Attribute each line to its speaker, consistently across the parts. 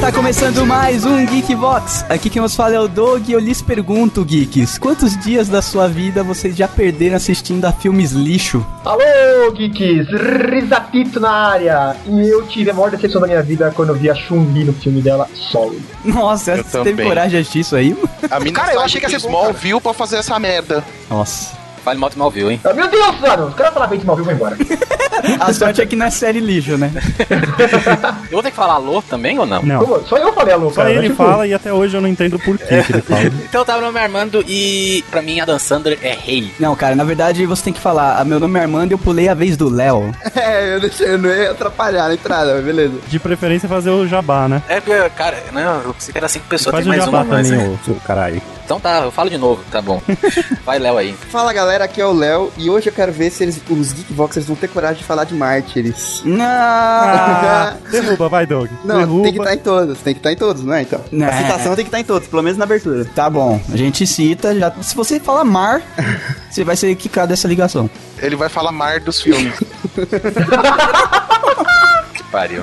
Speaker 1: Tá começando mais um Geek Vox. Aqui quem nos fala é o Doug e eu lhes pergunto, geeks, quantos dias da sua vida vocês já perderam assistindo a filmes lixo?
Speaker 2: Alô, geeks! Risapito na área! E eu tive a maior decepção da minha vida quando eu vi a Chun-Li no filme dela, Solo.
Speaker 1: Nossa,
Speaker 3: Eu
Speaker 1: você teve
Speaker 3: também.
Speaker 1: coragem de assistir isso aí?
Speaker 3: A mina
Speaker 4: Cara, eu achei que ia ser bom, cara.
Speaker 3: viu pra fazer essa merda.
Speaker 1: Nossa.
Speaker 4: Fale mal do Malview, hein?
Speaker 2: Ah, meu Deus, mano! Os caras falaram bem de mal, viu? Vou embora.
Speaker 1: A sorte é que não é série lixo, né?
Speaker 4: Eu vou ter que falar alô também ou não?
Speaker 5: Não.
Speaker 2: Como- Só eu falei, alô,
Speaker 5: Só
Speaker 2: cara.
Speaker 5: ele
Speaker 2: Tipo,
Speaker 5: fala e até hoje eu não entendo por que que ele fala.
Speaker 4: Então eu tava meu nome é Armando e pra mim Adam Sandler é rei.
Speaker 1: Não, cara, na verdade você tem que falar, "Ah, meu nome é Armando e eu pulei a vez do Léo.
Speaker 6: É, eu, deixei, eu não ia atrapalhar a entrada, mas beleza.
Speaker 5: De preferência fazer o jabá, né?
Speaker 4: É porque, cara, não, eu pensei que era cinco pessoas,
Speaker 5: Faz
Speaker 4: tem
Speaker 5: o
Speaker 4: mais
Speaker 5: jabá
Speaker 4: uma, mas. é.
Speaker 5: também, ô seu caralho.
Speaker 4: Então tá, eu falo de novo, tá bom. Vai, Léo aí.
Speaker 6: Fala galera, aqui é o Léo e hoje eu quero ver se eles, os Geekboxers vão ter coragem de falar de mártires.
Speaker 1: Não!
Speaker 5: Ah, derruba, vai, Doug.
Speaker 6: Não,
Speaker 5: derruba.
Speaker 6: tem que tá- estar em todos, tem que estar em todos, não é então?
Speaker 1: Né.
Speaker 6: A citação tem que estar em todos, pelo menos na abertura.
Speaker 1: Tá bom, a gente cita já. Se você fala mar, você vai ser quicado dessa ligação.
Speaker 3: Ele vai falar mar dos filmes.
Speaker 4: Que pariu.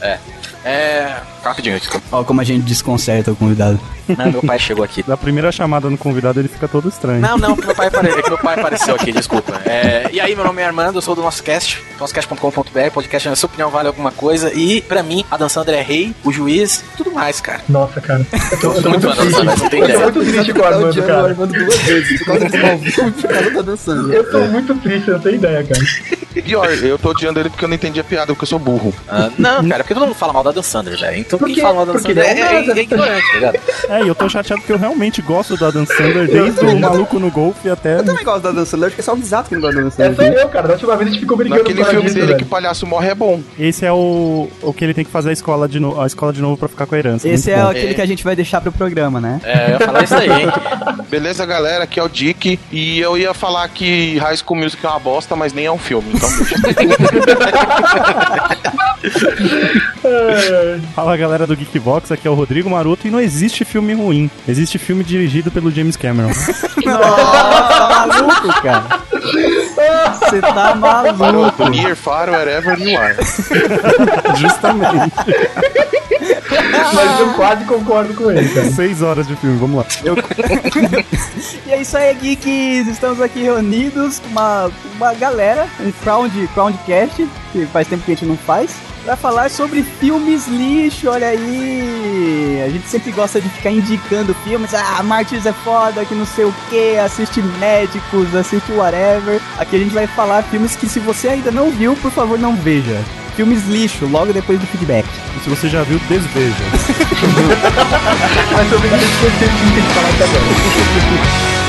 Speaker 4: É. É. Rapidinho, desculpa.
Speaker 1: Ó, como a gente desconcerta o convidado.
Speaker 4: Não, meu pai chegou aqui.
Speaker 5: Na primeira chamada no convidado ele fica todo estranho.
Speaker 4: Não, não, que meu pai, apare... é que meu pai apareceu aqui, desculpa. É, E aí, meu nome é Armando, eu sou do nosso cast, nossocast.com.br, podcast na sua opinião vale alguma coisa. E pra mim, Adam Sandler é rei, o juiz, tudo mais, cara.
Speaker 2: Nossa, cara. Eu tô, eu tô muito
Speaker 4: Muito Adam
Speaker 2: triste.
Speaker 4: Sandler, não tem
Speaker 2: Eu tô
Speaker 4: ideia.
Speaker 2: muito triste com o
Speaker 6: Tá
Speaker 2: Armando,
Speaker 6: odiando o
Speaker 2: cara.
Speaker 6: Armando duas vezes, por causa desse malvão e por causa da dançando.
Speaker 2: Eu
Speaker 5: É.
Speaker 2: tô muito triste, eu não tenho ideia, cara.
Speaker 3: Pior, eu tô odiando ele porque eu não entendi a piada, porque eu sou burro.
Speaker 4: Ah, não, cara, porque todo mundo fala mal da Dan Sandler, velho. Então
Speaker 2: Por
Speaker 4: quem
Speaker 2: quê?
Speaker 4: fala mal da Dan
Speaker 2: Porque
Speaker 4: Sandler é,
Speaker 2: ele é um
Speaker 4: é,
Speaker 2: nada.
Speaker 4: é ignorante, tá ligado?
Speaker 5: É, e eu tô chateado porque eu realmente gosto da Dan Sandler, desde
Speaker 2: também.
Speaker 5: o maluco no golfe até.
Speaker 6: Eu também gosto da dançando, acho que é só o Misato que não gosta da
Speaker 2: É só
Speaker 6: dançando.
Speaker 2: eu, cara. Da última vez a gente ficou brigando
Speaker 3: Naquele
Speaker 2: por causa
Speaker 3: filme
Speaker 2: disso,
Speaker 3: dele que
Speaker 2: velho.
Speaker 3: o palhaço morre é bom.
Speaker 5: Esse é o, o que ele tem que fazer a escola de novo, a escola de novo pra ficar com a herança.
Speaker 1: Esse
Speaker 5: Muito
Speaker 1: é
Speaker 5: bom.
Speaker 1: aquele que a gente vai deixar pro programa, né?
Speaker 4: É, eu ia falar isso aí, hein?
Speaker 3: Beleza, galera? Aqui é o Dick. E eu ia falar que High School Music é uma bosta, mas nem é um filme. Então, deixa.
Speaker 5: Fala galera do Geekbox, aqui é o Rodrigo Maroto e não existe filme ruim. Existe filme dirigido pelo James Cameron.
Speaker 1: Tá maluco, cara. Você tá maluco.
Speaker 3: Maroto, near, far, wherever you are.
Speaker 5: Justamente.
Speaker 2: Mas eu quase concordo com ele, cara.
Speaker 5: Seis horas de filme, vamos lá.
Speaker 1: E é isso aí, geeks. Estamos aqui reunidos, uma, uma galera, um crowd, crowdcast, que faz tempo que a gente não faz, pra falar sobre filmes lixo, olha aí. A gente sempre gosta de ficar indicando filmes, ah, Martins é foda, que não sei o que, assiste Médicos, assiste whatever. Aqui a gente vai falar filmes que se você ainda não viu, por favor, não veja. Filmes lixo, logo depois do feedback.
Speaker 5: E Se você já viu, desveja.
Speaker 2: Mas eu vi que esqueci de que falar até agora.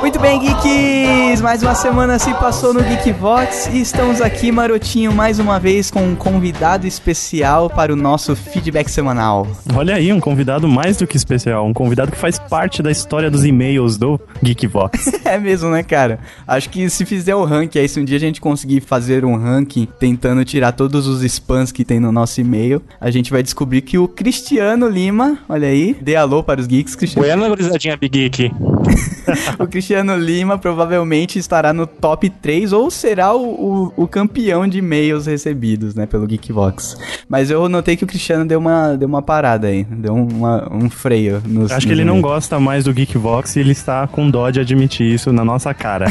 Speaker 1: Muito bem, geeks! Mais uma semana se passou no Geekvox e estamos aqui, marotinho, mais uma vez com um convidado especial para o nosso feedback semanal.
Speaker 5: Olha aí, um convidado mais do que especial. Um convidado que faz parte da história dos e-mails do Geekbox.
Speaker 1: É mesmo, né, cara? Acho que se fizer o ranking aí, se um dia a gente conseguir fazer um ranking tentando tirar todos os spams que tem no nosso e-mail, a gente vai descobrir que o Cristiano Lima, olha aí, dê alô para os geeks, Cristiano.
Speaker 7: Buena gurizadinha Big Geek.
Speaker 1: O Cristiano Lima provavelmente estará no top 3 ou será o, o- o campeão de e-mails recebidos, né, pelo Geekvox. Mas eu notei que o Cristiano deu uma, deu uma parada aí, deu uma- um freio nos.
Speaker 5: Acho que
Speaker 1: nos
Speaker 5: ele não
Speaker 1: e-mails.
Speaker 5: gosta mais do Geekbox e ele está com dó de admitir isso na nossa cara.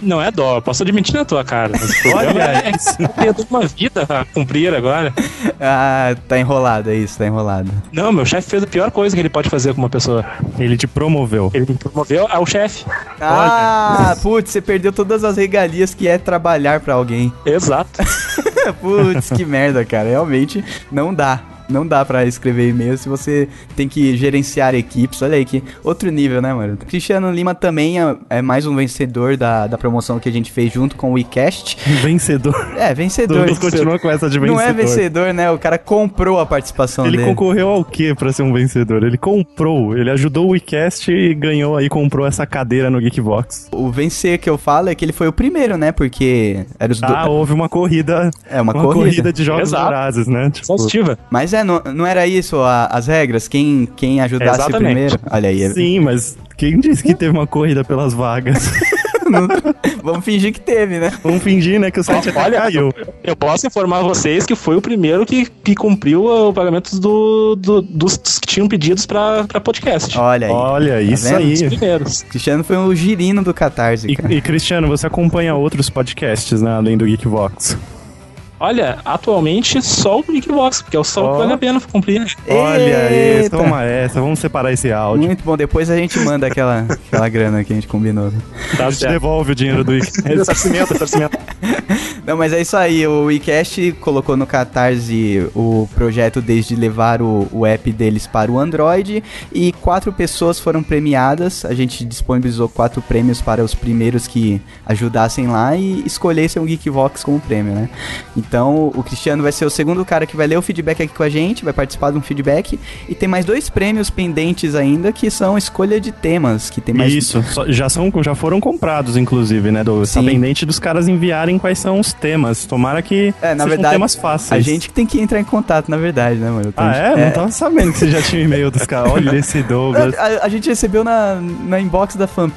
Speaker 7: Não é dó, eu posso admitir na tua cara. Esse programa
Speaker 5: Olha
Speaker 7: é eu tenho uma vida a cumprir agora.
Speaker 1: Ah, tá enrolado, é isso, tá enrolado.
Speaker 7: Não, meu chefe fez a pior coisa que ele pode fazer com uma pessoa.
Speaker 5: Ele te promoveu.
Speaker 7: Ele me promoveu ao chefe.
Speaker 5: né?
Speaker 1: Ah, putz, você perdeu todas as regalias que é trabalhar pra alguém.
Speaker 7: Exato.
Speaker 1: Putz, que merda, cara, realmente não dá. Não dá pra escrever e-mail se você tem que gerenciar equipes. Olha aí que outro nível, né, mano? Cristiano Lima também é, é mais um vencedor da, da promoção que a gente fez junto com o WeCast.
Speaker 5: Vencedor.
Speaker 1: É, vencedor.
Speaker 5: Douglas continua com essa de vencedor.
Speaker 1: Não é vencedor, né? O cara comprou a participação
Speaker 5: Ele
Speaker 1: dele.
Speaker 5: concorreu ao quê pra ser um vencedor? Ele comprou, ele ajudou o WeCast e ganhou aí, comprou essa cadeira no Geekbox.
Speaker 1: O vencer que eu falo é que ele foi o primeiro, né? Porque era os
Speaker 5: Ah,
Speaker 1: dois.
Speaker 5: houve uma corrida,
Speaker 1: É uma,
Speaker 5: uma, corrida.
Speaker 1: corrida.
Speaker 5: de jogos
Speaker 7: Exato.
Speaker 5: vorazes, né? Tipo,
Speaker 7: Exaustiva.
Speaker 1: Mas é, não, não era isso a- as regras? Quem, quem ajudasse
Speaker 7: Exatamente.
Speaker 1: primeiro? Olha aí. é-
Speaker 5: sim, mas quem disse que teve uma corrida pelas vagas?
Speaker 1: Vamos fingir que teve, né?
Speaker 5: Vamos fingir, né, que o site até
Speaker 7: Olha,
Speaker 5: caiu.
Speaker 7: Eu posso informar vocês que foi o primeiro que, que cumpriu o pagamento do, do- dos que tinham pedidos pra, pra podcast.
Speaker 1: Olha aí.
Speaker 5: Olha, isso
Speaker 1: É, tá vendo?
Speaker 5: aí.
Speaker 7: Os primeiros.
Speaker 1: Cristiano foi o girino do Catarse, cara.
Speaker 5: E, e, Cristiano, você acompanha outros podcasts, né, além do Geekbox?
Speaker 7: Olha, atualmente só o Geekbox, porque é o só
Speaker 5: Ó.
Speaker 7: que vale a pena cumprir.
Speaker 5: Olha aí,
Speaker 1: Eita.
Speaker 5: toma essa, vamos separar esse áudio.
Speaker 1: Muito bom, depois a gente manda aquela, aquela grana que a gente combinou.
Speaker 7: Tá
Speaker 5: Te
Speaker 7: certo.
Speaker 5: devolve o dinheiro do Estabelecimento, estabelecimento.
Speaker 1: Não, mas é isso aí, o WeCast colocou no Catarse o projeto desde levar o, o app deles para o Android e quatro pessoas foram premiadas, a gente disponibilizou quatro prêmios para os primeiros que ajudassem lá e escolhessem o Geekvox como prêmio, né? Então o Cristiano vai ser o segundo cara que vai ler o feedback aqui com a gente, vai participar de um feedback e tem mais dois prêmios pendentes ainda que são escolha de temas, que tem mais...
Speaker 5: Isso, só- já, são, já foram comprados, inclusive, né, Douglas? Tá
Speaker 1: Sim.
Speaker 5: pendente dos caras enviarem quais são os temas. Tomara que
Speaker 1: É, na
Speaker 5: sejam
Speaker 1: verdade,
Speaker 5: temas fáceis.
Speaker 1: A gente que tem que entrar em contato, na verdade, né, mano?
Speaker 5: Ah, é? Não tava sabendo que você já tinha e-mail dos caras. Olha esse Douglas.
Speaker 1: É, A, a- a gente recebeu na, na inbox da fanpage. Olha, a é um é Ah, é É,
Speaker 5: Ah, não. é né? tipo, tá É assim. um é é Né, É um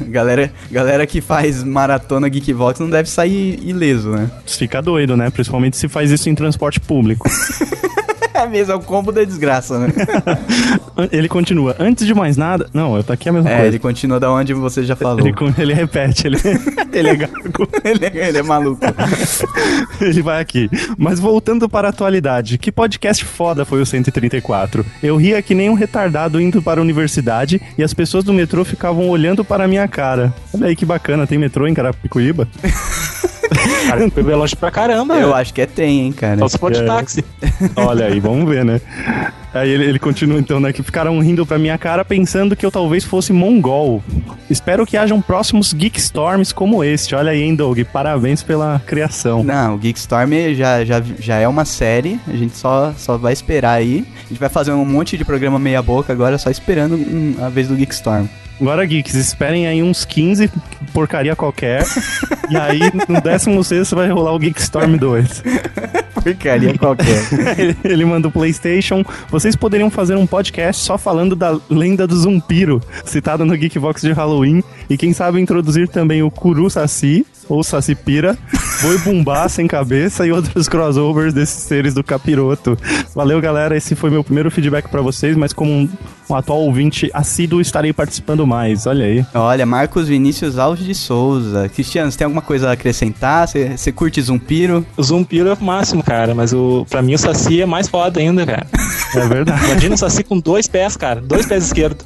Speaker 1: É né? É, é é um porcaria
Speaker 5: né? É, é um é. né? então,
Speaker 1: qualquer.
Speaker 5: Ele- Ele manda o PlayStation. Vocês poderiam fazer um podcast só falando da lenda do Zumpiro, citada no Geekbox de Halloween. E quem sabe introduzir também o Kuru Saci, ou Saci Pira, Boi Bumbá sem cabeça e outros crossovers desses seres do capiroto. Valeu, galera. Esse foi meu primeiro feedback pra vocês, mas como um, um atual ouvinte assíduo, estarei participando mais. Olha aí.
Speaker 1: Olha, Marcos Vinícius Alves de Souza. Cristiano, você tem alguma coisa a acrescentar? Você você curte Zumpiro?
Speaker 7: O Zumpiro é o máximo, cara, mas o, pra mim o Saci é mais foda ainda, cara.
Speaker 5: É verdade.
Speaker 7: Imagina o Saci com dois pés, cara. Dois pés esquerdos.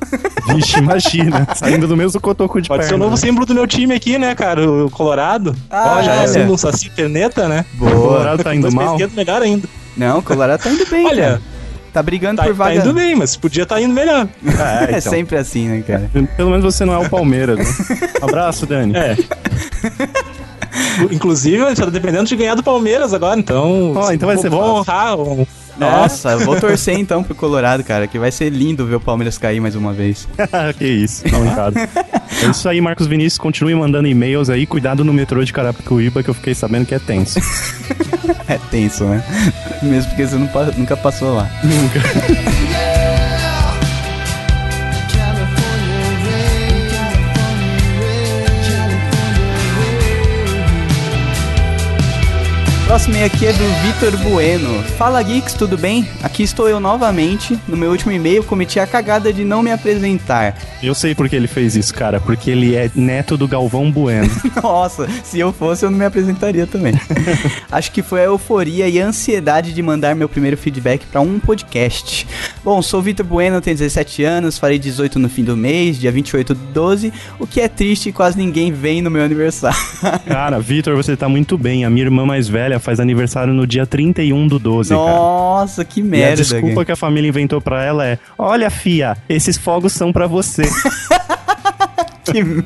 Speaker 5: Vixe, imagina. Saindo do mesmo cotoco de
Speaker 7: Pode ser o
Speaker 5: perna.
Speaker 7: novo símbolo do meu time aqui, né, cara? O Colorado.
Speaker 1: Ah,
Speaker 7: Ó, já
Speaker 1: olha.
Speaker 7: é o símbolo do Saci Perneta, né?
Speaker 5: O Colorado tá indo
Speaker 7: dois pés
Speaker 5: mal.
Speaker 7: esquerdos, melhor ainda.
Speaker 1: Não, o Colorado tá indo bem,
Speaker 7: Olha,
Speaker 1: cara. Tá brigando
Speaker 7: tá,
Speaker 1: por
Speaker 7: tá
Speaker 1: vaga.
Speaker 7: indo bem, mas podia estar tá indo melhor.
Speaker 5: É,
Speaker 1: É
Speaker 5: então.
Speaker 1: sempre assim, né, cara?
Speaker 5: Pelo menos você não é o Palmeiras. Né? Abraço, Dani.
Speaker 7: É. Inclusive, a gente tá dependendo de ganhar do Palmeiras agora, então.
Speaker 5: Ó, então vai ser
Speaker 7: bom
Speaker 5: fácil.
Speaker 7: honrar. um-
Speaker 1: Nossa, eu vou torcer então pro Colorado, cara, que vai ser lindo ver o Palmeiras cair mais uma vez.
Speaker 5: que isso, comentado. é isso aí, Marcos Vinícius. Continue mandando e-mails aí. Cuidado no metrô de Carapicuíba, que eu fiquei sabendo que é tenso.
Speaker 1: É tenso, né? Mesmo porque você não pa- nunca passou lá. Próximo e-mail aqui é do Vitor Bueno. Fala Geeks, tudo bem? Aqui estou eu novamente. No meu último e-mail cometi a cagada de não me apresentar.
Speaker 5: Eu sei por que ele fez isso, cara. Porque ele é neto do Galvão Bueno.
Speaker 1: Nossa, se eu fosse, eu não me apresentaria também. Acho que foi a euforia e a ansiedade de mandar meu primeiro feedback pra um podcast. Bom, sou Vitor Bueno, tenho 17 anos, farei 18 no fim do mês, dia 28 do 12, o que é triste e quase ninguém vem no meu aniversário.
Speaker 5: Cara, Vitor, você tá muito bem. A minha irmã mais velha faz aniversário no dia 31 do 12, cara.
Speaker 1: Nossa, que
Speaker 5: E a
Speaker 1: merda.
Speaker 5: desculpa
Speaker 1: cara.
Speaker 5: que a família inventou pra ela é: Olha, fia, esses fogos são pra você.
Speaker 1: Que merda.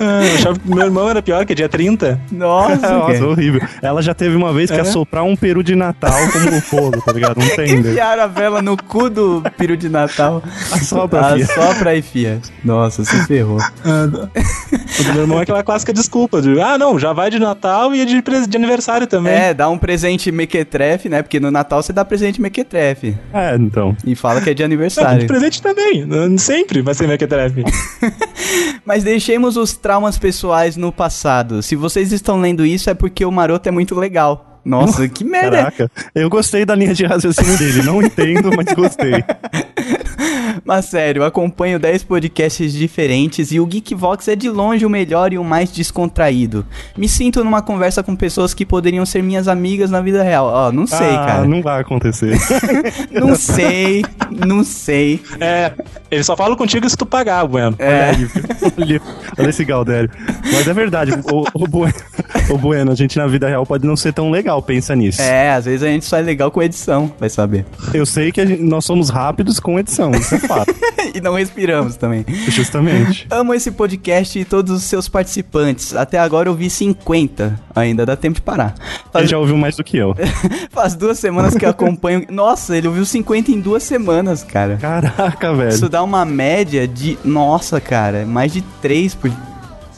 Speaker 7: Ah, eu achava que meu irmão era pior, que é dia 30.
Speaker 1: Nossa,
Speaker 5: É, Nossa,
Speaker 1: cara.
Speaker 5: horrível. Ela já teve uma vez que
Speaker 7: É.
Speaker 5: assoprar um peru de Natal como fogo, tá ligado? Não tem. né?
Speaker 1: Enfiaram a vela no cu do peru de Natal. Ah,
Speaker 5: Assopra, fia.
Speaker 1: Só pra aí, fia. Nossa, se ferrou.
Speaker 7: O do meu irmão é aquela clássica desculpa. De, ah, não, já vai de Natal e é de, pres- de aniversário também.
Speaker 1: É, dá um presente mequetrefe, né? Porque no Natal você dá presente mequetrefe.
Speaker 5: É, então.
Speaker 1: E fala que é de
Speaker 7: Não, de
Speaker 5: um
Speaker 1: aniversário.
Speaker 7: presente também. Não- Sempre vai ser mequetrefe.
Speaker 1: Mas deixemos os traumas pessoais no passado. Se vocês estão lendo isso, é porque o maroto é muito legal. Nossa, que merda!
Speaker 5: Uh, Caraca, eu gostei da linha de raciocínio dele. Não entendo, mas gostei.
Speaker 1: Mas sério, eu acompanho 10 podcasts diferentes e o Geekvox é de longe o melhor e o mais descontraído. Me sinto numa conversa com pessoas que poderiam ser minhas amigas na vida real. Ó, não sei,
Speaker 5: Ah,
Speaker 1: cara.
Speaker 5: Não vai acontecer.
Speaker 1: Não sei, não sei.
Speaker 7: É, eles só falam contigo se tu pagar, Bueno.
Speaker 1: É.
Speaker 5: Olha, olha esse Galdério. Mas é verdade, o, o, bueno, o Bueno, a gente na vida real pode não ser tão legal, pensa nisso.
Speaker 1: É, às vezes a gente só é legal com edição, vai saber.
Speaker 5: Eu sei que a gente- nós somos rápidos com edição, isso é fato.
Speaker 1: E não respiramos também.
Speaker 5: Justamente.
Speaker 1: Amo esse podcast e todos os seus participantes. Até agora eu vi 50. Ainda dá tempo de parar.
Speaker 5: Ele
Speaker 1: Faz,
Speaker 5: já ouviu mais do que eu.
Speaker 1: faz duas semanas que eu acompanho. Nossa, ele ouviu 50 em duas semanas, cara.
Speaker 5: Caraca,
Speaker 1: Isso
Speaker 5: velho.
Speaker 1: dá uma média de. Nossa, cara, mais de 3 por,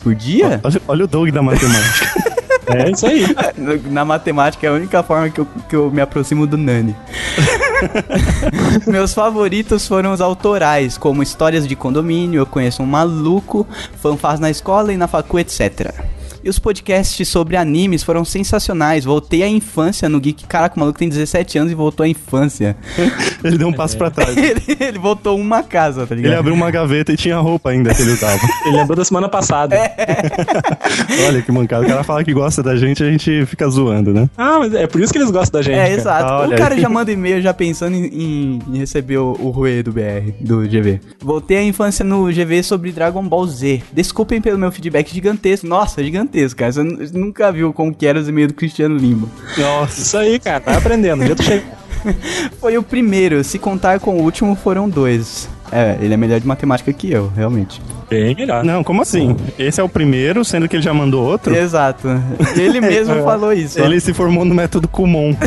Speaker 1: por dia?
Speaker 5: Olha, olha o Doug da matemática.
Speaker 7: É isso aí.
Speaker 1: Na matemática é a única forma que eu, que eu me aproximo do Nani. Meus favoritos foram os autorais, como Histórias de Condomínio, Eu Conheço um Maluco, Fanfás na Escola e na Facu, etc. E os podcasts sobre animes foram sensacionais. Voltei à infância no Geek. Caraca, o maluco tem 17 anos e voltou à infância.
Speaker 5: Ele deu um
Speaker 1: É.
Speaker 5: passo pra trás.
Speaker 1: ele, ele voltou uma casa, tá
Speaker 5: Ele
Speaker 1: ligado?
Speaker 5: abriu uma gaveta e tinha roupa ainda que ele usava.
Speaker 7: Ele lembrou da semana passada.
Speaker 1: É.
Speaker 5: Olha que mancada. O cara fala que gosta da gente, a gente fica zoando, né?
Speaker 7: Ah, mas é por isso que eles gostam da gente.
Speaker 1: É,
Speaker 7: cara.
Speaker 1: exato.
Speaker 5: Ah,
Speaker 1: o
Speaker 5: olha
Speaker 1: cara
Speaker 5: aí.
Speaker 1: já manda e-mail já pensando em, em- em receber o, o Rue do BR, do GV. Voltei à infância no GV sobre Dragon Ball Z. Desculpem pelo meu feedback gigantesco. Nossa, gigantesco, cara. Você nu- nunca viu como que era os e-mails do Cristiano Limbo.
Speaker 5: Nossa.
Speaker 7: Isso aí, cara. Vai aprendendo. Um dia tu chega.
Speaker 1: Foi o primeiro. Se contar com o último, foram dois. É, ele é melhor de matemática que eu, realmente.
Speaker 7: Bem melhor.
Speaker 5: Não, como assim? Esse é o primeiro, sendo que ele já mandou outro?
Speaker 1: Exato. Ele mesmo falou isso. ó.
Speaker 5: É. Ele se formou no método Kumon.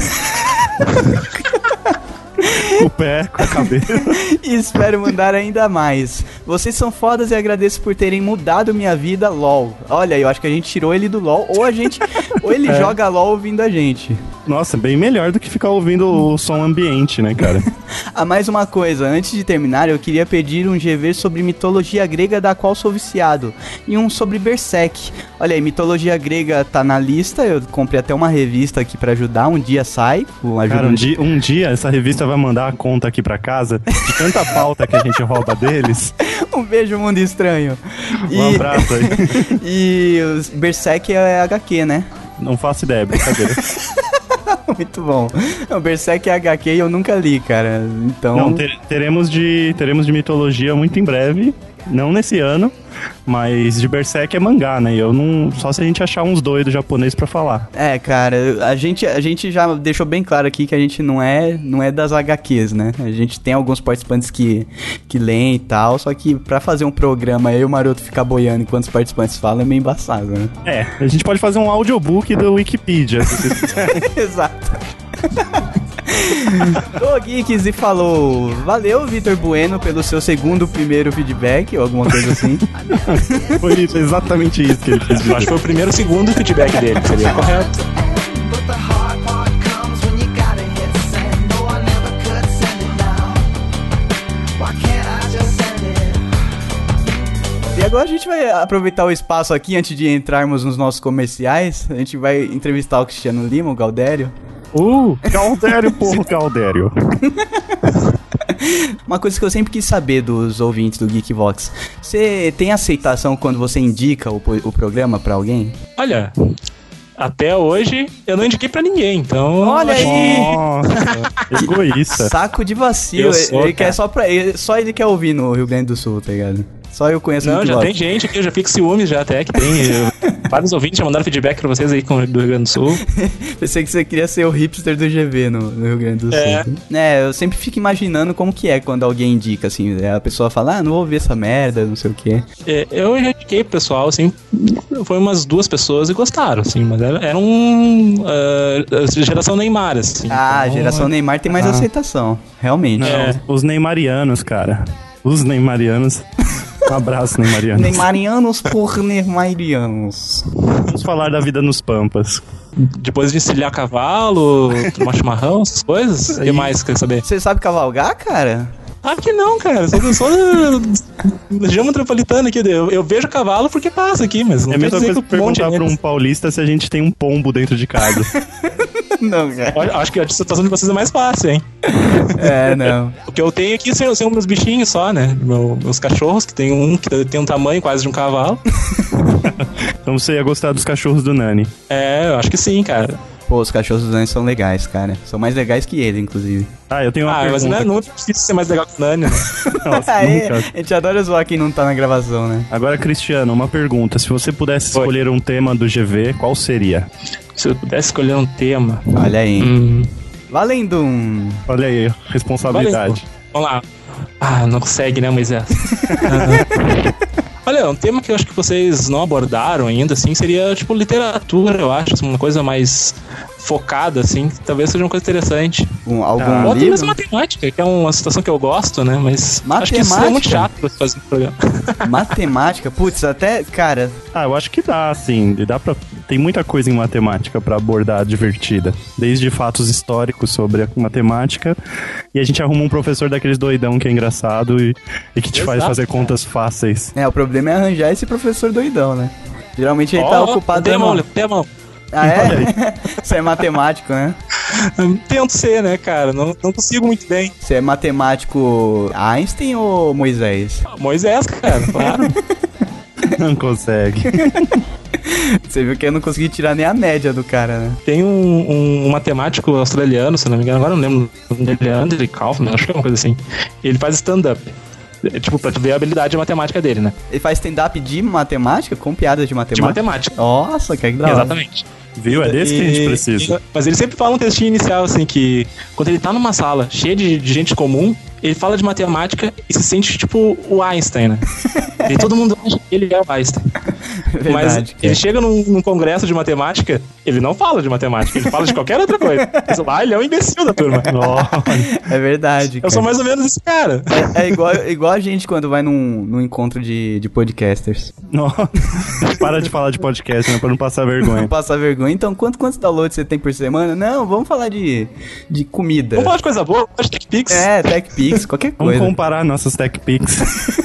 Speaker 5: o pé com a cabeça.
Speaker 1: E espero mandar ainda mais. Vocês são fodas e agradeço por terem mudado minha vida,
Speaker 5: É.
Speaker 1: LOL. Olha, eu acho que a gente tirou ele do LOL, ou a gente. ou ele joga LOL ouvindo a gente.
Speaker 5: Nossa, bem melhor do que ficar ouvindo o som ambiente, né, cara?
Speaker 1: Ah, mais uma coisa, antes de terminar, eu queria pedir um GV sobre mitologia grega da qual sou viciado e um sobre Berserk. Olha aí, mitologia grega tá na lista, eu comprei até uma revista aqui pra ajudar, um dia sai, o ajuda
Speaker 5: Cara, um
Speaker 1: um dia.
Speaker 5: dia, um dia essa revista vai mandar a conta aqui pra casa de tanta pauta que a gente rouba deles.
Speaker 1: Um beijo, mundo estranho.
Speaker 5: Um abraço aí.
Speaker 1: e os Berserk é HQ, né?
Speaker 5: Não faço ideia, brincadeira.
Speaker 1: Muito bom. O Berserk é HQ e eu nunca li, cara. Então.
Speaker 5: Não, ter- teremos, de, teremos de mitologia muito em breve. Não nesse ano, mas de Berserk é mangá, né? E Eu não. Só se a gente achar uns doidos japonês pra falar.
Speaker 1: É, cara, a gente, a gente já deixou bem claro aqui que a gente não é, não é das HQs, né? A gente tem alguns participantes que, que leem e tal, só que pra fazer um programa eu e o Maroto ficar boiando enquanto os participantes falam é meio embaçado, né?
Speaker 5: É, a gente pode fazer um audiobook do Wikipedia. se vocês quiserem.
Speaker 1: Exato. Ô Geeks e falou: Valeu, Vitor Bueno, pelo seu segundo primeiro feedback, ou alguma coisa assim.
Speaker 5: Foi isso, exatamente isso que ele fez.
Speaker 7: Eu acho que foi o primeiro e segundo feedback dele, seria correto.
Speaker 8: But the hard part comes when you gotta hit send. No, I never could send it now. Why can't I just send it?
Speaker 1: E agora a gente vai aproveitar o espaço aqui antes de entrarmos nos nossos comerciais. A gente vai entrevistar o Cristiano Lima, o Galdério.
Speaker 5: Uh, Caldério, porra, Caldério.
Speaker 1: Uma coisa que eu sempre quis saber dos ouvintes do Geekvox. Você tem aceitação quando você indica o, po- o programa pra alguém?
Speaker 7: Olha, até hoje eu não indiquei pra ninguém, então.
Speaker 1: Olha
Speaker 7: acho-
Speaker 1: aí!
Speaker 5: Nossa, egoísta.
Speaker 1: Saco de vacilo.
Speaker 7: Eu sou,
Speaker 1: ele quer
Speaker 7: cara.
Speaker 1: só pra ele, só ele quer ouvir no Rio Grande do Sul, tá ligado? Só eu conheço o
Speaker 7: Não, já
Speaker 1: Geekvox.
Speaker 7: tem gente aqui, eu já fico ciúmes já até que tem. eu- Vários ouvintes já mandaram feedback pra vocês aí com- do Rio Grande do Sul.
Speaker 1: Pensei que você queria ser o hipster do GV no, no Rio Grande do
Speaker 7: É.
Speaker 1: Sul. É, eu sempre fico imaginando como que é quando alguém indica, assim, né? a pessoa fala, ah, não vou ouvir essa merda, não sei o quê.
Speaker 7: É, eu já indiquei pro pessoal, assim, foi umas duas pessoas e gostaram, assim, mas era, era um. ah, geração Neymar, assim.
Speaker 1: Ah,
Speaker 7: então-
Speaker 1: geração Neymar tem mais aceitação, realmente.
Speaker 7: É.
Speaker 5: Os neymarianos, cara. Os neymarianos. Um abraço, neymarianos.
Speaker 1: Neymarianos por Neymarianos.
Speaker 5: Vamos falar da vida nos Pampas.
Speaker 7: Depois de encilhar cavalo, tomar chimarrão, essas coisas. O que mais quer saber?
Speaker 1: Você sabe cavalgar, cara?
Speaker 7: Ah, que não, cara. Sou, sou da região metropolitana aqui. Eu, eu vejo cavalo porque passa aqui, mas não
Speaker 5: É a
Speaker 7: quer
Speaker 5: mesma
Speaker 7: dizer
Speaker 5: coisa que
Speaker 7: que um monte
Speaker 5: perguntar pra um
Speaker 7: deles-
Speaker 5: paulista se a gente tem um pombo dentro de casa.
Speaker 1: Não, cara.
Speaker 7: Olha, Acho que a situação de vocês é mais fácil, hein?
Speaker 1: É, não.
Speaker 7: O que eu tenho aqui são, são meus bichinhos só, né? Meu- meus cachorros, que tem um que tem um tamanho quase de um cavalo.
Speaker 5: então você ia gostar dos cachorros do Nani.
Speaker 7: É, eu acho que sim, cara.
Speaker 1: Pô, os cachorros dos anos são legais, cara. São mais legais que ele, inclusive.
Speaker 5: Ah, eu tenho uma
Speaker 7: Ah, mas É.
Speaker 5: pergunta.
Speaker 7: não é, não é difícil ser mais legal que o Nani, né?
Speaker 5: Nossa,
Speaker 1: Aê,
Speaker 5: nunca.
Speaker 1: a gente adora zoar quem não tá na gravação, né?
Speaker 5: Agora, Cristiano, uma pergunta. Se você pudesse
Speaker 7: Oi.
Speaker 5: escolher um tema do GV, qual seria?
Speaker 7: Se eu pudesse escolher um tema.
Speaker 1: Olha aí.
Speaker 7: Hum.
Speaker 1: Valendo um.
Speaker 5: Olha aí, responsabilidade.
Speaker 7: Vamos lá. Ah, não consegue, né, Moisés? Ah. Olha, um tema que eu acho que vocês não abordaram ainda, assim, seria, tipo, literatura, eu acho, assim, uma coisa mais focada, assim, que talvez seja uma coisa interessante.
Speaker 1: um algum
Speaker 5: Ah,
Speaker 7: Ou até
Speaker 1: livro?
Speaker 7: mesmo matemática, que é uma situação que eu gosto, né, mas acho que isso é muito
Speaker 1: Matemática?
Speaker 7: chato pra fazer um programa.
Speaker 1: Matemática? Putz, até. Cara,
Speaker 5: Ah, eu acho que dá, assim. Dá pra... Tem muita coisa em matemática pra abordar divertida. Desde fatos históricos sobre a matemática. E a gente arruma um professor daqueles doidão que é engraçado e, e que te faz
Speaker 7: Exato,
Speaker 5: fazer contas fáceis.
Speaker 1: é, o problema é arranjar esse professor doidão, né? Geralmente ele tá
Speaker 7: Ó, um
Speaker 1: ocupado
Speaker 7: tema,
Speaker 1: dando-
Speaker 7: olha, tema.
Speaker 1: Ah, é? Você é matemático, né?
Speaker 7: Tento ser, né, cara, não, não consigo muito bem.
Speaker 1: Você é matemático Einstein ou Moisés?
Speaker 7: Moisés, cara, claro.
Speaker 5: Não consegue.
Speaker 1: Você viu que eu não consegui tirar nem a média do cara, né?
Speaker 7: Tem um, um- um matemático australiano, se não me engano, agora eu não lembro, o nome dele é Andrew Kaufman, acho que é uma coisa assim. Ele faz stand-up. É, Tipo, pra tu ver a habilidade matemática dele, né?
Speaker 1: Ele faz stand-up de matemática? Com piadas de
Speaker 7: De
Speaker 1: matemática?
Speaker 7: matemática.
Speaker 1: Nossa, cara, que da hora.
Speaker 7: Exatamente.
Speaker 5: Viu? É desse que a gente
Speaker 7: E-
Speaker 5: precisa.
Speaker 7: e- mas ele sempre fala um textinho inicial, assim, que quando ele tá numa sala cheia de, de gente comum, ele fala de matemática e se sente tipo o Einstein, né? e todo mundo acha que ele é o Einstein. Mas ele chega num, num congresso de matemática, ele não fala de matemática, ele fala de qualquer outra coisa. Mas lá ele é um imbecil da turma.
Speaker 1: É verdade.
Speaker 7: Eu sou
Speaker 1: cara.
Speaker 7: mais ou menos esse cara.
Speaker 1: É igual, igual a gente quando vai num, num encontro de, de podcasters.
Speaker 5: Nossa. Para de falar de podcast, né? Pra não passar vergonha.
Speaker 7: é.
Speaker 1: Não passa vergonha. Então, quanto, quantos downloads você tem por semana? Não, vamos falar de, de comida.
Speaker 7: Vamos falar de coisa boa, acho que Pix.
Speaker 1: É, TechPix, qualquer
Speaker 5: Vamos
Speaker 1: coisa.
Speaker 5: comparar nossas tech pics.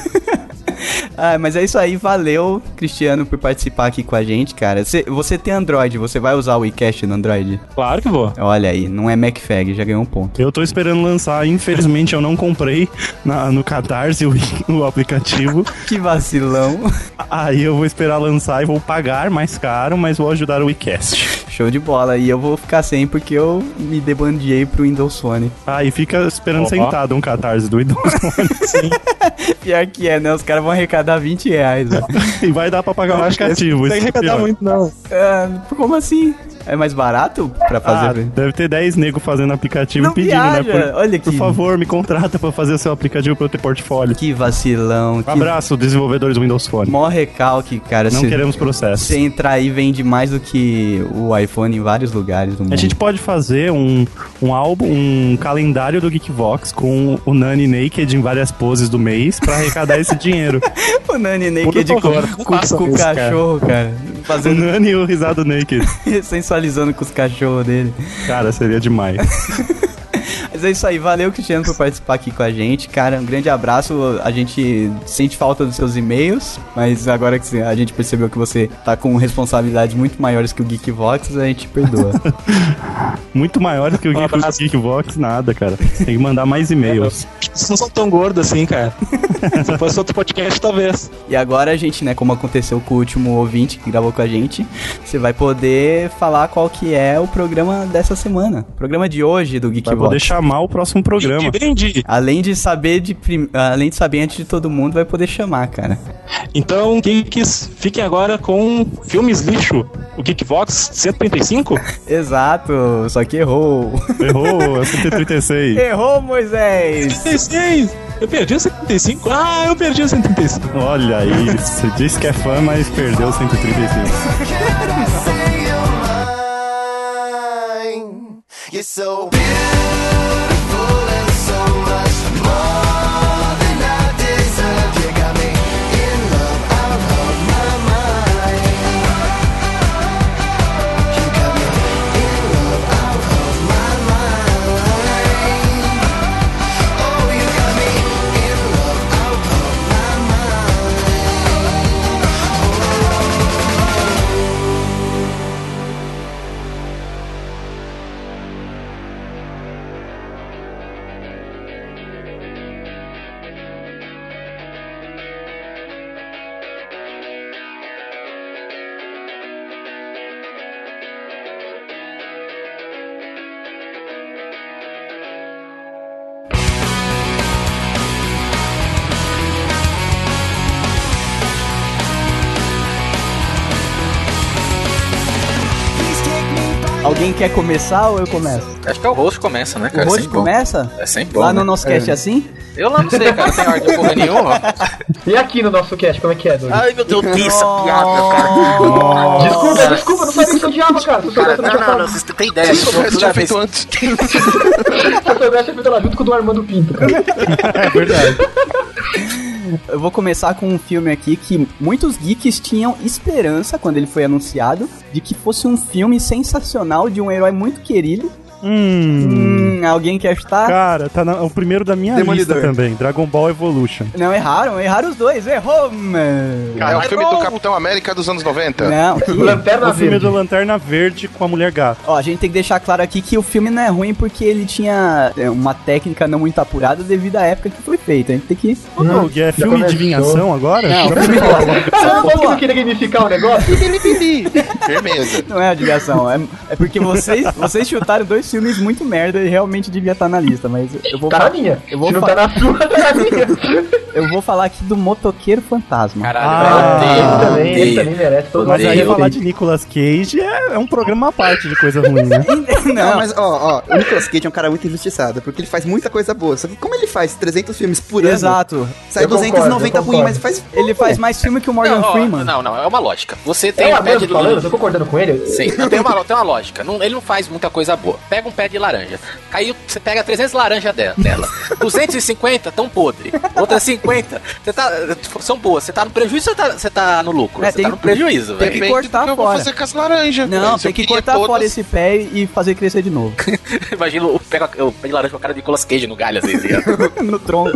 Speaker 1: Ah, mas é isso aí, valeu, Cristiano, por participar aqui com a gente, cara. Você, você tem Android, você vai usar o iCast no Android?
Speaker 7: Claro que vou.
Speaker 1: Olha aí, não é MacFag, já ganhou um ponto.
Speaker 5: Eu tô esperando lançar, infelizmente eu não comprei na- no Catarse o, o aplicativo.
Speaker 1: Que vacilão.
Speaker 5: Aí eu vou esperar lançar e vou pagar mais caro, mas vou ajudar o WeCast.
Speaker 1: Show de bola. E eu vou ficar sem porque eu me debandiei pro Windows Phone.
Speaker 5: Aí fica esperando
Speaker 7: Ó.
Speaker 5: sentado um Catarse do idoso
Speaker 1: Pior que é, né? Os caras vão arrecadar 20 reais. né? ó.
Speaker 5: e vai dar pra pagar o aplicativo.
Speaker 7: Não tem que
Speaker 5: isso é
Speaker 7: arrecadar
Speaker 5: pior.
Speaker 7: muito, não.
Speaker 1: Ah, como assim? É mais barato pra
Speaker 5: Ah,
Speaker 1: fazer?
Speaker 5: deve ter 10 negros fazendo aplicativo
Speaker 1: Não
Speaker 5: e pedindo, né?
Speaker 1: viaja,
Speaker 5: Por,
Speaker 1: olha
Speaker 5: por
Speaker 1: que-
Speaker 5: favor, me contrata pra fazer o seu aplicativo pra eu ter portfólio.
Speaker 1: Que vacilão. Que...
Speaker 5: Um abraço, desenvolvedores do Windows Phone.
Speaker 1: Mó recalque, cara.
Speaker 5: Não
Speaker 1: se,
Speaker 5: queremos processo.
Speaker 1: se entrar aí, vende mais do que o iPhone em vários lugares do mundo.
Speaker 5: A gente pode fazer um, um álbum, um calendário do Geekvox com o Nani Naked em várias poses do mês pra arrecadar esse dinheiro.
Speaker 1: O Nani
Speaker 7: Puta
Speaker 1: Naked com,
Speaker 7: horror, não
Speaker 1: com,
Speaker 7: faça
Speaker 1: com o
Speaker 7: isso, cara.
Speaker 1: cachorro, cara.
Speaker 5: O
Speaker 1: Fazendo,
Speaker 5: Nani e o risado Naked.
Speaker 1: sensualizando com os cachorros dele.
Speaker 5: Cara, seria demais.
Speaker 1: Mas é isso aí, valeu Cristiano por participar aqui com a gente, cara. Um grande abraço. A gente sente falta dos seus e-mails, mas agora que a gente percebeu que você tá com responsabilidades muito maiores que o Geekvox, a gente perdoa.
Speaker 5: Muito maior do que o
Speaker 7: Um
Speaker 5: Geek-
Speaker 7: abraço.
Speaker 5: Geekvox, nada, cara. Tem que mandar mais e-mails.
Speaker 7: Vocês não são tão gordos assim, cara. Se fosse outro podcast, talvez.
Speaker 1: e agora a gente, né, como aconteceu com o último ouvinte que gravou com a gente, você vai poder falar qual que é o programa dessa semana. O programa de hoje do
Speaker 5: Vai poder
Speaker 1: Geekvox.
Speaker 5: chamar o próximo programa.
Speaker 7: Entendi.
Speaker 1: Além de saber de prim- além de saber antes de todo mundo, vai poder chamar, cara.
Speaker 7: Então, geeks, fiquem agora com filmes lixo. O Geekvox 135?
Speaker 1: Exato, só que errou.
Speaker 5: Errou, é o 136.
Speaker 1: errou, Moisés.
Speaker 7: 136! Eu perdi o 135? Ah, eu perdi o 135.
Speaker 5: Olha isso. Diz que é fã, mas perdeu o 135.
Speaker 9: You're so beautiful and so much more than I deserve. You got me in love, out of my mind. You got me in love, out of my mind. Oh, you got me in love, out of my mind. Please take me by
Speaker 1: Alguém quer começar ou eu começo?
Speaker 4: Acho que é o rosto que começa, né,
Speaker 1: O
Speaker 4: cara?
Speaker 1: Roxo
Speaker 4: Sempre bom.
Speaker 1: começa?
Speaker 4: É sempre bom.
Speaker 1: Lá
Speaker 4: né?
Speaker 1: no nosso cast é assim?
Speaker 4: Eu lá não sei, cara, não tem ordem porra nenhuma.
Speaker 2: E aqui no nosso cast, como é que é, Doug?
Speaker 4: Ai, meu Deus, tem essa piada, cara.
Speaker 2: desculpa, desculpa, não sabia que você odiava, cara. Se eu
Speaker 4: Cara,
Speaker 2: soubesse, eu não
Speaker 4: não,
Speaker 2: tinha
Speaker 4: não,
Speaker 2: falado.
Speaker 4: não,
Speaker 2: Se
Speaker 4: vocês têm ideia.
Speaker 3: Se eu
Speaker 4: Toda
Speaker 3: tivesse tinha
Speaker 4: vez-
Speaker 3: feito antes.
Speaker 2: eu soubesse, eu ia lá junto com o do Armando Pinto, cara.
Speaker 5: É verdade.
Speaker 1: Eu vou começar com um filme aqui que muitos geeks tinham esperança quando ele foi anunciado de que fosse um filme sensacional de um herói muito querido.
Speaker 5: Hum.
Speaker 1: Hum, alguém quer chutar?
Speaker 5: Cara, tá na- o primeiro da minha
Speaker 6: Demolidor.
Speaker 5: lista também. Dragon Ball Evolution.
Speaker 1: Não, erraram, erraram os dois, errou! mano.
Speaker 3: É o filme do
Speaker 1: Errou.
Speaker 3: Capitão América dos anos 90.
Speaker 1: Não, que-
Speaker 2: Lanterna
Speaker 5: o filme
Speaker 2: Verde.
Speaker 5: do Lanterna Verde com a Mulher Gato.
Speaker 1: ó, a gente tem que deixar claro aqui que o filme não é ruim porque ele tinha é, uma técnica não muito apurada devido à época que foi feito. A gente tem que.
Speaker 5: Ô, Doug, é filme de
Speaker 2: começou.
Speaker 5: vinganção agora?
Speaker 1: Não,
Speaker 5: Já-
Speaker 2: Sabe o que eu queria gamificar o negócio?
Speaker 3: Firmeza.
Speaker 1: Não é adivinhação, é, é porque vocês, vocês chutaram dois filmes muito merda e realmente devia estar na lista, mas eu vou,
Speaker 2: Tá
Speaker 1: fa-
Speaker 2: na minha.
Speaker 1: eu vou
Speaker 2: Se não tá na sua, tá na minha.
Speaker 1: eu vou falar aqui do Motoqueiro Fantasma.
Speaker 4: Caralho,
Speaker 5: Ah,
Speaker 4: velho,
Speaker 2: ele
Speaker 4: eu
Speaker 2: também,
Speaker 4: odeio,
Speaker 2: ele
Speaker 4: odeio.
Speaker 2: também merece. Todo
Speaker 5: Mas
Speaker 2: mundo
Speaker 5: aí
Speaker 4: Odeio.
Speaker 5: falar de Nicolas Cage é, é um programa à parte de coisa ruim, né?
Speaker 6: Não, mas ó, ó, o Nicolas Cage é um cara muito injustiçado, porque ele faz muita coisa boa. Só que como ele faz 300 filmes por ano,
Speaker 1: Exato.
Speaker 6: sai
Speaker 2: Eu concordo,
Speaker 6: 290
Speaker 2: eu
Speaker 6: ruim,
Speaker 2: concordo.
Speaker 6: mas faz.
Speaker 1: Ele faz mais filme que o Morgan
Speaker 4: Não, ó,
Speaker 1: Freeman.
Speaker 4: não, não, é uma lógica. Você
Speaker 2: É
Speaker 4: tem um
Speaker 2: uma
Speaker 4: pé de
Speaker 2: mesmo falando, eu tô
Speaker 4: laranja.
Speaker 2: concordando com ele.
Speaker 4: Sim, não, tem, uma, tem uma lógica. Não- ele não faz muita coisa boa. Pega um pé de laranja. Caiu, você pega 300 laranja dela, dela. 250 tão podre. Outras 50 você tá, são boas. Você tá no prejuízo ou você tá, você tá no lucro?
Speaker 1: É,
Speaker 4: você
Speaker 1: tem
Speaker 4: tá
Speaker 1: que-
Speaker 4: no prejuízo,
Speaker 1: tem
Speaker 4: velho.
Speaker 1: que
Speaker 3: Depende
Speaker 1: cortar
Speaker 3: do que eu vou
Speaker 1: fora.
Speaker 3: fazer com as laranjas.
Speaker 1: Não,
Speaker 3: velho. Se
Speaker 1: tem
Speaker 3: eu
Speaker 1: que
Speaker 3: queria
Speaker 1: cortar fora
Speaker 3: todas-
Speaker 1: esse pé e e fazer crescer de novo.
Speaker 4: Imagina, eu pego eu pé de laranja com a cara de Nicolas Cage no galho, às vezes. né?
Speaker 1: no tronco.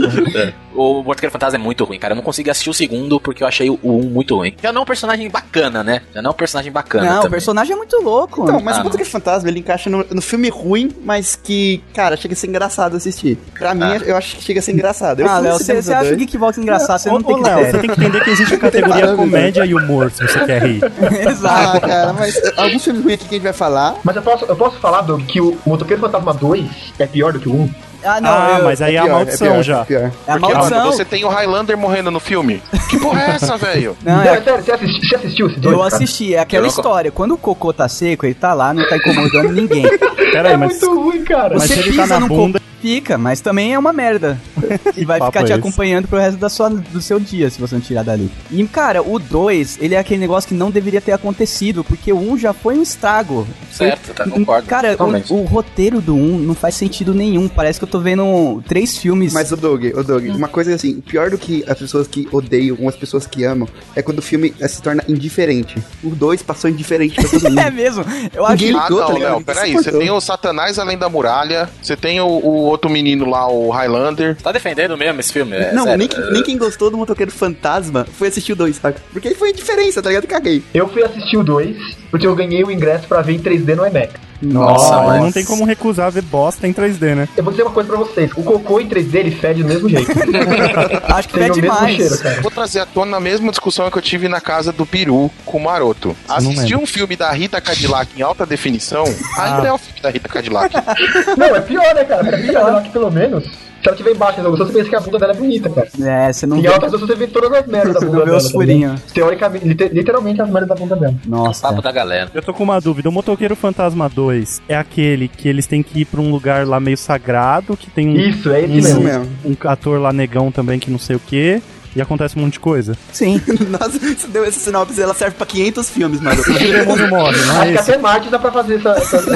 Speaker 4: O Morto Fantasma é muito ruim, cara. Eu não consegui assistir o segundo porque eu achei o 1 muito ruim. Já não é um personagem bacana, né? Já não é um personagem bacana.
Speaker 1: Não, o
Speaker 4: também.
Speaker 1: personagem é muito louco.
Speaker 6: Então, mas
Speaker 4: Ah,
Speaker 6: o Puta que Fantasma ele encaixa no, no filme ruim, mas que, cara, chega a ser engraçado assistir. Pra mim,
Speaker 4: Ah.
Speaker 6: eu acho que chega a ser engraçado. Eu
Speaker 1: ah,
Speaker 6: fui
Speaker 1: Léo,
Speaker 6: no
Speaker 1: você,
Speaker 6: cinema
Speaker 1: você acha o
Speaker 6: dois.
Speaker 1: Geekbox é engraçado, você não
Speaker 5: Ô, ô,
Speaker 1: tem
Speaker 5: Léo, você
Speaker 1: critério.
Speaker 5: tem que entender que existe a categoria
Speaker 6: Maravilha.
Speaker 5: comédia e humor, se você quer rir.
Speaker 1: Exato.
Speaker 6: Ah, cara, mas alguns filmes ruins aqui que a gente vai falar.
Speaker 2: Mas eu posso, eu posso falar, Doug, que o Motoqueiro Fantasma 2 é pior do que o 1?
Speaker 1: Ah, não,
Speaker 5: ah,
Speaker 1: eu-
Speaker 5: mas aí é, a
Speaker 6: pior,
Speaker 5: maldição
Speaker 6: pior,
Speaker 5: já.
Speaker 6: pior.
Speaker 1: é a
Speaker 3: Porque, mano,
Speaker 1: maldição.
Speaker 3: você tem o Highlander morrendo no filme. Que porra é essa, velho?
Speaker 1: Não, é-
Speaker 2: sério, você assisti- você assistiu esse dois?
Speaker 1: eu
Speaker 2: cara?
Speaker 1: assisti, é aquela
Speaker 4: Eu não-
Speaker 1: história. Quando o cocô tá seco, ele tá lá, não tá incomodando ninguém.
Speaker 5: Pera aí,
Speaker 2: É
Speaker 5: mas,
Speaker 2: muito ruim, cara.
Speaker 5: mas
Speaker 1: Você
Speaker 5: se ele
Speaker 1: pisa
Speaker 5: tá na
Speaker 1: num
Speaker 5: bunda.
Speaker 1: Fica, mas também é uma merda. E vai
Speaker 5: papo
Speaker 1: ficar te
Speaker 5: é esse?
Speaker 1: acompanhando pro resto da sua, do seu dia, se você não tirar dali. E, cara, o 2, ele é aquele negócio que não deveria ter acontecido, porque o 1 um já foi um estrago.
Speaker 4: Certo, tá, concordo.
Speaker 1: Cara,
Speaker 4: totalmente.
Speaker 1: o, o roteiro do 1 um não faz sentido nenhum. Parece que eu tô vendo três filmes.
Speaker 6: Mas o Doug, o Doug,
Speaker 1: Hum.
Speaker 6: uma coisa assim, pior do que as pessoas que odeiam ou as pessoas que amam, é quando o filme eh, se torna indiferente. O 2 passou indiferente pra todo
Speaker 1: é
Speaker 6: mundo.
Speaker 1: mesmo. Eu acho
Speaker 6: Ninguém- Ele
Speaker 3: ah,
Speaker 6: ligou,
Speaker 3: não,
Speaker 6: tá ligado?
Speaker 3: Léo, peraí.
Speaker 6: Ele
Speaker 3: Você
Speaker 6: suportou.
Speaker 3: tem o Satanás Além da Muralha, você tem o, o outro menino lá, o Highlander.
Speaker 4: Tá defendendo mesmo esse filme? É,
Speaker 6: Não,
Speaker 4: sério.
Speaker 6: nem, quem- nem quem gostou do motoqueiro fantasma foi assistir o 2, saca? Porque aí foi indiferença, tá ligado? Caguei.
Speaker 2: Eu fui assistir o 2 porque eu ganhei o ingresso pra ver em 3D no IMAX.
Speaker 4: Nossa,
Speaker 5: Ó,
Speaker 4: mas-
Speaker 5: Não tem como recusar ver bosta em 3D, né?
Speaker 2: Eu vou dizer uma coisa pra vocês: o cocô em 3D ele fede do mesmo jeito.
Speaker 1: que, acho que
Speaker 2: Tem
Speaker 1: é
Speaker 2: o mesmo
Speaker 1: demais.
Speaker 2: cheiro, cara.
Speaker 3: Vou trazer à tona a mesma discussão que eu tive na casa do Peru com o Maroto. Assistir um filme da Rita Cadillac em alta definição,
Speaker 1: Ah.
Speaker 3: ainda é o filme da Rita Cadillac.
Speaker 2: Não, é pior, né, cara? É pior lá que pelo menos. Se ela tiver em baixa resolução, você pensa que a bunda dela é bonita, cara.
Speaker 1: É, você não
Speaker 2: Em
Speaker 1: vê.
Speaker 2: alta resolução, você vê todas as merdas da
Speaker 1: Você não
Speaker 2: bunda
Speaker 1: vê
Speaker 2: dela.
Speaker 1: os
Speaker 2: tá ligado?
Speaker 1: furinhos.
Speaker 2: Teoricamente, liter- literalmente as merdas da bunda dela.
Speaker 1: Nossa.
Speaker 4: Papo da galera.
Speaker 5: Eu tô com uma dúvida. O Motoqueiro Fantasma 2 é aquele que eles têm que ir pra um lugar lá meio sagrado, que tem um,
Speaker 2: Isso, é isso,
Speaker 5: Isso
Speaker 2: mesmo.
Speaker 6: mesmo.
Speaker 5: um ator lá negão também que não sei o quê. E acontece um monte de coisa.
Speaker 1: Sim.
Speaker 6: Nossa, você deu essa sinopse, ela serve pra 500 filmes, mano.
Speaker 5: O demônio morre, não
Speaker 2: Acho
Speaker 5: é
Speaker 2: que
Speaker 5: esse?
Speaker 2: até Marte dá pra fazer essa. essa- essa-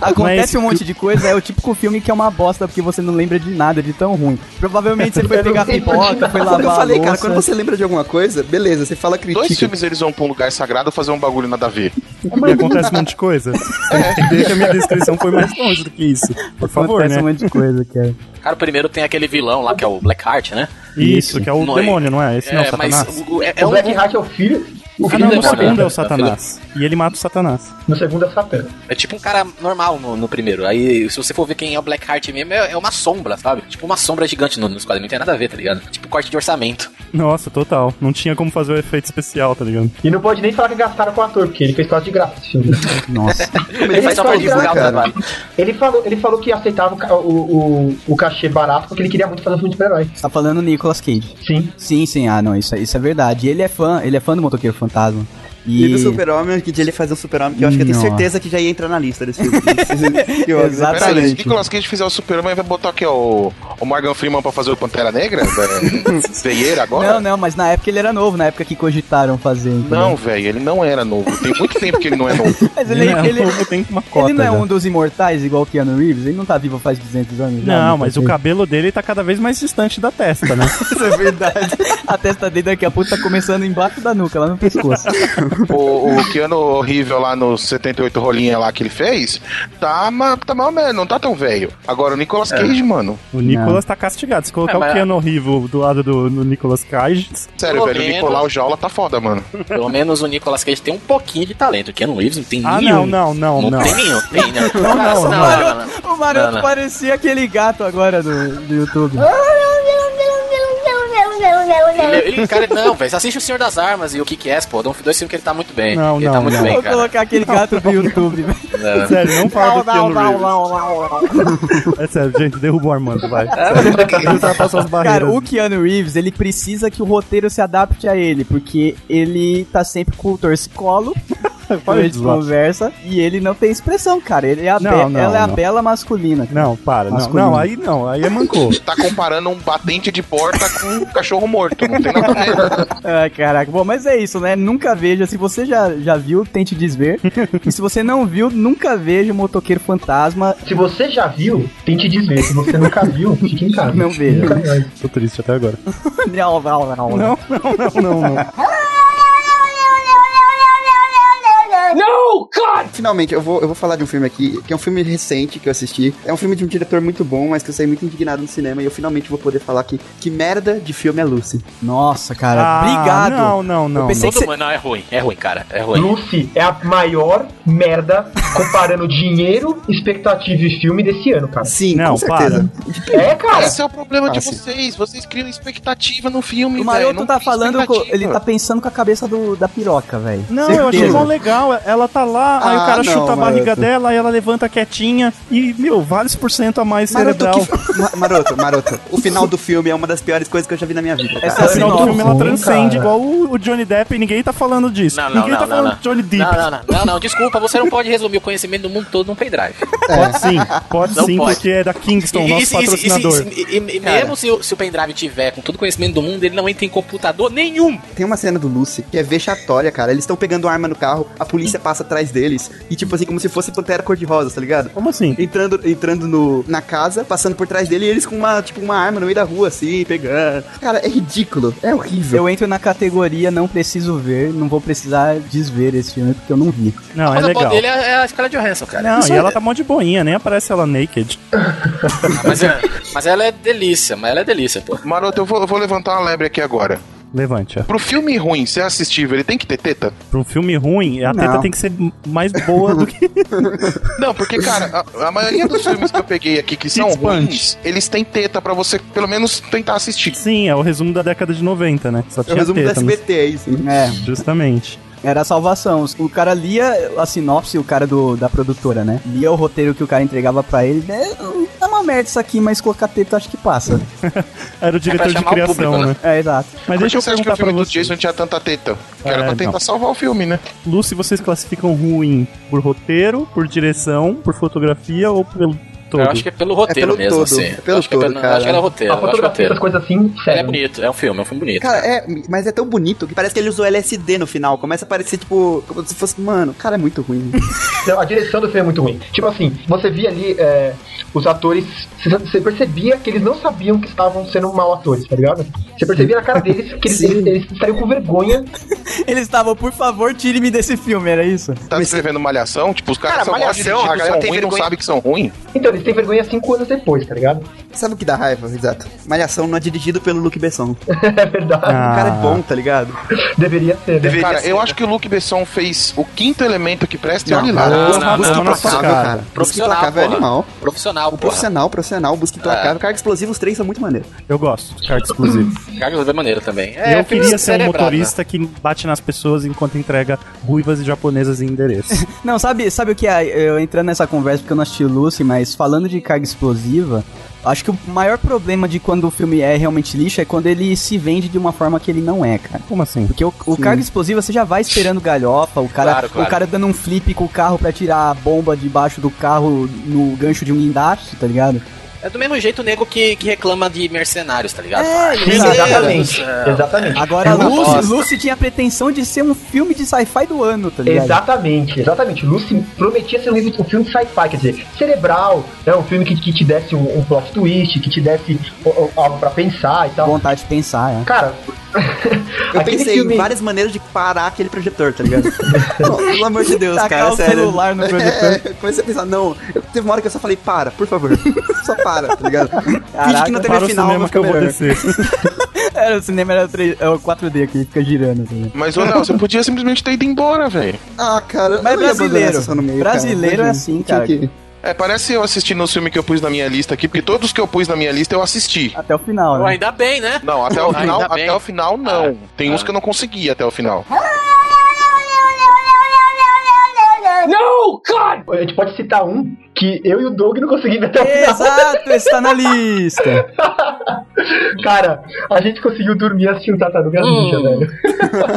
Speaker 1: Acontece
Speaker 5: Mas-
Speaker 1: um monte de coisa, é o típico filme que é uma bosta porque você não lembra de nada de tão ruim. Provavelmente você foi
Speaker 2: Eu não
Speaker 1: pegar
Speaker 2: lembro de
Speaker 1: pipoca,
Speaker 2: nada.
Speaker 1: foi
Speaker 6: Como
Speaker 1: lavar
Speaker 6: eu falei,
Speaker 1: a
Speaker 6: cara,
Speaker 1: louça.
Speaker 6: quando você lembra de alguma coisa, beleza, você fala
Speaker 3: Dois
Speaker 6: critica.
Speaker 3: filmes eles vão pra um lugar sagrado fazer um bagulho nada a ver.
Speaker 5: E acontece um monte de coisa. Entender que a minha descrição foi mais longe do que isso. Por favor,
Speaker 1: Acontece
Speaker 5: né?
Speaker 1: um monte de coisa, cara.
Speaker 4: Cara, o primeiro tem aquele vilão lá que é o Blackheart, né?
Speaker 5: Isso, que é o
Speaker 4: Não é-
Speaker 5: demônio, não é? Esse não é o
Speaker 4: mas
Speaker 5: Satanás.
Speaker 4: o- o- é, é
Speaker 2: o
Speaker 4: um.
Speaker 2: Black Hat é o filho. O
Speaker 5: Ah,
Speaker 2: filho
Speaker 5: não,
Speaker 2: do
Speaker 5: no
Speaker 4: demônio,
Speaker 5: segundo
Speaker 4: né?
Speaker 5: é
Speaker 2: tá
Speaker 5: o Satanás. E ele mata o Satanás.
Speaker 2: No segundo é Satã.
Speaker 4: É tipo um cara normal no, no primeiro. Aí, se você for ver quem é o Blackheart mesmo, é, é uma sombra, sabe? Tipo uma sombra gigante no, nos quadrinhos. Não tem nada a ver, tá ligado? Tipo corte de orçamento.
Speaker 5: Nossa, total. Não tinha como fazer o efeito especial, tá ligado?
Speaker 2: E não pode nem falar que gastaram com o ator, porque ele fez quase de graça esse filme.
Speaker 1: Nossa.
Speaker 4: Ele faz só pra
Speaker 2: faz
Speaker 4: divulgar o
Speaker 2: graça,
Speaker 4: trabalho.
Speaker 2: Ele falou, ele falou que aceitava o, ca- o, o, o cachê barato porque ele queria muito fazer um filme de super-herói.
Speaker 1: Tá falando Nicolas Cage.
Speaker 2: Sim.
Speaker 1: Sim, sim, ah, não, isso, isso é verdade. E Ele é fã, ele é fã do Motoqueiro Fantasma. E,
Speaker 6: E do Super-Homem, que dia ele fazer o Super-Homem, que eu acho que eu tenho
Speaker 1: Nossa.
Speaker 6: certeza que já ia entrar na lista desse filme. Que óbvio.
Speaker 1: Exato.
Speaker 3: Peraí, se
Speaker 1: Exatamente.
Speaker 3: Nicolas Cage fizer o Superman, vai botar aqui ó, o, o Morgan Freeman pra fazer o Pantera Negra? velho? Veieira agora?
Speaker 1: Não, não, mas na época ele era novo, na época que cogitaram fazer. entendeu?
Speaker 3: Não, velho, ele não era novo. Tem muito tempo que ele não é novo.
Speaker 1: Mas ele,
Speaker 5: não,
Speaker 1: ele, ele
Speaker 5: tem uma cota
Speaker 1: não é
Speaker 5: já.
Speaker 1: um dos imortais igual o Keanu Reeves, ele não tá vivo faz 200 anos. já,
Speaker 5: Não,
Speaker 1: Nicolas
Speaker 5: mas o
Speaker 1: Cage.
Speaker 5: cabelo dele tá cada vez mais distante da testa, né?
Speaker 1: Isso é verdade. A testa dele daqui a pouco tá começando embaixo da nuca, lá no pescoço.
Speaker 3: O, o Keanu horrível lá nos 78 rolinha lá que ele fez, tá, ma- tá mal menos, não tá tão velho. Agora o Nicolas
Speaker 6: É.
Speaker 3: Cage, mano.
Speaker 5: O Nicolas tá castigado. Se colocar
Speaker 4: É, mas-
Speaker 5: o Keanu horrível do lado do, do Nicolas Cage,
Speaker 3: Sério,
Speaker 4: Tô
Speaker 3: velho, o
Speaker 4: vendo.
Speaker 3: Nicolau Jaula tá foda, mano.
Speaker 4: Pelo menos o Nicolas Cage tem um pouquinho de talento. O Keanu Reeves não tem
Speaker 5: Ah,
Speaker 4: nenhum.
Speaker 5: não, não, não, não.
Speaker 4: tem nenhum. Tem, não. Não,
Speaker 5: não,
Speaker 4: não, não, não, não.
Speaker 1: O Maroto
Speaker 4: Não, não.
Speaker 1: parecia aquele gato agora do, do YouTube.
Speaker 9: não, não, não, não, não, não,
Speaker 4: Ele, ele- cara, ele- não, velho, você assiste o Senhor das Armas e o que que é, pô, Dom 2 filme que ele tá muito bem.
Speaker 5: Não,
Speaker 4: ele
Speaker 5: não,
Speaker 4: tá muito
Speaker 5: não.
Speaker 4: bem,
Speaker 1: Vou
Speaker 4: cara.
Speaker 1: colocar aquele gato do YouTube, velho.
Speaker 4: Não.
Speaker 5: Sério, não fala do Keanu Reeves.
Speaker 1: não, não.
Speaker 5: É sério, gente, derruba o Armando, vai.
Speaker 4: É.
Speaker 5: Ele ultrapassa as barreiras.
Speaker 1: Cara, o Keanu Reeves, ele precisa que o roteiro se adapte a ele, porque ele tá sempre com o torcicolo, quando a gente
Speaker 5: zoar.
Speaker 1: conversa, e ele não tem expressão, cara. Ele é a,
Speaker 5: Não,
Speaker 1: be-
Speaker 5: não,
Speaker 1: ela é a
Speaker 5: não.
Speaker 1: bela masculina. cara.
Speaker 5: Não, para. Não,
Speaker 1: Masculino.
Speaker 5: não, aí não, aí é mancou.
Speaker 3: Tá comparando um batente de porta com um cachorro morto. Não tem nada a ver.
Speaker 1: Ah, caraca. Bom, mas é isso, né? Nunca veja. Se você já, já viu, tente desver. e se você não viu, nunca veja o motoqueiro fantasma.
Speaker 2: Se você já viu, tente desver. Se você nunca viu, fique em casa.
Speaker 1: Não veja.
Speaker 2: Nunca mais.
Speaker 5: Tô triste até agora.
Speaker 1: não, não, não.
Speaker 5: Não, não, não, não.
Speaker 6: Finalmente, eu vou, eu vou falar de um filme aqui, que é um filme recente que eu assisti. É um filme de um diretor muito bom, mas que eu saí muito indignado no cinema e eu finalmente vou poder falar que que merda de filme é Lucy.
Speaker 1: Nossa, cara. obrigado.
Speaker 5: Ah, Não, não, não.
Speaker 1: Eu pensei-
Speaker 4: Todo mundo, não, é ruim, é ruim, cara, é ruim.
Speaker 2: Lucy é a maior merda comparando dinheiro, expectativa e filme desse ano, cara.
Speaker 6: Sim,
Speaker 5: Não,
Speaker 6: com certeza.
Speaker 2: É, cara.
Speaker 3: Esse é o problema de
Speaker 6: Ah, sim.
Speaker 3: vocês. Vocês criam expectativa no filme.
Speaker 1: O
Speaker 3: velho.
Speaker 1: maroto
Speaker 3: Não
Speaker 1: tá
Speaker 3: cria
Speaker 1: falando, co- ele
Speaker 3: expectativa.
Speaker 1: tá pensando com a cabeça do, da piroca, velho.
Speaker 5: Não, eu achei mó legal. Ela tá lá, aí o
Speaker 6: Ah,
Speaker 5: cara
Speaker 6: não,
Speaker 5: chuta a barriga
Speaker 6: maroto.
Speaker 5: dela, aí ela levanta quietinha e, meu, vários por cento a mais cerebral.
Speaker 6: que- Ma- maroto, maroto. O final do filme é uma das piores coisas que eu já vi na minha vida.
Speaker 1: Essa
Speaker 5: No
Speaker 6: Cara.
Speaker 5: final do
Speaker 1: Nossa,
Speaker 5: filme ela
Speaker 2: cara.
Speaker 5: transcende, igual o o Johnny Depp, e ninguém tá falando disso.
Speaker 4: Não, não,
Speaker 5: ninguém
Speaker 4: não,
Speaker 5: tá
Speaker 4: não,
Speaker 5: falando
Speaker 4: não.
Speaker 5: de Johnny Depp.
Speaker 4: Não, não, não, não, não, desculpa, você não pode resumir o conhecimento do mundo todo num pendrive.
Speaker 5: Pode sim, pode
Speaker 4: Não
Speaker 5: sim,
Speaker 4: pode.
Speaker 5: porque é da Kingston,
Speaker 4: E- e-
Speaker 5: nosso
Speaker 4: e- e-
Speaker 5: patrocinador.
Speaker 4: e- e- e- e mesmo se, o- se o pendrive tiver com todo o conhecimento do mundo, ele não entra em computador nenhum.
Speaker 6: Tem uma cena do Lucy que é vexatória, cara. Eles estão pegando arma no carro, a polícia passa atrás deles e tipo assim, como se fosse pantera cor-de-rosa, tá ligado?
Speaker 5: Como assim?
Speaker 6: Entrando, entrando no, na casa, passando por trás dele e eles com uma, tipo, uma arma no meio da rua, assim, pegando. Cara, é ridículo. É horrível.
Speaker 1: Eu entro na categoria não preciso ver, não vou precisar desver esse filme porque eu não vi.
Speaker 5: Não, é
Speaker 4: Mas a foto
Speaker 5: legal.
Speaker 4: dele é, é a escala de Johansson, cara. é
Speaker 5: Não, e ela tá mó de boinha, nem aparece ela naked.
Speaker 4: Ah, Mas, é- mas ela é delícia, mas ela é delícia, pô.
Speaker 3: Maroto, eu vou, eu vou levantar uma lebre aqui agora.
Speaker 5: Levante, ó.
Speaker 3: Pro filme ruim ser assistível, ele tem que ter teta?
Speaker 5: Pra um filme ruim, a
Speaker 1: Não.
Speaker 5: teta tem que ser mais boa do que.
Speaker 3: Não, porque, cara, a, a maioria dos filmes que eu peguei aqui que são
Speaker 5: Six Punch.
Speaker 3: ruins, eles têm teta pra você, pelo menos, tentar assistir.
Speaker 5: Sim, é o resumo da década de 90, né? Só
Speaker 6: É o
Speaker 5: tinha
Speaker 6: resumo do
Speaker 5: teta.
Speaker 6: SBT, é isso.
Speaker 1: É,
Speaker 5: mas- Justamente.
Speaker 1: era a salvação. O cara lia a sinopse, o cara do, da produtora, né? Lia o roteiro que o cara entregava pra ele. né? É uma merda isso aqui, mas colocar teto acho que passa.
Speaker 5: Era o diretor de
Speaker 4: É chamar o
Speaker 5: criação,
Speaker 4: público,
Speaker 5: né?
Speaker 4: né?
Speaker 1: É, exato.
Speaker 5: Mas
Speaker 3: Por
Speaker 5: deixa
Speaker 3: que
Speaker 5: eu
Speaker 3: você acha
Speaker 5: perguntar
Speaker 3: que o
Speaker 5: pra
Speaker 3: filme do
Speaker 5: vocês.
Speaker 3: Jason tinha tanta teta? Que era
Speaker 5: É,
Speaker 3: pra tentar
Speaker 5: não.
Speaker 3: salvar o filme, né?
Speaker 5: Lucy, vocês classificam ruim por roteiro, por direção, por fotografia ou pelo todo?
Speaker 4: Eu acho que é pelo roteiro
Speaker 6: pelo
Speaker 4: mesmo,
Speaker 6: todo,
Speaker 4: assim.
Speaker 6: é pelo
Speaker 4: Eu acho que é
Speaker 6: todo,
Speaker 4: pelo- eu
Speaker 6: cara.
Speaker 4: acho que ela é roteiro,
Speaker 2: A
Speaker 4: eu acho
Speaker 2: fotografia, essas
Speaker 4: roteiro.
Speaker 2: coisas assim,
Speaker 4: Ele é
Speaker 2: sério.
Speaker 4: bonito, é um filme, é um filme bonito.
Speaker 6: Cara, é, mas é tão bonito que parece que ele usou LSD no final. Começa a parecer, tipo, como se fosse. Mano, cara, é muito ruim.
Speaker 2: Então, A direção do filme é muito ruim. Tipo assim, você via ali é, os atores. você- Você percebia que eles não sabiam que estavam sendo mal atores, tá ligado? Você percebia na cara deles que eles,
Speaker 6: Sim.
Speaker 2: eles, eles estariam com vergonha.
Speaker 1: Eles estavam, por favor, tire-me desse filme, era isso?
Speaker 3: Tá escrevendo malhação? Tipo, os caras
Speaker 6: Cara,
Speaker 3: são mal
Speaker 6: Malhação,
Speaker 3: dirigidos,
Speaker 6: a galera
Speaker 3: são
Speaker 6: tem
Speaker 3: ruins, não
Speaker 6: vergonha.
Speaker 3: sabem que são ruins.
Speaker 2: Então, eles têm vergonha cinco anos depois, tá ligado?
Speaker 6: Sabe o que dá raiva? Exato. Malhação não é dirigido pelo Luke Besson.
Speaker 2: É verdade.
Speaker 6: O cara é
Speaker 5: Ah.
Speaker 6: bom, tá ligado?
Speaker 2: Deveria ser, né?
Speaker 3: Cara, eu acho que o Luke Besson fez o quinto elemento que presta e olha lá.
Speaker 4: não,
Speaker 6: Busca-
Speaker 4: não,
Speaker 6: busca
Speaker 4: não, não,
Speaker 6: implacável,
Speaker 5: cara.
Speaker 6: cara. Busca
Speaker 4: Profissional,
Speaker 6: implacável é
Speaker 4: porra.
Speaker 6: animal.
Speaker 4: Profissional, pô.
Speaker 6: Profissional, profissional, busca
Speaker 1: É.
Speaker 6: implacável. Carga explosiva, os três são muito maneiros.
Speaker 5: Eu gosto, carta exclusiva.
Speaker 4: Gaga é maneiro também.
Speaker 5: eu queria ser um
Speaker 4: celebrado,
Speaker 5: motorista que bate nas pessoas enquanto entrega ruivas e japonesas em endereço.
Speaker 1: Não, sabe, sabe o que é? Eu entrando nessa conversa porque eu não assisti Lucy, mas falando de carga explosiva, acho que o maior problema de quando o filme é realmente lixo é quando ele se vende de uma forma que ele não é, cara.
Speaker 5: Como assim?
Speaker 1: Porque o, o carga explosiva você já vai esperando galhofa, o cara,
Speaker 4: Claro, claro.
Speaker 1: o cara dando um flip com o carro pra tirar a bomba debaixo do carro no gancho de um guindaste, tá ligado?
Speaker 4: né? É do mesmo jeito o nego que, que reclama de mercenários, tá ligado?
Speaker 1: É,
Speaker 4: Ah,
Speaker 1: sim,
Speaker 2: Sim,
Speaker 4: meu Deus,
Speaker 2: exatamente.
Speaker 4: é,
Speaker 2: Exatamente.
Speaker 1: Agora,
Speaker 4: É uma
Speaker 1: Lucy,
Speaker 4: bosta.
Speaker 1: Lucy tinha a pretensão de ser um filme de sci-fi do ano, tá ligado?
Speaker 2: Exatamente, exatamente. Lucy prometia ser um livro- um filme de sci-fi, quer dizer, cerebral, né? um filme que, que te desse um, um plot twist, que te desse o- o- algo pra pensar e tal.
Speaker 1: Vontade de pensar, é.
Speaker 2: Cara,
Speaker 6: Eu
Speaker 2: aquele
Speaker 6: pensei
Speaker 2: filme-
Speaker 6: em várias maneiras de parar aquele projetor, tá ligado? Não, Pelo amor de Deus,
Speaker 1: Tacar
Speaker 6: cara,
Speaker 1: o
Speaker 6: sério.
Speaker 1: celular no projetor.
Speaker 6: É, eu comecei a pensar, não. Eu- teve uma hora que eu só falei, para, por favor. só para, tá ligado? Finge que
Speaker 1: Caraca,
Speaker 6: não
Speaker 5: Para
Speaker 6: teve
Speaker 5: o
Speaker 6: final,
Speaker 5: cinema
Speaker 6: mas
Speaker 5: que eu vou descer.
Speaker 1: Era, o cinema era 3, é o 4D que fica girando, tá ligado?
Speaker 3: Mas, ô, Léo, você podia simplesmente ter ido embora, velho.
Speaker 6: Ah, cara. eu
Speaker 1: Mas
Speaker 6: não ia abandonar
Speaker 1: brasileiro.
Speaker 6: essa só no meio,
Speaker 1: brasileiro
Speaker 6: cara.
Speaker 1: é assim,
Speaker 6: Tinha
Speaker 1: cara.
Speaker 6: que-
Speaker 3: É, parece eu assistindo os filmes que eu pus na minha lista aqui, porque todos que eu pus na minha lista eu assisti.
Speaker 1: Até o final,
Speaker 4: Pô,
Speaker 1: né?
Speaker 4: ainda bem, né?
Speaker 3: Não, até o
Speaker 4: Ainda
Speaker 3: final,
Speaker 4: bem.
Speaker 3: até o final não.
Speaker 6: Ah.
Speaker 3: Tem uns que eu não consegui até o final.
Speaker 2: A gente pode citar um que eu e o Doug não conseguimos até o
Speaker 1: É.
Speaker 2: final.
Speaker 1: Exato, está na lista.
Speaker 2: Cara, a gente conseguiu dormir assistindo Tartarugas
Speaker 1: Hum.
Speaker 2: Ninja, velho.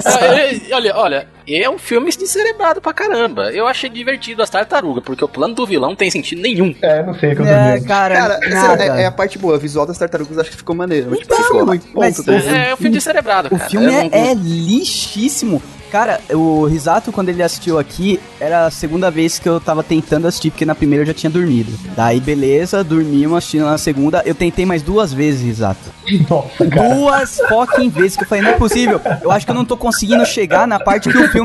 Speaker 4: Ah, ele- olha, olha, é um filme descerebrado pra caramba. Eu achei divertido as tartarugas, porque o plano do vilão não tem sentido nenhum.
Speaker 2: É, não sei o que eu
Speaker 1: É,
Speaker 2: dormi.
Speaker 1: cara,
Speaker 6: Cara,
Speaker 1: nada.
Speaker 6: essa é, é a parte boa. O visual das tartarugas acho que ficou maneiro. Mas, tipo,
Speaker 1: Então,
Speaker 6: ficou
Speaker 1: mas-
Speaker 6: ponto,
Speaker 1: mas-
Speaker 6: tá ligado?
Speaker 4: É, é um filme descerebrado,
Speaker 1: O
Speaker 4: cara.
Speaker 1: filme
Speaker 4: Eu
Speaker 1: é,
Speaker 4: não-
Speaker 1: é lixíssimo. Cara, o Risato, quando ele assistiu aqui, era a segunda vez que eu tava tentando assistir, porque na primeira eu já tinha dormido. Daí, beleza, dormimos, assistindo na segunda. Eu tentei mais duas vezes, Risato.
Speaker 2: assim. Nossa, cara.
Speaker 1: Duas fucking vezes, que eu falei, não é possível. Eu acho que eu não tô conseguindo chegar na parte que o filme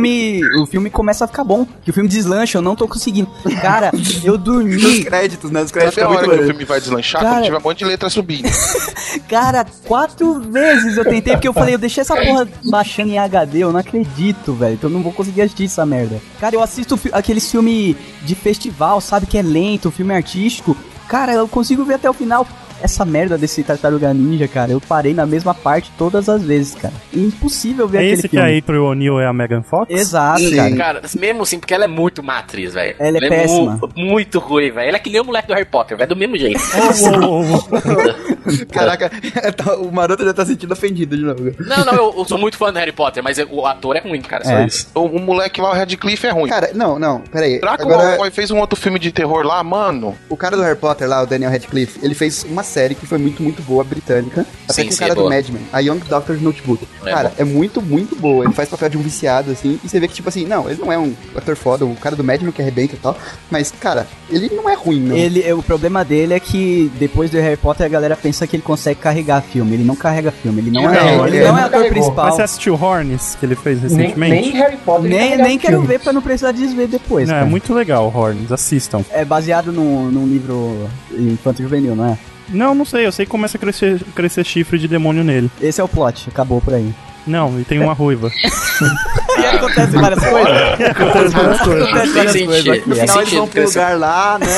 Speaker 1: o filme começa a ficar bom. Que o filme deslancha, eu não tô conseguindo. Cara, eu
Speaker 6: Os
Speaker 1: dormi,
Speaker 6: créditos, né? Os
Speaker 1: é
Speaker 6: créditos
Speaker 3: Sabe é a
Speaker 6: ficam
Speaker 3: hora
Speaker 6: muito
Speaker 3: que o
Speaker 6: maneiros.
Speaker 3: filme vai deslanchar?
Speaker 1: Cara-
Speaker 3: Quando tiver um monte de letra subindo.
Speaker 1: cara, quatro vezes eu tentei, porque eu falei, eu deixei essa porra baixando em HD, eu não acredito, velho. Então eu não vou conseguir assistir essa merda. Cara, eu assisto fi- aqueles filmes de festival, sabe, que é lento, filme artístico. Cara, eu consigo ver até o final. Essa merda desse Tartaruga Ninja, cara, eu parei na mesma parte todas as vezes, cara. Impossível ver
Speaker 5: É
Speaker 1: aquele
Speaker 5: esse que
Speaker 1: filme.
Speaker 5: aí pro O'Neill é a Megan Fox?
Speaker 1: Exato,
Speaker 6: Sim.
Speaker 1: cara.
Speaker 4: Cara, mesmo assim, porque ela é muito uma atriz, velho.
Speaker 1: Ela é péssima.
Speaker 4: mu- Muito, ruim, velho. Ela é que nem o moleque do Harry Potter, velho. Do mesmo jeito.
Speaker 5: Uou, uou, uou.
Speaker 6: Caraca, tá- o maroto já tá sentindo ofendido de novo.
Speaker 4: não, não, eu, eu sou muito fã do Harry Potter, mas eu- o ator é ruim, cara. Só
Speaker 1: É.
Speaker 4: isso.
Speaker 3: O, o moleque lá, o Radcliffe, é ruim.
Speaker 6: Cara, não, não, peraí.
Speaker 3: Draco
Speaker 6: Agora,
Speaker 3: Malfoy fez um outro filme de terror lá, mano.
Speaker 6: o cara do Harry Potter lá, o Daniel Radcliffe, ele fez uma série que foi muito, muito boa, britânica. Até
Speaker 4: Sim,
Speaker 6: com o
Speaker 4: sim,
Speaker 6: cara
Speaker 4: é
Speaker 6: do
Speaker 4: boa.
Speaker 6: Madman, a Young Doctor's Notebook.
Speaker 4: É
Speaker 6: cara, é muito, muito boa. Ele faz papel de um viciado, assim, e você vê que, tipo assim, não, ele não é um ator foda, o cara do Madman que arrebenta e tal, mas, cara, ele não é ruim, não.
Speaker 1: Ele, o problema dele é que depois do Harry Potter a galera pensa que ele consegue carregar filme. Ele não carrega filme, ele não,
Speaker 2: Não,
Speaker 1: é, ele
Speaker 2: ele
Speaker 1: não
Speaker 2: não
Speaker 1: é ator
Speaker 2: carregou.
Speaker 1: principal.
Speaker 5: Mas você assistiu Horns, que ele fez
Speaker 2: Nem,
Speaker 5: recentemente?
Speaker 2: nem Harry Potter.
Speaker 1: Nem,
Speaker 2: carregava
Speaker 1: nem quero
Speaker 2: filme.
Speaker 1: ver pra não precisar desver depois.
Speaker 5: Não, é
Speaker 1: cara.
Speaker 5: muito legal Horns, assistam.
Speaker 1: É baseado num, num livro infanto juvenil, não é?
Speaker 5: Não, não sei, eu sei que começa a crescer, crescer chifre de demônio nele.
Speaker 1: Esse é o plot, acabou por aí.
Speaker 5: Não, e tem uma ruiva.
Speaker 1: E acontece várias coisas.
Speaker 5: Acontece várias coisas.
Speaker 1: acontece várias
Speaker 4: Tem
Speaker 1: coisas
Speaker 4: sentido.
Speaker 1: aqui.
Speaker 4: Tem
Speaker 6: Afinal, eles vão
Speaker 4: sentido. tem
Speaker 6: pro
Speaker 4: sentido.
Speaker 6: lugar lá, né?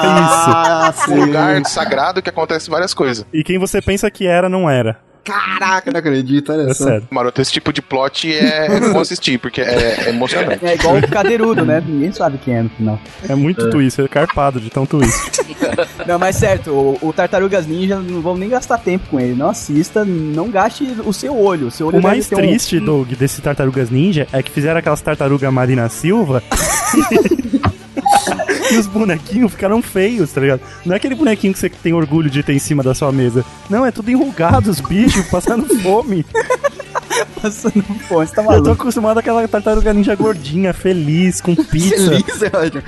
Speaker 6: Ah,
Speaker 3: Um lugar sagrado que acontece várias coisas.
Speaker 5: E quem você pensa que era, não era.
Speaker 6: Caraca, não acredito, olha
Speaker 5: É
Speaker 6: só.
Speaker 5: sério.
Speaker 3: Maroto, esse tipo de plot é é bom assistir, porque é, é emocionante.
Speaker 1: É igual o cadeirudo, né? Ninguém sabe quem é no final.
Speaker 5: É muito twist, é carpado de tão twist.
Speaker 1: Não, mas certo, o, o Tartarugas Ninja, não vamos nem gastar tempo com ele. Não assista, não gaste o seu olho. O seu olho
Speaker 5: O mais
Speaker 1: deve ter um-
Speaker 5: triste, Doug, desse Tartarugas Ninja é que fizeram aquelas tartarugas Marina Silva. E os bonequinhos ficaram feios, tá ligado? Não é aquele bonequinho que você tem orgulho de ter em cima da sua mesa. Não, é tudo enrugado, os bichos passando fome.
Speaker 1: passando fome, você tá
Speaker 5: Eu tô
Speaker 1: maluco.
Speaker 5: acostumado àquela tartaruga ninja gordinha, feliz, com pizza.
Speaker 6: Feliz, é ótimo.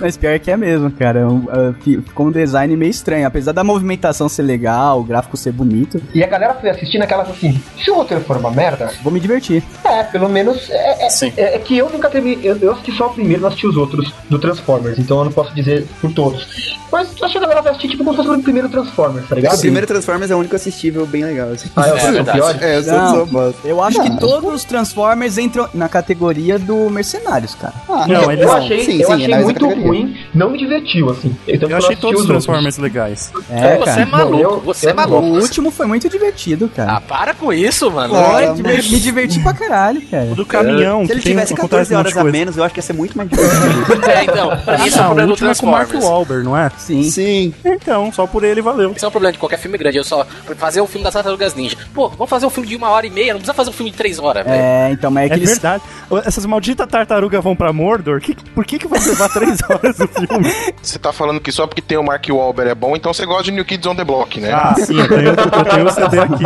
Speaker 1: Mas pior que é mesmo, cara. É um- é, fi- Ficou um design meio estranho. Apesar da movimentação ser legal, o gráfico ser bonito,
Speaker 2: E a galera foi assistindo aquelas assim: se o roteiro for uma merda,
Speaker 1: vou me divertir.
Speaker 2: É, pelo menos é, é-
Speaker 4: Sim.
Speaker 2: é- é que eu nunca teve. Eu, eu assisti só o primeiro, não assisti os outros do Transformers, então eu não posso dizer por todos. Mas eu acho que a galera vai assistir tipo como se fosse o primeiro Transformers, tá ligado?
Speaker 6: O primeiro Transformers é o único assistível bem legal, assim.
Speaker 2: Ah, é,
Speaker 4: É
Speaker 2: o
Speaker 4: verdade.
Speaker 2: pior?
Speaker 6: É, eu sou,
Speaker 1: Não.
Speaker 6: sou bosta.
Speaker 1: Eu acho que todos os Transformers entram na categoria do Mercenários, cara.
Speaker 5: Não, eles
Speaker 2: eu
Speaker 5: não.
Speaker 2: achei,
Speaker 6: Ah. Sim,
Speaker 2: eu
Speaker 6: sim,
Speaker 2: achei
Speaker 6: é mais
Speaker 2: muito
Speaker 6: categoria.
Speaker 2: ruim, não me divertiu, assim. Então,
Speaker 5: Eu achei todos os Transformers legais.
Speaker 1: É,
Speaker 4: você é
Speaker 1: cara.
Speaker 4: maluco,
Speaker 2: Não, eu-
Speaker 4: você é
Speaker 2: eu não
Speaker 1: O
Speaker 4: maluco.
Speaker 1: último foi muito divertido,
Speaker 4: Ah,
Speaker 1: cara.
Speaker 4: para com isso, mano.
Speaker 6: Claro.
Speaker 1: Olha,
Speaker 6: mas-
Speaker 1: diver- me diverti pra caralho,
Speaker 5: O
Speaker 1: cara.
Speaker 5: do caminhão,
Speaker 6: É, Se
Speaker 5: que
Speaker 6: ele
Speaker 5: tem
Speaker 6: tivesse
Speaker 5: acontece
Speaker 6: 14
Speaker 5: um monte
Speaker 6: horas
Speaker 5: de
Speaker 6: a
Speaker 5: coisa.
Speaker 6: menos, eu acho que ia ser muito mais divertido.
Speaker 4: É, então, isso é o
Speaker 5: Ah, o
Speaker 4: problema do
Speaker 5: último é com o Mark
Speaker 4: Transformers.
Speaker 5: Wahlberg, não é?
Speaker 1: Sim.
Speaker 6: Sim.
Speaker 5: Então, só por ele valeu.
Speaker 4: Isso é um problema de qualquer filme grande. Eu só fazer um filme das Tartarugas Ninja. Pô, vamos fazer um filme de uma hora e meia, não precisa fazer um filme de três horas, velho.
Speaker 1: É, então, mas é que
Speaker 5: É
Speaker 1: eles,
Speaker 5: verdade. Essas malditas tartarugas vão pra Mordor? Que- por que, que vai levar três horas o filme?
Speaker 3: Você tá falando que só porque tem o Mark Wahlberg é bom, então você gosta de New Kids on the Block, né?
Speaker 5: Ah, sim, eu tenho, eu tenho o CD aqui.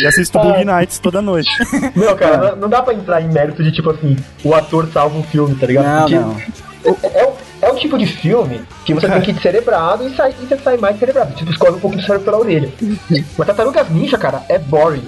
Speaker 5: E assisto Bug Nights toda noite.
Speaker 2: Não, cara, não, não dá pra entrar em mérito de tipo assim, o ator salva o filme, tá ligado?
Speaker 1: Não,
Speaker 2: Porque
Speaker 1: não.
Speaker 2: É, é o, é o tipo de filme que você tem que ir descerebrado e, sai, e tá você sai mais cerebrado. Tipo, escorre um pouco de cérebro pela orelha. Mas Tartarugas Ninja, cara, é boring.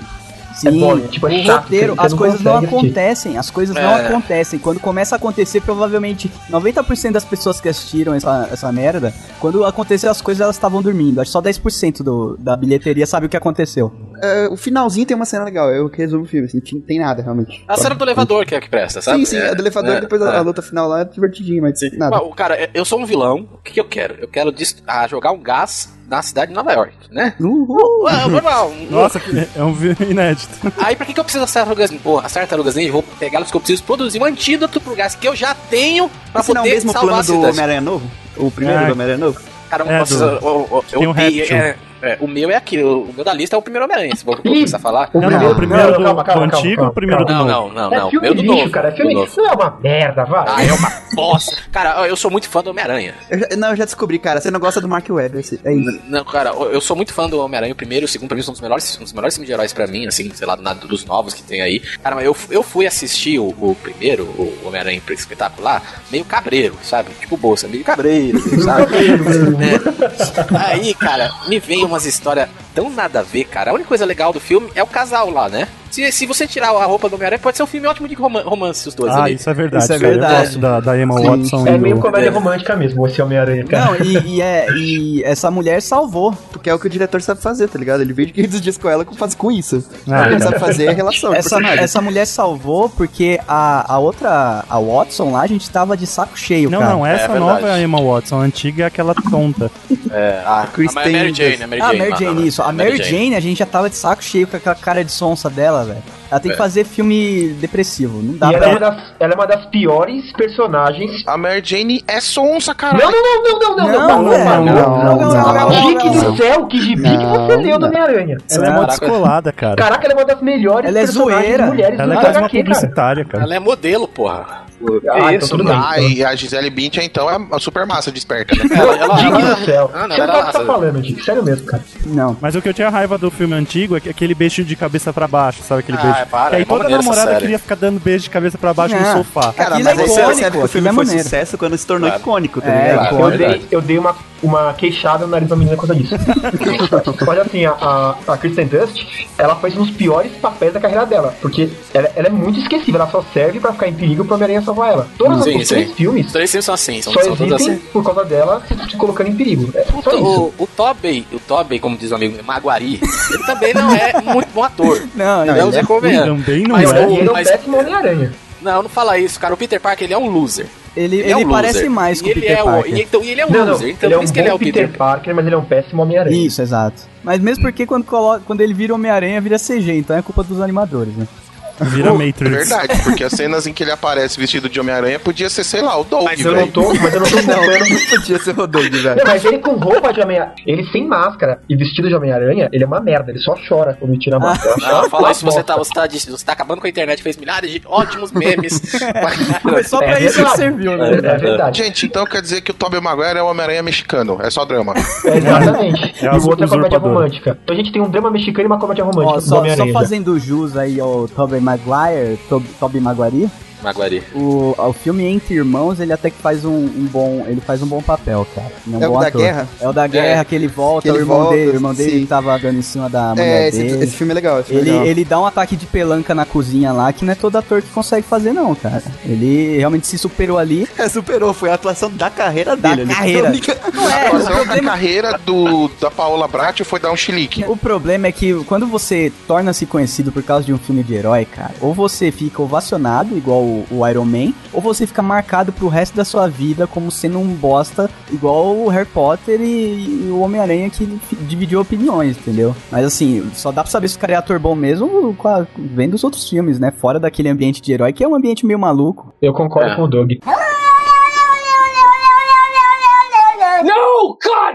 Speaker 2: É
Speaker 1: Sim,
Speaker 2: boring, tipo, é
Speaker 1: o
Speaker 2: chato,
Speaker 1: roteiro,
Speaker 2: você
Speaker 1: as
Speaker 2: não
Speaker 1: coisas não
Speaker 2: consegue assistir.
Speaker 1: acontecem, as coisas não
Speaker 4: É.
Speaker 1: acontecem. Quando começa a acontecer, provavelmente 90% das pessoas que assistiram essa, essa merda, quando aconteceu as coisas, elas estavam dormindo. Acho que só 10% do, da bilheteria sabe o que aconteceu.
Speaker 6: É, o finalzinho tem uma cena legal, eu que resumo o filme, assim, não tem nada, realmente.
Speaker 4: A cena do elevador que é a que presta, sabe?
Speaker 6: Sim, sim,
Speaker 4: é,
Speaker 6: a do elevador
Speaker 4: é,
Speaker 6: e depois a, a luta final lá é divertidinho, mas
Speaker 4: Sim.
Speaker 6: nada.
Speaker 4: Mas, o cara, é- eu sou um vilão. O que que eu quero? Eu quero dis- ah, jogar um gás na cidade de Nova York, né?
Speaker 1: Uhul!
Speaker 4: Ué, vamos lá, um-
Speaker 5: Nossa, que- é um filme inédito.
Speaker 4: Aí pra que, que eu preciso das tartarugas ninja? Porra, as tartarugas ninja, eu vou pegá-las porque eu preciso produzir um antídoto pro gás que eu já tenho pra
Speaker 6: Esse
Speaker 4: poder
Speaker 6: não é o mesmo
Speaker 4: salvar
Speaker 6: plano
Speaker 4: a
Speaker 6: do
Speaker 4: cidade.
Speaker 6: Homem-aranha Novo? O primeiro
Speaker 5: É.
Speaker 6: do Homem-Aranha Novo?
Speaker 4: Cara,
Speaker 5: É,
Speaker 4: nossa,
Speaker 5: do-
Speaker 4: o- o-
Speaker 5: tem
Speaker 4: eu-
Speaker 5: um
Speaker 4: e-
Speaker 5: réptil.
Speaker 4: é- é, o meu é aqui, o, o meu da lista é o primeiro Homem-Aranha, se for
Speaker 2: Ih,
Speaker 4: começar a falar.
Speaker 2: O
Speaker 5: Não, não,
Speaker 2: primeiro-
Speaker 5: o primeiro
Speaker 2: não,
Speaker 5: do,
Speaker 2: calma,
Speaker 5: do
Speaker 2: calma,
Speaker 5: antigo
Speaker 2: calma,
Speaker 5: ou o primeiro
Speaker 4: Não,
Speaker 5: do novo?
Speaker 4: não, não,
Speaker 2: É
Speaker 4: não.
Speaker 2: filme
Speaker 4: Meu do
Speaker 2: lixo,
Speaker 4: novo.
Speaker 2: cara. É filme
Speaker 4: do
Speaker 2: lixo.
Speaker 4: novo.
Speaker 2: Não é uma merda, vai.
Speaker 4: Ah, é uma bosta. Cara, ó, eu sou muito fã do Homem-Aranha.
Speaker 6: Eu já- não, eu já descobri, cara, você não gosta do Mark Webber, esse- é isso.
Speaker 4: Não, cara, eu eu sou muito fã do Homem-Aranha. O primeiro e o segundo, pra mim, são um dos melhores, um dos melhores filmes de heróis pra mim, assim, sei lá, na- dos novos que tem aí. Cara, mas eu, eu fui assistir o, o primeiro, o Homem-Aranha espetacular, meio cabreiro, sabe? Tipo bolsa, meio cabreiro, sabe? É. Aí, cara, me vem umas histórias tão nada a ver, cara. A única coisa legal do filme é o casal lá, né? Se, se você tirar a roupa do Homem-Aranha, pode ser um filme ótimo de roman- romance, os dois
Speaker 5: Ah,
Speaker 4: ali.
Speaker 5: isso é verdade.
Speaker 1: Isso é
Speaker 5: cara.
Speaker 1: verdade.
Speaker 5: Eu gosto da, da Emma Watson
Speaker 2: É
Speaker 5: e
Speaker 2: meio
Speaker 5: do...
Speaker 2: comédia romântica mesmo, esse Homem-Aranha, cara.
Speaker 1: Não, e, e é- e essa mulher salvou.
Speaker 6: Porque é o que o diretor sabe fazer, tá ligado? Ele vende 500 dias com ela e faz com isso.
Speaker 5: Ah,
Speaker 6: o que ele
Speaker 5: tá.
Speaker 6: sabe fazer é a relação de
Speaker 1: Essa,
Speaker 6: personagem.
Speaker 1: essa mulher salvou porque a, a outra, a Watson lá, a gente tava de saco cheio,
Speaker 5: Não,
Speaker 1: cara.
Speaker 5: não,
Speaker 4: É
Speaker 5: essa
Speaker 4: verdade.
Speaker 5: nova é a Emma Watson, a antiga é aquela tonta.
Speaker 4: É, a,
Speaker 6: Chris
Speaker 4: a Mary
Speaker 6: Tenders.
Speaker 4: Jane, a Mary
Speaker 1: Ah,
Speaker 4: Jane.
Speaker 1: Mary
Speaker 4: É lá, né?
Speaker 1: Jane,
Speaker 4: lá.
Speaker 1: isso. A Mary, Jane. a gente já tava de saco cheio com aquela cara de sonsa dela, velho. Ela tem que
Speaker 4: É.
Speaker 1: fazer filme depressivo. Não dá
Speaker 2: E ela
Speaker 1: pra.
Speaker 2: é, uma das, ela é uma das piores personagens.
Speaker 3: A Mary Jane é sonsa,
Speaker 5: Ah.
Speaker 2: Não,
Speaker 3: caralho.
Speaker 2: não, não, não, não, não,
Speaker 1: Não,
Speaker 2: não, não,
Speaker 1: velho. não,
Speaker 5: não,
Speaker 2: não,
Speaker 1: não,
Speaker 2: Gente
Speaker 1: não, não.
Speaker 2: do céu, que gibi que você
Speaker 6: Não,
Speaker 2: leu do
Speaker 6: não.
Speaker 2: Homem-Aranha. Ela é
Speaker 5: Ela é
Speaker 2: uma
Speaker 5: uma
Speaker 4: Caraca.
Speaker 5: descolada, cara.
Speaker 2: Caraca, ela é uma das melhores
Speaker 1: Ela é
Speaker 2: personagens
Speaker 1: zoeira.
Speaker 2: mulheres
Speaker 5: Ela
Speaker 2: do
Speaker 5: é quase uma
Speaker 2: HQ, cara.
Speaker 5: publicitária, cara.
Speaker 4: Ela é modelo, porra.
Speaker 2: Ah,
Speaker 4: Que
Speaker 2: então
Speaker 4: isso,
Speaker 2: tudo bem.
Speaker 4: mano.
Speaker 3: Ah, e a Gisele Bündchen, então, é uma super massa desperta, né?
Speaker 4: Ela, ela,
Speaker 2: Gente do céu.
Speaker 4: Ah, não,
Speaker 2: Você não
Speaker 4: ela-
Speaker 2: sabe o que tá
Speaker 4: ela-
Speaker 2: falando, gente. Sério mesmo, cara.
Speaker 1: Não.
Speaker 5: Mas o que eu tinha raiva do filme antigo é que aquele beijo de cabeça pra baixo, sabe aquele
Speaker 4: Ah,
Speaker 5: beijo?
Speaker 4: para,
Speaker 5: e aí
Speaker 4: é mó
Speaker 5: toda
Speaker 4: maneiro essa
Speaker 5: namorada
Speaker 4: série.
Speaker 5: queria ficar dando beijo de cabeça pra baixo
Speaker 1: Não.
Speaker 5: no sofá.
Speaker 1: Cara,
Speaker 6: Cara,
Speaker 1: aquilo é
Speaker 6: mas aí você
Speaker 1: icônico,
Speaker 6: percebe que o
Speaker 1: aquilo
Speaker 6: filme
Speaker 1: é
Speaker 6: foi
Speaker 1: maneiro.
Speaker 6: sucesso quando se tornou
Speaker 4: Claro.
Speaker 6: icônico, tá
Speaker 1: É,
Speaker 6: ligado?
Speaker 4: claro.
Speaker 2: Eu
Speaker 4: É
Speaker 2: dei,
Speaker 4: verdade.
Speaker 2: eu dei uma, uma queixada no nariz da menina por causa disso. Olha assim, a, a, a Kristen Dust, ela faz um dos piores papéis da carreira dela. Porque ela, ela é muito esquecível, ela só serve pra ficar em perigo pro Homem-Aranha salvar ela. Todos
Speaker 4: Sim,
Speaker 2: os
Speaker 4: sim.
Speaker 2: três
Speaker 4: Os
Speaker 2: filmes
Speaker 4: três sempre são assim, são,
Speaker 2: só
Speaker 4: são todos
Speaker 2: existem
Speaker 4: assim.
Speaker 2: por causa dela se, se colocando em perigo. É só isso.
Speaker 4: O, o Tobey, o Tobey, como diz o amigo meu, Maguari, ele também não é muito bom ator.
Speaker 1: Não,
Speaker 4: Não,
Speaker 1: não.
Speaker 4: ele é convenhamos.
Speaker 5: Também não
Speaker 4: Mas
Speaker 5: é.
Speaker 2: E ele é um
Speaker 4: mas-
Speaker 2: péssimo Homem-Aranha.
Speaker 4: Não, não fala isso, cara. O Peter Parker, ele é um loser.
Speaker 1: Ele, ele,
Speaker 4: é um
Speaker 1: parece
Speaker 4: loser.
Speaker 1: mais com
Speaker 4: E
Speaker 1: o
Speaker 4: ele
Speaker 1: Peter
Speaker 4: é
Speaker 1: Parker.
Speaker 4: O, e então, e ele é um
Speaker 2: Não, não.
Speaker 4: loser. Então,
Speaker 2: Ele é
Speaker 4: por
Speaker 2: um
Speaker 4: isso que ele é
Speaker 2: bom
Speaker 4: o
Speaker 2: Peter
Speaker 4: Peter Parker.
Speaker 2: Parker, mas ele é um péssimo Homem-Aranha.
Speaker 1: Isso, exato. Mas mesmo porque quando, colo... quando ele vira Homem-Aranha, vira CG, então é culpa dos animadores, né?
Speaker 5: Vira
Speaker 3: É
Speaker 5: Matrix.
Speaker 3: verdade, porque as cenas em que ele aparece vestido de Homem-Aranha podia ser, sei lá, o Dolph,
Speaker 2: Mas eu não tô, mas eu não tô
Speaker 6: Não,
Speaker 2: culpando.
Speaker 6: não podia ser Rodolfo, velho.
Speaker 2: Não, mas ele com roupa de Homem-Aranha, ele sem máscara e vestido de Homem-Aranha, ele é uma merda, ele só chora quando ele
Speaker 1: Ah.
Speaker 2: tira a máscara. Ela
Speaker 4: Não,
Speaker 2: chora
Speaker 4: fala isso,
Speaker 2: uma
Speaker 4: você
Speaker 2: bosta.
Speaker 4: tá, você, tá, de- você tá acabando com a internet, fez milhares de ótimos memes.
Speaker 1: Foi só pra
Speaker 2: É
Speaker 1: isso que
Speaker 2: verdade.
Speaker 1: serviu, né?
Speaker 2: É verdade,
Speaker 3: Gente, então quer dizer que o Tobey Maguire é o Homem-Aranha mexicano, é só drama.
Speaker 2: é exatamente.
Speaker 5: É
Speaker 2: e
Speaker 5: as
Speaker 2: o outro é comédia
Speaker 5: usurpadoras.
Speaker 2: romântica. Então a gente tem um drama mexicano e uma comédia romântica
Speaker 1: Ó,
Speaker 2: do
Speaker 1: só, só
Speaker 2: Homem-Aranha.
Speaker 1: fazendo jus aí ao Tobey Maguire, Tob- Tobey Maguari,
Speaker 4: Maguari.
Speaker 1: o, o filme Entre Irmãos, ele até que faz um, um bom, ele faz um bom papel, cara. Ele um
Speaker 6: É o
Speaker 1: bom
Speaker 6: da
Speaker 1: ator.
Speaker 6: guerra?
Speaker 1: É o da guerra que ele volta,
Speaker 6: Que ele
Speaker 1: o irmão
Speaker 6: volta,
Speaker 1: dele, o irmão dele
Speaker 6: sim.
Speaker 1: tava dando em cima da mulher
Speaker 6: É, esse,
Speaker 1: dele.
Speaker 6: esse filme é legal. Esse filme
Speaker 1: Ele,
Speaker 6: é legal.
Speaker 1: ele dá um ataque de pelanca na cozinha lá, que não é todo ator que consegue fazer, não, cara. Ele realmente se superou ali.
Speaker 6: É, superou, foi a atuação da carreira
Speaker 1: Da
Speaker 6: dele. ele-
Speaker 1: carreira. Não
Speaker 3: Então, assim, A
Speaker 1: é, o
Speaker 3: atuação da
Speaker 1: problema,
Speaker 3: carreira do, da Paola Brat foi dar um chilique.
Speaker 1: o problema é que quando você torna-se conhecido por causa de um filme de herói, cara, ou você fica ovacionado, igual o, o Iron Man, ou você fica marcado pro resto da sua vida como sendo um bosta, igual o Harry Potter e, e o Homem-Aranha que fi- dividiu opiniões, entendeu? Mas assim, só dá pra saber se o cara é ator bom mesmo com a- vendo os outros filmes, né? Fora daquele ambiente de herói, que é um ambiente meio maluco.
Speaker 2: Eu concordo
Speaker 4: É.
Speaker 2: com o Doug.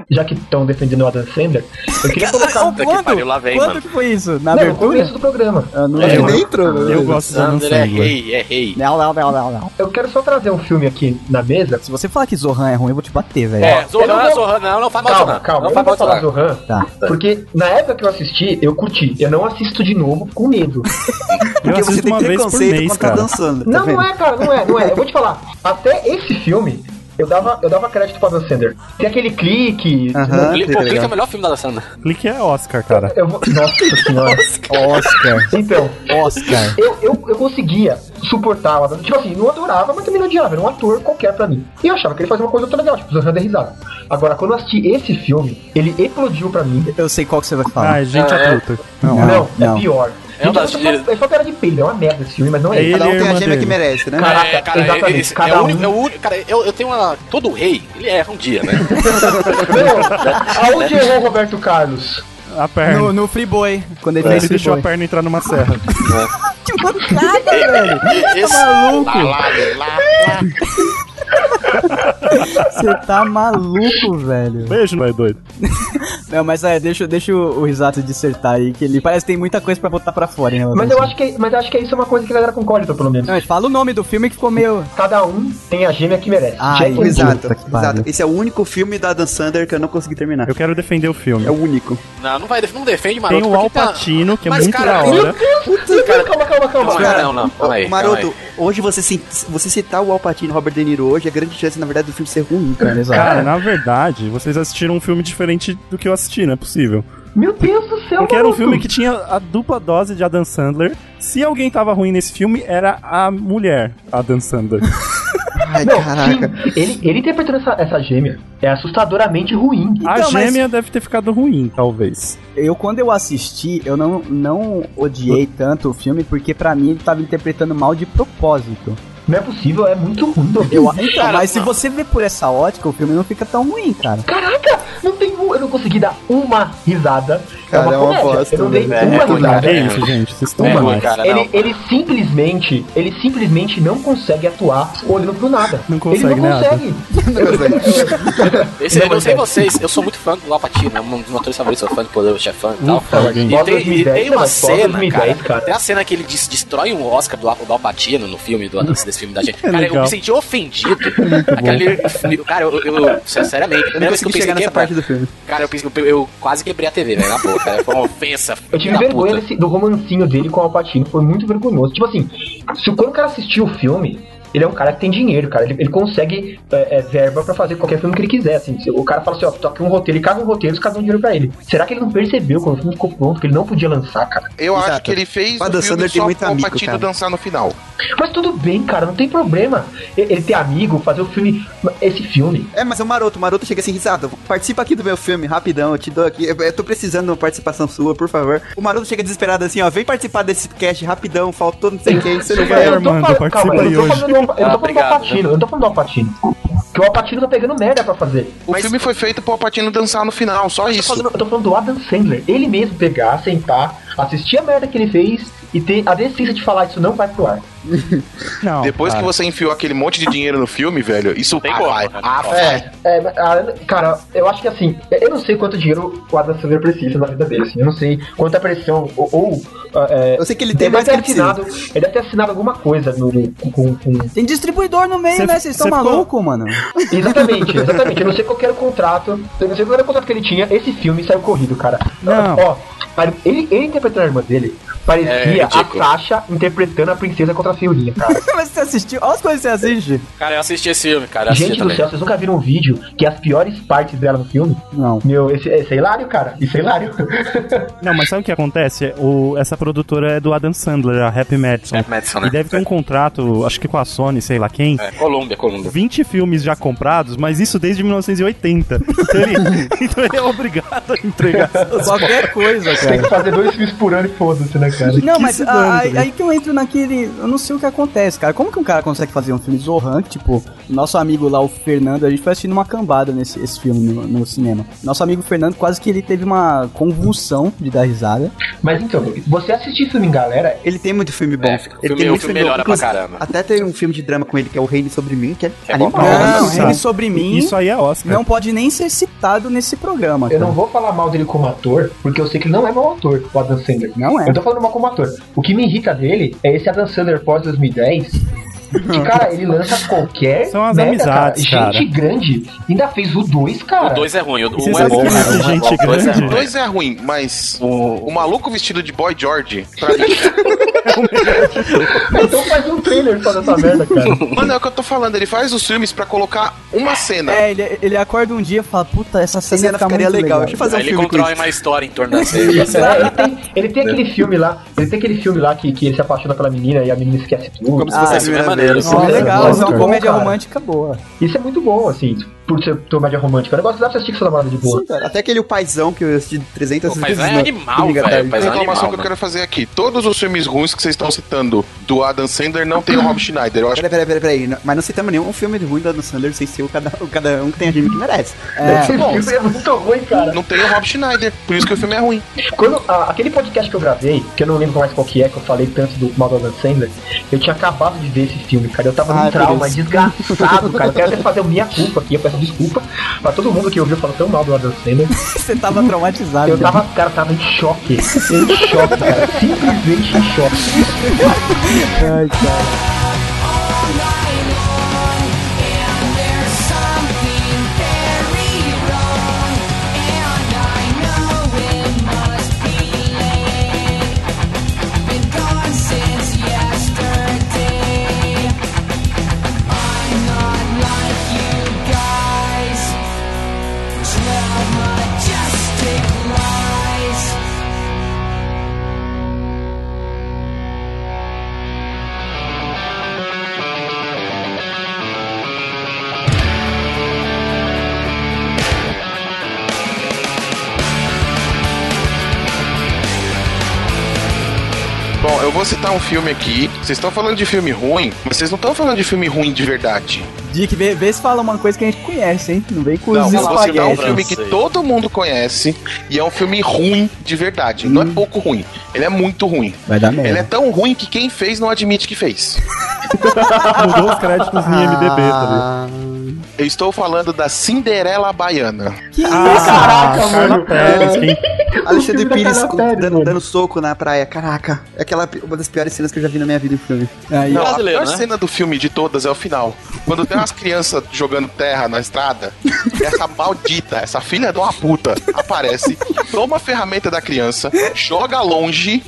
Speaker 2: Já que estão defendendo o Adam Sandler, eu queria colocar um
Speaker 1: Ô, quando?
Speaker 4: Tá, pariu, lá vem,
Speaker 1: quando
Speaker 4: mano.
Speaker 1: que foi isso? Na
Speaker 2: Não, no
Speaker 1: abertura?
Speaker 2: começo do programa.
Speaker 1: Eu Ah, não
Speaker 6: Ele
Speaker 1: lembro.
Speaker 6: nem entrou,
Speaker 5: Eu
Speaker 6: velho.
Speaker 5: gosto da
Speaker 4: Sandra é
Speaker 5: Sandler.
Speaker 4: rei, é rei.
Speaker 1: Não, não, não, não, não.
Speaker 2: Eu quero só trazer um filme aqui na mesa.
Speaker 1: Se você falar que Zohan é ruim, eu vou te bater, velho.
Speaker 4: É,
Speaker 2: eu
Speaker 4: Zohan,
Speaker 2: não-
Speaker 4: Zohan, não, não faz mal
Speaker 2: Calma,
Speaker 4: Zohan.
Speaker 2: calma.
Speaker 4: Não
Speaker 2: Eu não vou
Speaker 4: faz mal
Speaker 2: falar do
Speaker 4: Zohan.
Speaker 2: Han,
Speaker 1: Tá.
Speaker 2: porque na época que eu assisti, eu curti. Eu não assisto de novo com medo.
Speaker 1: Tá
Speaker 5: Eu
Speaker 6: Porque você
Speaker 5: assisto
Speaker 6: tem
Speaker 5: uma vez por
Speaker 6: preconceito
Speaker 5: mês,
Speaker 6: quando tá
Speaker 5: cara.
Speaker 6: dançando. tá
Speaker 2: Não, não
Speaker 6: vendo?
Speaker 2: é, cara, não é, não é. Eu vou te falar. Até esse filme, Eu dava, eu dava crédito pra Dan Sander. Tem aquele clique.
Speaker 6: Aham,
Speaker 4: Clique
Speaker 6: clique é
Speaker 4: é
Speaker 2: né?
Speaker 6: legal.
Speaker 4: o melhor filme da Adam Sandler.
Speaker 5: Clique é Oscar, cara.
Speaker 2: Eu vou... Nossa senhora.
Speaker 1: Oscar.
Speaker 2: Então,
Speaker 1: Oscar.
Speaker 2: eu, eu, eu conseguia suportar o Adam. Tipo assim, não adorava, mas também não odiava. Era um ator qualquer pra mim. E eu achava que ele fazia uma coisa outra legal, tipo, Zorran da risada. Agora, quando eu assisti esse filme, ele explodiu pra mim.
Speaker 1: Eu sei qual que você vai falar.
Speaker 5: Ai, gente,
Speaker 4: Ah,
Speaker 5: é
Speaker 4: é.
Speaker 5: puta.
Speaker 2: Não,
Speaker 1: não.
Speaker 2: é pior.
Speaker 4: Eu não
Speaker 2: Gente,
Speaker 4: assisti.
Speaker 2: é só- é só cara de peido, é uma merda esse filme, mas não é,
Speaker 5: É
Speaker 2: ele.
Speaker 5: ele
Speaker 6: Cada um
Speaker 5: e a
Speaker 6: tem a
Speaker 5: irmã
Speaker 6: gêmea que
Speaker 5: dele.
Speaker 6: merece, né?
Speaker 2: Caraca,
Speaker 4: é, cara,
Speaker 2: exatamente,
Speaker 4: esse-
Speaker 2: cada
Speaker 4: é o
Speaker 2: um.
Speaker 4: único, é o único- cara, eu, eu tenho uma. Todo rei, ele erra um dia, né?
Speaker 2: Meu, aonde errou o Roberto Carlos?
Speaker 5: A perna.
Speaker 1: No, no Freeboy, quando ele fez
Speaker 5: Ele deixou
Speaker 1: Freeboy.
Speaker 5: a perna entrar numa serra.
Speaker 1: Que mancada, velho.
Speaker 2: Tá
Speaker 4: Esse,
Speaker 3: Lá, lá, lá, lá.
Speaker 1: Você tá maluco, velho.
Speaker 5: Beijo, vai doido.
Speaker 1: Não, mas é, deixa, deixa o o Risato dissertar aí, que ele parece que tem muita coisa pra botar pra fora, hein?
Speaker 2: Mas eu acho que, mas eu acho que isso é uma coisa que a galera concorda, pelo menos.
Speaker 1: Não, mas fala o nome do filme que ficou meio...
Speaker 2: Cada um tem a gêmea que merece.
Speaker 1: Ai,
Speaker 2: Jack and
Speaker 1: exato.
Speaker 2: Jill.
Speaker 6: Ah, Exato,
Speaker 1: Puta que pariu.
Speaker 6: exato. Esse é o único filme da Dan Sander que eu não consegui terminar.
Speaker 5: Eu quero defender o filme.
Speaker 6: É o único.
Speaker 4: não, não vai, não defende Maroto.
Speaker 5: Tem um o
Speaker 4: porque
Speaker 5: Al
Speaker 4: tá-
Speaker 5: Pacino, que é
Speaker 4: Mas,
Speaker 5: muito
Speaker 4: cara,
Speaker 5: da
Speaker 4: meu
Speaker 5: hora.
Speaker 2: Meu Deus, Calma, calma, calma.
Speaker 4: Não,
Speaker 2: Cara,
Speaker 4: não, não, calma aí. calma
Speaker 6: Maroto, hoje você, se, você citar o Alpatino e o Robert De Niro hoje é grande chance, na verdade, do filme ser ruim, cara.
Speaker 5: Cara, na verdade, vocês assistiram um filme diferente do que eu assisti, não é possível.
Speaker 2: Meu Deus do céu,
Speaker 5: Porque era um
Speaker 2: maluco.
Speaker 5: filme que tinha a dupla dose de Adam Sandler. Se alguém tava ruim nesse filme, era a mulher, Adam Sandler.
Speaker 6: Ai,
Speaker 2: Não,
Speaker 6: caraca.
Speaker 2: sim, ele, ele interpretando essa, essa gêmea é assustadoramente ruim.
Speaker 5: a
Speaker 1: Então, mas-
Speaker 5: gêmea deve ter ficado ruim, talvez.
Speaker 1: Eu, quando eu assisti, eu não, não odiei tanto o filme, porque pra mim ele tava interpretando mal de propósito.
Speaker 2: Não é possível, é muito ruim.
Speaker 1: Eu, então,
Speaker 4: Cara,
Speaker 1: mas se
Speaker 4: não.
Speaker 1: você vê por essa ótica, o filme não fica tão ruim, cara.
Speaker 2: Caraca, não tem um, eu não consegui dar uma risada.
Speaker 6: Cara, é uma
Speaker 2: comédia.
Speaker 6: bosta,
Speaker 2: Eu não dei
Speaker 6: né?
Speaker 4: É,
Speaker 2: uma
Speaker 4: ruim,
Speaker 5: Não,
Speaker 2: risada.
Speaker 5: que
Speaker 4: cara.
Speaker 5: isso, gente? Vocês estão
Speaker 4: É,
Speaker 5: malucos.
Speaker 4: ruim, cara, não.
Speaker 2: Ele, ele simplesmente, ele simplesmente não consegue atuar olhando pro nada.
Speaker 5: Não consegue,
Speaker 2: ele não
Speaker 5: né,
Speaker 2: consegue.
Speaker 4: Esse, eu não sei
Speaker 2: Não,
Speaker 4: vocês, eu sou muito fã do Al Pacino, é um dos motores favoritos, sou fã de Poder do Chefão e tal.
Speaker 5: Ufa, gente.
Speaker 4: E
Speaker 2: Só
Speaker 4: tem, e
Speaker 2: 2010,
Speaker 4: tem uma
Speaker 2: mas só
Speaker 4: cena,
Speaker 2: 2010,
Speaker 4: cara,
Speaker 2: cara.
Speaker 4: Tem a cena que ele des- destrói um Oscar do, Al- do Alpatino no filme, do, desse filme da gente. Cara, eu
Speaker 5: legal.
Speaker 4: me senti ofendido. Aquele, cara, eu, eu- sinceramente, a
Speaker 6: Eu não
Speaker 4: primeira vez que eu
Speaker 6: consegui
Speaker 4: pensei
Speaker 6: chegar
Speaker 4: em
Speaker 6: nessa
Speaker 4: quebrar,
Speaker 6: parte do filme.
Speaker 4: cara, eu, pensei que eu, eu quase quebrei a TV, velho, na boa, cara, foi uma ofensa.
Speaker 2: Eu tive
Speaker 4: da
Speaker 2: vergonha
Speaker 4: puta.
Speaker 2: desse- do romancinho dele com o Alpatino, foi muito vergonhoso. Tipo assim, se o- quando o cara assistiu o filme, ele é um cara que tem dinheiro, cara. Ele, ele consegue é, é, verba pra fazer qualquer filme que ele quiser. Assim. Se O cara fala assim, ó, toca um roteiro, ele caga um roteiro, os caras dão dinheiro pra ele. Será que ele não percebeu quando o filme ficou pronto que ele não podia lançar, cara?
Speaker 3: Eu acho
Speaker 6: Exato.
Speaker 3: que ele fez
Speaker 6: Adam Sandler tem
Speaker 3: só
Speaker 6: muito
Speaker 3: pro
Speaker 6: amigo,
Speaker 3: Patino
Speaker 6: cara.
Speaker 3: dançar no final.
Speaker 2: Mas tudo bem, cara, não tem problema. E- Ele ter amigo, fazer o filme. Esse filme.
Speaker 6: É, mas é o Maroto. O Maroto chega assim, risado. Participa aqui do meu filme, rapidão. Eu te dou aqui. Eu, eu tô precisando de uma participação sua, por favor. O Maroto chega desesperado assim, ó. Vem participar desse cast rapidão. Faltou não sei quem. Você não vai.
Speaker 5: Armando,
Speaker 2: falando-
Speaker 5: participa
Speaker 2: calma, eu
Speaker 5: aí
Speaker 2: não tô
Speaker 5: hoje.
Speaker 2: falando do Al- eu não tô
Speaker 4: Ah,
Speaker 2: falando do
Speaker 4: obrigado,
Speaker 2: Alpatino, eu não tô falando do Alpatino. Porque o Alpatino tá pegando merda pra fazer.
Speaker 3: O filme foi feito pro Patino dançar no final, só
Speaker 1: tá
Speaker 2: Eu tô,
Speaker 3: isso.
Speaker 2: falando, eu tô falando do Adam Sandler. Ele mesmo pegar, sentar, assistir a merda que ele fez e ter a decência de falar isso não vai pro ar.
Speaker 5: Não,
Speaker 3: Depois que
Speaker 5: cara.
Speaker 3: você enfiou aquele monte de dinheiro no filme, velho, isso
Speaker 4: Tem
Speaker 3: ah,
Speaker 4: como,
Speaker 3: vai.
Speaker 4: né?
Speaker 3: Ah,
Speaker 4: Tem
Speaker 3: vai.
Speaker 2: É, mas, ah, cara, eu acho que assim, eu não sei quanto dinheiro o Adam Sandler precisa na vida dele, assim, eu não sei quanta pressão ou. ou ah, é,
Speaker 6: Eu sei que ele
Speaker 2: ele
Speaker 6: tem,
Speaker 2: deve
Speaker 6: mas
Speaker 2: ter
Speaker 6: ele precisa.
Speaker 2: assinado. Ele deve ter assinado alguma coisa no, no- com, com-
Speaker 1: Tem distribuidor no meio,
Speaker 5: Cê-
Speaker 1: né? Vocês estão
Speaker 5: cê ficou-
Speaker 1: malucos, mano?
Speaker 2: Exatamente, exatamente. Eu não sei qual que era o contrato. Eu não sei qual era o contrato que ele tinha. Esse filme saiu corrido, cara.
Speaker 5: Não.
Speaker 2: Ó, cara, ele, ele interpretando a irmã dele
Speaker 4: É,
Speaker 2: parecia a
Speaker 4: ridículo.
Speaker 2: Sasha interpretando a princesa contra a Fiorinha, cara.
Speaker 1: mas você assistiu? Olha as coisas que você assiste.
Speaker 4: Cara, eu assisti esse filme, cara, eu assisti
Speaker 2: Gente do
Speaker 4: também.
Speaker 2: céu, vocês nunca viram um vídeo que as piores partes dela no filme?
Speaker 1: Não.
Speaker 2: Meu, esse, esse é hilário, cara. Isso é hilário.
Speaker 5: Não, mas sabe o que acontece? O, essa produtora é do Adam Sandler, a Happy Madison.
Speaker 4: É, Madison, né?
Speaker 5: E deve ter um contrato, acho que com a Sony, sei lá quem.
Speaker 4: É, Colômbia, Colômbia.
Speaker 5: 20 filmes já comprados, mas isso desde 1980. Então ele, então ele é obrigado a entregar.
Speaker 1: Qualquer coisa,
Speaker 2: Tem
Speaker 1: cara.
Speaker 2: que fazer dois filmes por ano e foda-se, né, cara?
Speaker 1: Não,
Speaker 5: Que
Speaker 1: mas
Speaker 5: se
Speaker 1: a-
Speaker 5: dane,
Speaker 1: a-
Speaker 5: também.
Speaker 1: aí que eu entro naquele. Eu não sei o que acontece, cara. Como que um cara consegue fazer um filme de Zohan? que, Tipo, nosso amigo lá, o Fernando, a gente foi assistindo uma cambada nesse esse filme no, no cinema. Nosso amigo Fernando quase que ele teve uma convulsão de dar risada.
Speaker 2: Mas então, você assistir filme em galera,
Speaker 6: Ele tem muito filme bom.
Speaker 4: É, o
Speaker 6: ele
Speaker 4: filme-
Speaker 6: tem
Speaker 4: o
Speaker 6: muito
Speaker 4: filme
Speaker 6: bom.
Speaker 4: melhora pra
Speaker 6: Inclusive,
Speaker 4: caramba.
Speaker 6: Até tem um filme de drama com ele, que é O Reino Sobre Mim, que é,
Speaker 4: Que é bom
Speaker 6: animal.
Speaker 4: pra
Speaker 1: Não,
Speaker 5: nossa.
Speaker 1: ele sobre mim
Speaker 5: Isso aí é Oscar.
Speaker 1: não pode nem ser citado nesse programa.
Speaker 2: eu
Speaker 1: cara.
Speaker 2: não vou falar mal dele como ator, porque eu sei que ele não é mau ator, o Adam Sandler. né?
Speaker 1: Não é.
Speaker 2: Eu tô falando mal como ator. O que me irrita dele é esse Adam Sandler pós 2010 Que, cara, ele lança qualquer.
Speaker 5: São as
Speaker 2: merda,
Speaker 5: amizades,
Speaker 2: Gente grande ainda fez o 2, cara.
Speaker 4: O 2 é ruim, o
Speaker 5: Você
Speaker 4: 1 é
Speaker 5: sabe
Speaker 4: bom,
Speaker 5: que
Speaker 4: cara.
Speaker 5: existe
Speaker 4: O um é
Speaker 5: gente
Speaker 4: bom, o dois
Speaker 5: grande?
Speaker 4: é ruim.
Speaker 3: Dois é ruim, mas o, o maluco vestido de boy George, pra mim,
Speaker 2: Então faz um trailer só dessa merda, cara.
Speaker 3: Mano, é o que eu tô falando, ele faz os filmes pra colocar uma cena.
Speaker 1: É, ele, ele acorda um dia e fala, puta, essa
Speaker 6: Essa
Speaker 1: cena
Speaker 6: cena
Speaker 1: fica
Speaker 6: ficaria
Speaker 1: muito legal.
Speaker 6: legal. Deixa eu fazer um
Speaker 4: Aí Ah, ele
Speaker 6: filme com
Speaker 4: constrói
Speaker 6: isso.
Speaker 4: uma história em torno da né? cena.
Speaker 2: É, ele, tem, ele tem aquele filme lá, ele tem aquele filme lá que, que ele se apaixona pela menina e a menina esquece tudo.
Speaker 6: Como se fosse
Speaker 4: Ah,
Speaker 6: a
Speaker 4: esse filme é
Speaker 6: primeira
Speaker 4: maneiro.
Speaker 6: vez.
Speaker 1: Nossa,
Speaker 2: Nossa,
Speaker 1: legal,
Speaker 2: nossa,
Speaker 1: é uma
Speaker 2: cara.
Speaker 1: comédia
Speaker 2: Cara.
Speaker 1: romântica boa.
Speaker 2: Isso é muito bom, assim, por ser comédia romântica. O negócio dá pra você assistir com sua namorada de boa.
Speaker 6: Sim, cara. Até aquele paizão que eu assisti
Speaker 4: né?
Speaker 6: 300
Speaker 4: Pô, mas é
Speaker 6: na
Speaker 4: animal,
Speaker 6: Domingo à
Speaker 4: velho.
Speaker 6: tarde.
Speaker 4: Mas é
Speaker 3: Tem uma reclamação
Speaker 4: animal,
Speaker 3: que eu
Speaker 4: mano.
Speaker 3: quero fazer aqui. Todos os filmes ruins que vocês estão citando do Adam Sandler não tem o Rob Schneider. Eu acho
Speaker 6: Peraí, peraí, peraí, peraí. Não- Mas não citamos nenhum filme ruim do Adam Sandler sem ser o cada, o cada um que tem a Jimmy que merece.
Speaker 1: É,
Speaker 2: Esse filme é muito ruim, cara.
Speaker 3: que não tem o Rob Schneider. Por isso que o filme é ruim.
Speaker 2: Quando, a- aquele podcast que eu gravei, que eu não lembro mais qual que é, que eu falei tanto do mal do Adam Sandler, eu tinha acabado de ver esse filme, cara. Eu tava num
Speaker 6: Ai,
Speaker 2: trauma desgraçado, cara. Eu quero até fazer a minha culpa aqui, eu peço desculpa pra todo mundo que ouviu falar tão mal do Adam Sandler.
Speaker 1: você tava traumatizado.
Speaker 2: Eu tava, cara, eu tava em choque. Em choque, cara. Simplesmente em choque.
Speaker 1: Ai, cara.
Speaker 8: Majestic lies.
Speaker 3: Bom, eu vou citar um filme aqui. Vocês estão falando de filme ruim, mas vocês não estão falando de filme ruim de verdade.
Speaker 1: Dick, vê, vê se fala uma coisa que a gente conhece, hein? Não vem com
Speaker 3: Não,
Speaker 1: os
Speaker 3: eu vou citar um
Speaker 1: espaguetes.
Speaker 3: filme que todo mundo conhece e é um filme ruim de verdade. Não é pouco ruim. Ele é muito ruim.
Speaker 1: Vai dar
Speaker 3: Ele é tão ruim que quem fez não admite que fez.
Speaker 5: Mudou os créditos no IMDB, tá ligado?
Speaker 6: Ah,
Speaker 3: Eu estou falando da Cinderela Baiana. Ah,
Speaker 5: Caraca, mano. Pérez, quem
Speaker 6: Alexandre Pires
Speaker 2: Carla
Speaker 6: com-
Speaker 2: Pérez,
Speaker 6: dando,
Speaker 2: mano.
Speaker 6: dando soco na praia. Caraca, é aquela, uma das piores cenas que eu já vi na minha vida em filme.
Speaker 1: Aí,
Speaker 3: Não, a
Speaker 4: Brasileiro,
Speaker 3: pior
Speaker 4: né?
Speaker 3: cena do filme de todas é o final. Quando tem umas crianças jogando terra na estrada, essa maldita, essa filha de uma puta, aparece, toma a ferramenta da criança, joga longe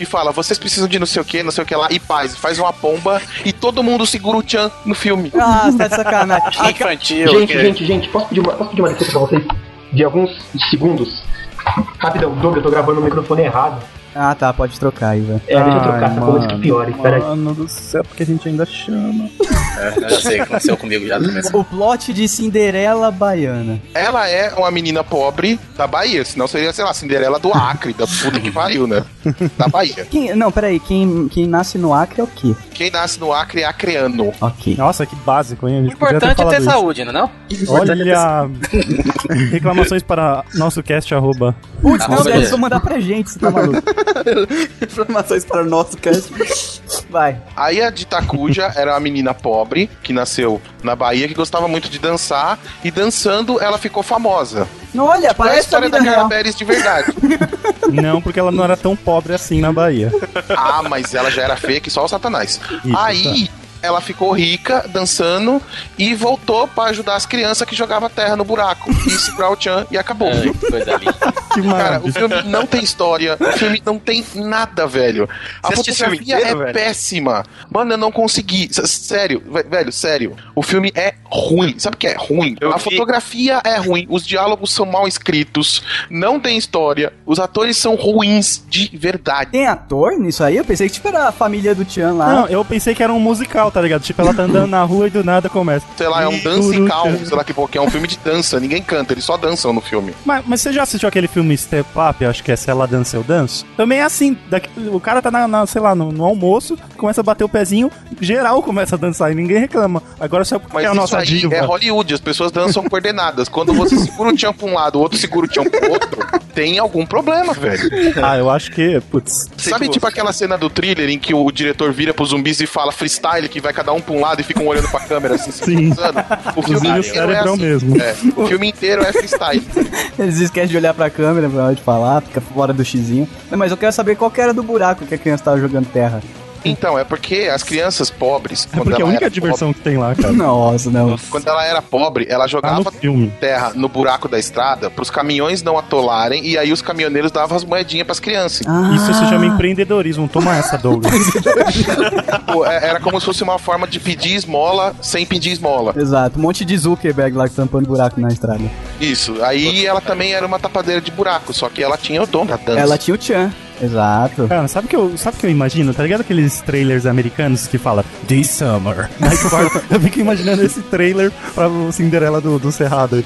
Speaker 3: e fala: vocês precisam de não sei o que, não sei o que lá, e faz, faz uma pomba e todo mundo segura o tchan no filme.
Speaker 1: Ah, você tá de sacanagem.
Speaker 4: Que infantil,
Speaker 2: gente,
Speaker 4: que-
Speaker 2: gente, gente, posso pedir, uma, posso pedir uma licença pra vocês? De alguns segundos. Rapidão, Doug, eu tô gravando o microfone errado.
Speaker 1: Ah, tá, pode trocar aí, velho.
Speaker 2: É, deixa eu trocar essa coisa que
Speaker 1: mano.
Speaker 2: pior, espera aí.
Speaker 5: Mano do céu, porque a gente ainda chama.
Speaker 4: É, eu já sei, aconteceu comigo já também.
Speaker 1: O plot de Cinderela Baiana.
Speaker 3: Ela é uma menina pobre da Bahia, senão seria, sei lá, Cinderela do Acre, da puta que pariu, né? Da Bahia.
Speaker 1: Quem, não, peraí, quem, quem nasce no Acre é o quê?
Speaker 3: Quem nasce no Acre é acreano.
Speaker 1: Ok.
Speaker 5: Nossa, que básico, hein? A
Speaker 4: O
Speaker 5: gente podia
Speaker 4: importante é
Speaker 5: falado
Speaker 4: ter
Speaker 5: isso.
Speaker 4: saúde, não é não?
Speaker 5: Olha, é reclamações para nosso cast arroba.
Speaker 1: Putz, não,
Speaker 4: Nossa,
Speaker 1: deve
Speaker 4: é.
Speaker 1: só mandar pra gente, você tá maluco.
Speaker 6: Informações para o nosso cast.
Speaker 1: Vai.
Speaker 3: Aí a de Itacuja era uma menina pobre que nasceu na Bahia que gostava muito de dançar e dançando ela ficou famosa.
Speaker 1: Não, olha,
Speaker 3: Qual é a
Speaker 1: parece a
Speaker 3: história
Speaker 1: vida
Speaker 3: da Carla
Speaker 1: real.
Speaker 3: Pérez de verdade.
Speaker 5: Não, porque ela não era tão pobre assim na Bahia.
Speaker 3: ah, mas ela já era feia que só o Satanás.
Speaker 5: Isso,
Speaker 1: tá.
Speaker 3: Aí ela ficou rica dançando e voltou pra ajudar as crianças que jogavam terra no buraco e segurar o Tchan e acabou.
Speaker 4: Ai, É, que coisa linda.
Speaker 5: Que
Speaker 3: Cara,
Speaker 5: maravilha.
Speaker 3: o filme não tem história, o filme não tem nada, velho. A
Speaker 7: Você assistiu o filme
Speaker 3: fotografia
Speaker 7: inteiro,
Speaker 3: é
Speaker 7: velho?
Speaker 3: péssima. Mano, eu não consegui. S- Sério, ve- velho, sério. O filme é ruim. Sabe o que é ruim?
Speaker 7: Eu
Speaker 3: a
Speaker 7: vi.
Speaker 3: fotografia é ruim, os diálogos são mal escritos, não tem história, os atores são ruins de verdade.
Speaker 1: Tem ator nisso aí? Eu pensei que tipo era a família do Tian lá.
Speaker 5: Não, eu pensei que era um musical, tá ligado? Tipo, ela tá andando na rua e do nada começa.
Speaker 3: Sei lá, é um dance calmo, sei lá que porque é um filme de dança, ninguém canta, eles só dançam no filme.
Speaker 5: Mas, mas você já assistiu aquele filme Step Up? Acho que é Se Ela Dança, Eu Danço? Também é assim, daqui- o cara tá, na, na- sei lá, no, no almoço, começa a bater o pezinho, geral começa a dançar e ninguém reclama. Agora só porque
Speaker 3: Mas
Speaker 5: é a
Speaker 3: isso
Speaker 5: nossa
Speaker 3: aí
Speaker 5: diva.
Speaker 3: é Hollywood, as pessoas dançam coordenadas. Quando você segura o tchan pra um lado, o outro segura o tchan pro outro, tem algum problema, velho.
Speaker 5: Ah, eu acho que, putz,
Speaker 3: Sabe tipo aquela cena do thriller em que o diretor vira pros zumbis e fala freestyle, que vai cada um pra um lado e ficam olhando pra câmera assim, se
Speaker 5: Sim.
Speaker 3: pensando? O
Speaker 5: inclusive
Speaker 3: filme
Speaker 5: o
Speaker 3: inteiro é
Speaker 5: cérebro é o
Speaker 3: assim.
Speaker 5: mesmo.
Speaker 3: É, o filme inteiro é freestyle.
Speaker 1: Eles esquecem de olhar pra câmera pra hora de falar, fica fora do xizinho. Não, mas eu quero saber qual que era do buraco que a criança tava jogando terra.
Speaker 3: Então, é porque as crianças pobres.
Speaker 5: É porque é a
Speaker 3: ela
Speaker 5: única
Speaker 3: era
Speaker 5: diversão que tem lá, cara.
Speaker 1: Nossa, não.
Speaker 3: Pobre, quando ela era pobre, ela
Speaker 5: Tá no
Speaker 3: jogava
Speaker 5: filme.
Speaker 3: terra no buraco da estrada pros caminhões não atolarem e aí os caminhoneiros davam as moedinhas pras crianças.
Speaker 1: Ah.
Speaker 5: Isso se chama empreendedorismo. Toma essa, Douglas.
Speaker 3: Tipo, é- era como se fosse uma forma de pedir esmola sem pedir esmola.
Speaker 1: Exato, um monte de Zuckerberg lá tampando buraco na estrada.
Speaker 3: Isso. Aí ela também era uma tapadeira de buraco, só que ela tinha o dom da dança.
Speaker 1: Ela tinha o Chan. Exato.
Speaker 5: Cara, sabe o que eu, sabe o que eu imagino? Tá ligado aqueles trailers americanos que fala This Summer? Daí tu corta- eu fico imaginando esse trailer pra o Cinderela do, do Cerrado.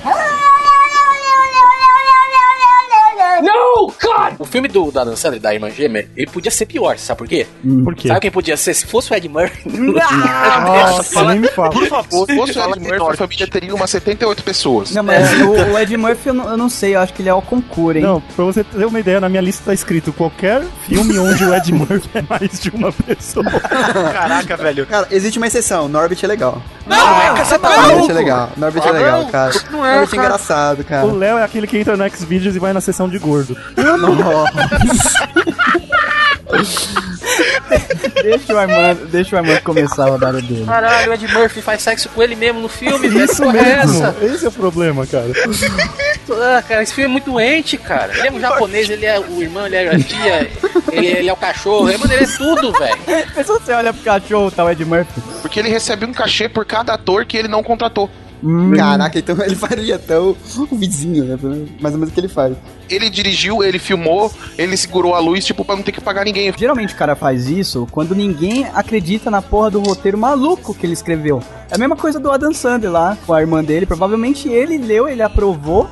Speaker 4: No, God! O filme do, da Adam Sandler, da Irmã Gêmea, ele podia ser pior, sabe por quê?
Speaker 5: Por quê?
Speaker 4: Sabe quem podia ser? Se fosse o Ed Murphy.
Speaker 5: Nossa, nem me fala.
Speaker 3: Por favor, se fosse o Ed Murphy, a família teria umas 78 pessoas.
Speaker 1: Não, mas o, o Ed Murphy, eu não, eu não sei, eu acho que ele é o concurso, hein?
Speaker 5: Não, pra você ter uma ideia, na minha lista tá escrito qualquer filme onde o Ed Murphy é mais de uma pessoa.
Speaker 10: Caraca, velho.
Speaker 6: Cara, existe uma exceção. Norbit é legal.
Speaker 4: Não, é caceta
Speaker 6: Norbit é legal. Norbit é legal, cara. Norbit é engraçado,
Speaker 1: Ah.
Speaker 5: O
Speaker 6: cara.
Speaker 5: Léo é aquele que entra no Xvideos e vai na sessão de gordo.
Speaker 1: Deixa o Armando, deixa o Armando começar a rodada dele.
Speaker 4: Caralho, o Ed Murphy faz sexo com ele mesmo no filme, velho.
Speaker 5: Isso
Speaker 4: Porra, é
Speaker 5: mesmo.
Speaker 4: essa?
Speaker 5: Esse é o problema, cara.
Speaker 4: Ah, cara, esse filme é muito doente, cara. Ele é um japonês, ele é o irmão, ele é a tia, ele, ele é o cachorro. Ele, mano, ele é tudo, velho.
Speaker 1: Pensa você olha pro cachorro, tá o Ed Murphy.
Speaker 3: Porque ele recebe um cachê por cada ator que ele não contratou.
Speaker 6: Caraca, então ele faria tão o vizinho, né? Mais ou menos o que ele faz.
Speaker 3: Ele dirigiu, ele filmou, ele segurou a luz, tipo, pra não ter que pagar ninguém.
Speaker 1: Geralmente o cara faz isso quando ninguém acredita na porra do roteiro maluco que ele escreveu. É a mesma coisa do Adam Sandler lá, com a irmã dele. Provavelmente ele leu, ele aprovou,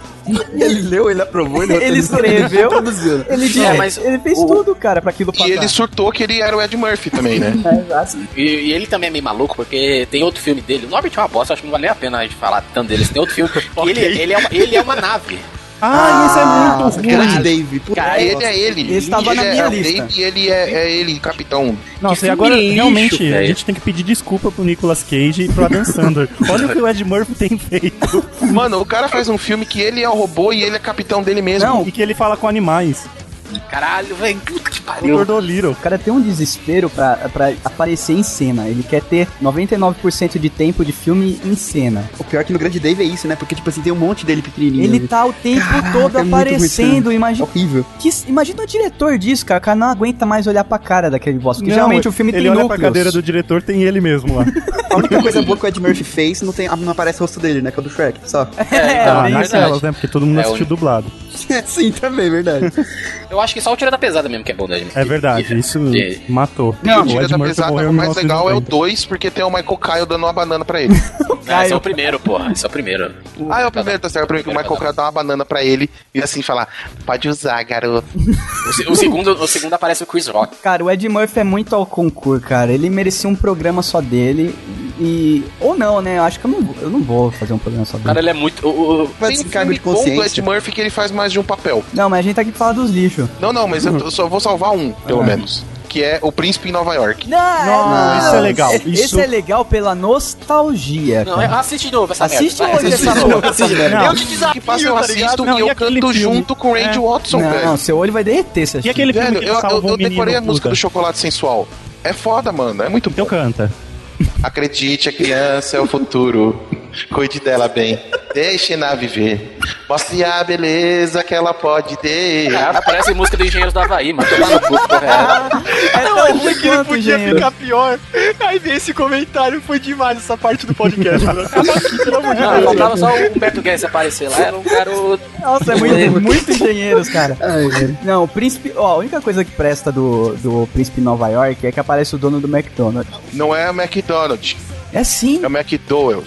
Speaker 6: Ele leu, ele aprovou, ele,
Speaker 1: ele
Speaker 6: roteirizou,
Speaker 1: escreveu,
Speaker 6: produziu.
Speaker 1: ele, disse,
Speaker 4: É, mas
Speaker 1: ele fez
Speaker 4: o-
Speaker 1: tudo, cara, pra aquilo passar.
Speaker 3: E ele surtou que ele era o Ed Murphy também, né?
Speaker 4: E, e ele também é meio maluco, porque tem outro filme dele. O Norbit é uma bosta, acho que não vale nem a pena a gente falar tanto deles. Tem outro filme. que ele, ele, é uma, ele é uma nave.
Speaker 5: Ah, isso é muito ruim.
Speaker 6: Grande Dave. Puta,
Speaker 4: Cara,
Speaker 3: ele é ele.
Speaker 1: Ele estava na
Speaker 3: é
Speaker 1: minha
Speaker 3: o
Speaker 1: lista.
Speaker 3: Dave, e ele é, é ele, capitão.
Speaker 5: Nossa,
Speaker 4: filme
Speaker 5: e agora
Speaker 4: lixo,
Speaker 5: realmente a
Speaker 4: velho.
Speaker 5: gente tem que pedir desculpa pro Nicolas Cage e pro Adam Sandler. Olha o que o Ed Murphy tem feito.
Speaker 3: Mano, o cara faz um filme que ele é o robô e ele é capitão dele mesmo.
Speaker 1: Não,
Speaker 5: E que ele fala com animais.
Speaker 4: Caralho, velho. Puta que
Speaker 5: O
Speaker 4: pariu.
Speaker 5: Gordon Little.
Speaker 1: O cara tem um desespero pra, pra aparecer em cena. Ele quer ter 99% de tempo de filme em cena.
Speaker 6: O pior é que no Grande Dave é isso, né? Porque, tipo assim, tem um monte dele pequenininho.
Speaker 1: Ele
Speaker 6: ali.
Speaker 1: tá o tempo
Speaker 6: Caraca,
Speaker 1: todo
Speaker 6: é muito
Speaker 1: aparecendo.
Speaker 6: É
Speaker 1: Imagina,
Speaker 6: horrível.
Speaker 1: que, imagina o diretor disso, cara. O cara não aguenta mais olhar pra cara daquele boss. Porque
Speaker 5: Não,
Speaker 1: geralmente o filme
Speaker 5: ele
Speaker 1: tem
Speaker 5: olha
Speaker 1: núcleos.
Speaker 5: pra cadeira do diretor, tem ele mesmo lá.
Speaker 6: A única coisa boa que o Ed Murphy fez não, tem, não aparece o rosto dele, né? Que é o do Shrek. Só.
Speaker 4: É,
Speaker 5: ah,
Speaker 4: é
Speaker 5: naquelas,
Speaker 4: verdade.
Speaker 5: né? Porque todo mundo
Speaker 4: É,
Speaker 5: assistiu
Speaker 4: o-
Speaker 5: dublado.
Speaker 6: Sim, É assim também, verdade.
Speaker 4: Eu acho que só o Tira da Pesada mesmo que é bom, né?
Speaker 5: É verdade, isso
Speaker 4: É.
Speaker 5: matou.
Speaker 3: Não,
Speaker 5: O
Speaker 3: tira
Speaker 5: Ed
Speaker 3: da
Speaker 5: Murphy
Speaker 3: pesada,
Speaker 5: morreu
Speaker 3: o
Speaker 5: em
Speaker 3: mais legal é o
Speaker 5: 1990.
Speaker 3: 2, porque tem o Michael Caio dando uma banana pra ele.
Speaker 4: Ah, esse é o primeiro, porra. Esse é o primeiro.
Speaker 3: ah, é o primeiro, tá certo? É o primeiro que o Michael Caio dá uma banana pra ele e assim falar, pode usar, garoto.
Speaker 4: O, se- o segundo, o segundo aparece o Chris Rock.
Speaker 1: Cara, o Ed Murphy é muito ao concurso, cara. Ele merecia um programa só dele. E. Ou não, né? Eu acho que eu não, vou- eu não vou fazer um programa só
Speaker 4: O
Speaker 1: dele.
Speaker 4: cara, ele é muito. O, o-
Speaker 6: Mas
Speaker 3: Tem um
Speaker 6: esse cargo
Speaker 3: filme
Speaker 6: de
Speaker 3: bom do Ed
Speaker 6: consciência.
Speaker 3: Murphy que ele faz mais de um papel.
Speaker 1: Não, mas a gente tá aqui pra falar dos lixos.
Speaker 3: Não, não, mas eu, eu só vou salvar um, pelo menos. Que é O Príncipe em Nova York.
Speaker 1: Não,
Speaker 5: Nossa, isso é legal. Isso-
Speaker 1: Esse é legal pela nostalgia.
Speaker 4: não,
Speaker 1: cara.
Speaker 4: é- assiste de novo essa
Speaker 1: Assiste
Speaker 4: merda. vai,
Speaker 1: hoje essa
Speaker 4: de
Speaker 1: porra.
Speaker 5: Não.
Speaker 3: Eu te desafio, que passa, eu
Speaker 5: tá
Speaker 3: assisto
Speaker 5: ligado? Não, e
Speaker 3: e eu
Speaker 5: aquele
Speaker 3: canto
Speaker 5: filme?
Speaker 3: junto com o Randy
Speaker 5: É.
Speaker 3: Watson,
Speaker 1: não,
Speaker 3: velho.
Speaker 1: não, seu olho vai derreter se
Speaker 5: E
Speaker 1: assistir.
Speaker 5: aquele filme
Speaker 3: Velho,
Speaker 5: que
Speaker 3: eu,
Speaker 5: ele
Speaker 3: eu,
Speaker 5: salva
Speaker 3: eu
Speaker 5: o menino,
Speaker 3: decorei a
Speaker 5: puta?
Speaker 3: música do Chocolate Sensual. É foda, mano. É muito
Speaker 5: Então
Speaker 3: bom.
Speaker 5: canta.
Speaker 3: Acredite, a criança é o futuro. Cuide dela bem. Deixe-na viver. Mostre a beleza que ela pode ter.
Speaker 4: Cara, parece música do Engenheiros do Havaí, mano. Tomar no cu, porra.
Speaker 1: É tão ruim
Speaker 10: Que não
Speaker 1: quanto,
Speaker 10: podia
Speaker 1: engenheiro.
Speaker 10: ficar pior. Aí vem esse comentário, foi demais essa parte do podcast, né? mano. Acaba aqui, pelo amor de
Speaker 4: Não,
Speaker 10: Deus.
Speaker 4: faltava só o Humberto Guedes aparecer lá. Era um garoto.
Speaker 1: Nossa, é muito, muito engenheiros, cara. Não, o príncipe. Ó, a única coisa que presta do, do príncipe em Nova York é que aparece o dono do McDonald's.
Speaker 3: Não é o McDonald's,
Speaker 1: É sim.
Speaker 3: é o McDowell.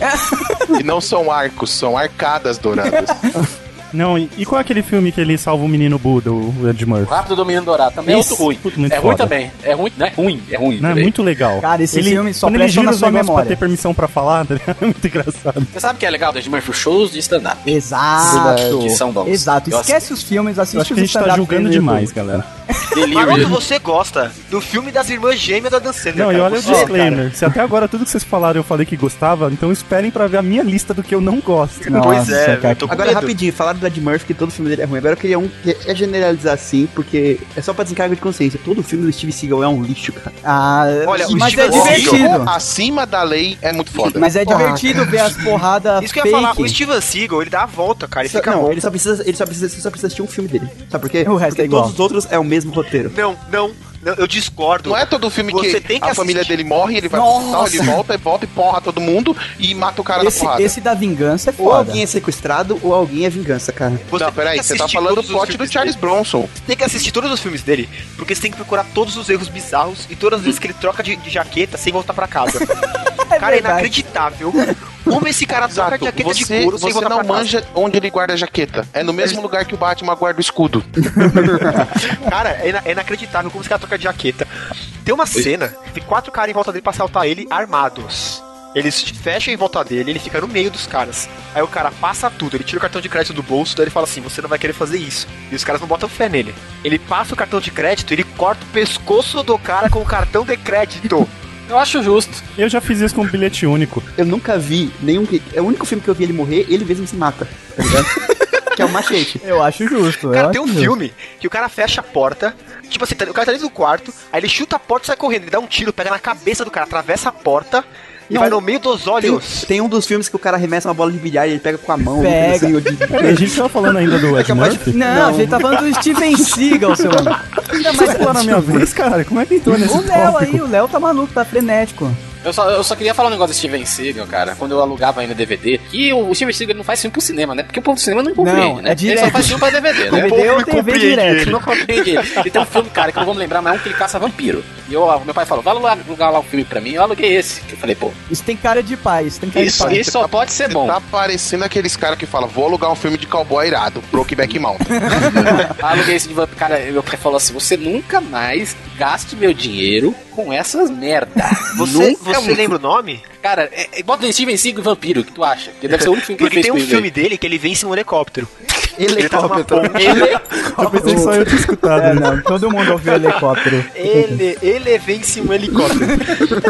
Speaker 3: e não são arcos, são arcadas douradas.
Speaker 5: Não, e, e qual é aquele filme que ele salva o menino Buda, o Ed Murphy?
Speaker 4: Rápido do Menino Dourado. Também
Speaker 5: Isso,
Speaker 4: é outro ruim.
Speaker 5: puta, muito
Speaker 4: é ruim
Speaker 5: foda.
Speaker 4: também. É ruim, não é ruim. É ruim.
Speaker 5: Não, é
Speaker 4: peraí.
Speaker 5: muito legal.
Speaker 1: Cara, esse filme só
Speaker 5: quando ele
Speaker 1: presta
Speaker 5: gira
Speaker 1: na
Speaker 5: os
Speaker 1: sua
Speaker 5: negócios pra
Speaker 1: memória.
Speaker 5: ter permissão pra falar, tá ligado? é muito engraçado.
Speaker 4: Você sabe o que é legal do Ed Murphy? Os Shows de stand-up.
Speaker 1: Exato.
Speaker 4: Que são bons.
Speaker 1: Exato.
Speaker 4: Eu
Speaker 1: Esquece os filmes,
Speaker 5: Eu
Speaker 1: assiste
Speaker 5: acho
Speaker 1: os
Speaker 5: que a gente tá
Speaker 1: stand-up
Speaker 5: julgando
Speaker 1: dele.
Speaker 5: demais, galera.
Speaker 10: Maroto,
Speaker 4: Delírio.
Speaker 10: você gosta do filme das irmãs gêmeas da Dan Sandler,
Speaker 5: Não, e
Speaker 10: cara.
Speaker 5: olha o
Speaker 10: Você,
Speaker 5: disclaimer. Se até agora tudo que vocês falaram eu falei que gostava, então esperem pra ver a minha lista do que eu não gosto.
Speaker 10: cara. Pois
Speaker 1: Nossa,
Speaker 10: é,
Speaker 1: cara.
Speaker 10: eu tô com
Speaker 6: Agora,
Speaker 10: medo.
Speaker 6: rapidinho, falaram do Ed Murphy que todo filme dele é ruim. Agora eu queria um que é generalizar assim, porque é só pra desencargo de consciência. Todo filme do Steve Seagal é um lixo, cara.
Speaker 1: Ah,
Speaker 3: Olha, o
Speaker 1: mas é
Speaker 3: Steven Seagal
Speaker 1: divertido.
Speaker 3: acima da lei é muito foda.
Speaker 1: Mas é divertido ver as porradas
Speaker 2: Isso que eu ia falar, o
Speaker 1: fake.
Speaker 2: Steven Seagal, ele dá a volta, cara, ele
Speaker 6: Só-
Speaker 2: fica
Speaker 6: não,
Speaker 2: bom.
Speaker 6: ele só, precisa, ele só precisa, você só precisa assistir um filme dele. Sabe por quê?
Speaker 1: O resto
Speaker 6: Porque
Speaker 1: é igual.
Speaker 6: todos os outros é o mesmo roteiro.
Speaker 2: Não, não, não, eu discordo.
Speaker 3: Não é todo filme que,
Speaker 2: Você tem que
Speaker 3: a família
Speaker 2: assistir.
Speaker 3: dele morre, ele vai pro
Speaker 1: Nossa.
Speaker 3: hospital, ele volta, e volta e porra todo mundo e mata o cara na
Speaker 1: Esse,
Speaker 3: porrada.
Speaker 1: esse da vingança é
Speaker 6: Ou
Speaker 1: foda.
Speaker 6: alguém é sequestrado ou alguém é vingança, cara.
Speaker 2: Você
Speaker 3: não, peraí,
Speaker 2: tem que
Speaker 3: você tá
Speaker 2: assistir
Speaker 3: falando do
Speaker 2: todos os
Speaker 3: plot do
Speaker 2: filmes
Speaker 3: Charles
Speaker 2: dele.
Speaker 3: Bronson.
Speaker 2: Você tem que assistir todos os filmes dele, porque você tem que procurar todos os erros bizarros e todas as vezes que ele troca de, de jaqueta sem voltar pra casa. cara, é
Speaker 1: verdade.
Speaker 2: inacreditável. Como esse cara troca de
Speaker 3: Exato.
Speaker 2: jaqueta de
Speaker 3: é Você,
Speaker 2: couro sem
Speaker 3: você
Speaker 2: voltar
Speaker 3: não
Speaker 2: tá pra casa.
Speaker 3: manja onde ele guarda a jaqueta. É no mesmo lugar que o Batman guarda o escudo.
Speaker 2: Cara, é, ina- é inacreditável como esse cara troca de jaqueta. Tem uma cena, tem quatro caras em volta dele pra assaltar ele armados. Eles fecham em volta dele, ele fica no meio dos caras. Aí o cara passa tudo, ele tira o cartão de crédito do bolso, daí ele fala assim: você não vai querer fazer isso. E os caras não botam fé nele. Ele passa o cartão de crédito, ele corta o pescoço do cara com o cartão de crédito.
Speaker 4: Eu acho justo.
Speaker 5: Eu já fiz isso com um bilhete único.
Speaker 6: Eu nunca vi nenhum. que- É o único filme que eu vi ele morrer, ele mesmo se mata, tá ligado? que é o machete.
Speaker 1: Eu acho justo. eu
Speaker 2: Cara,
Speaker 1: acho
Speaker 2: tem um
Speaker 1: justo.
Speaker 2: filme que o cara fecha a porta, tipo assim, tá- o cara tá dentro do quarto, aí ele chuta a porta e sai correndo, ele dá um tiro, pega na cabeça do cara, atravessa a porta e
Speaker 6: Não,
Speaker 2: vai no meio dos
Speaker 6: Tem,
Speaker 2: olhos.
Speaker 6: tem um dos filmes que o cara arremessa uma bola de bilhar e ele pega com a mão.
Speaker 1: Pega.
Speaker 6: assim, ou de-
Speaker 5: Peraí, a gente tava falando ainda do Ed Murphy?
Speaker 1: Não, a gente tá falando do Steven Seagal, seu amigo. Ainda mais
Speaker 5: Mas pô, na minha vez, cara, como é que entrou nesse
Speaker 1: tipo, O Léo aí,
Speaker 5: tópico?
Speaker 1: o Léo tá maluco, tá frenético.
Speaker 4: Eu só, eu só queria falar um negócio do Steven Seagal, cara. Quando eu alugava ainda DVD, que o, o Steven Seagal não faz filme pro cinema, né? Porque o povo do cinema não compreende,
Speaker 1: Não,
Speaker 4: né?
Speaker 1: é
Speaker 4: ele só
Speaker 1: direto.
Speaker 4: faz filme pra DVD, né?
Speaker 1: DVD ou TV direto.
Speaker 4: Não compreendi. E tem um filme, cara, que eu não vou me lembrar, mas é um que ele caça vampiro. E eu, meu pai falou, vai alugar, alugar lá um filme pra mim. Eu aluguei esse. Eu falei, pô,
Speaker 1: Isso tem cara de pai, É isso tem cara
Speaker 4: isso, é.
Speaker 1: de pai.
Speaker 4: isso só pode ser bom.
Speaker 3: Tá parecendo aqueles caras que falam, vou alugar um filme de cowboy irado, Brokeback Mountain.
Speaker 4: Aluguei esse de vampiro. Cara, meu pai falou assim, você nunca mais gaste meu dinheiro com essas merda.
Speaker 2: Você,
Speaker 4: nunca
Speaker 2: você lembra o nome?
Speaker 4: Cara, é, é, bota Steven Seagal e vampiro, o que tu acha? Porque deve ser o único filme que ele
Speaker 2: Porque
Speaker 4: fez
Speaker 2: tem um
Speaker 4: comigo aí.
Speaker 2: filme dele que ele vence um helicóptero. Ele tá numa
Speaker 6: Helicóptero.
Speaker 2: ponte.
Speaker 5: Eu pensei que só eu tinha escutado.
Speaker 1: É, não, todo mundo ouviu helicóptero.
Speaker 2: Ele, ele vence um helicóptero.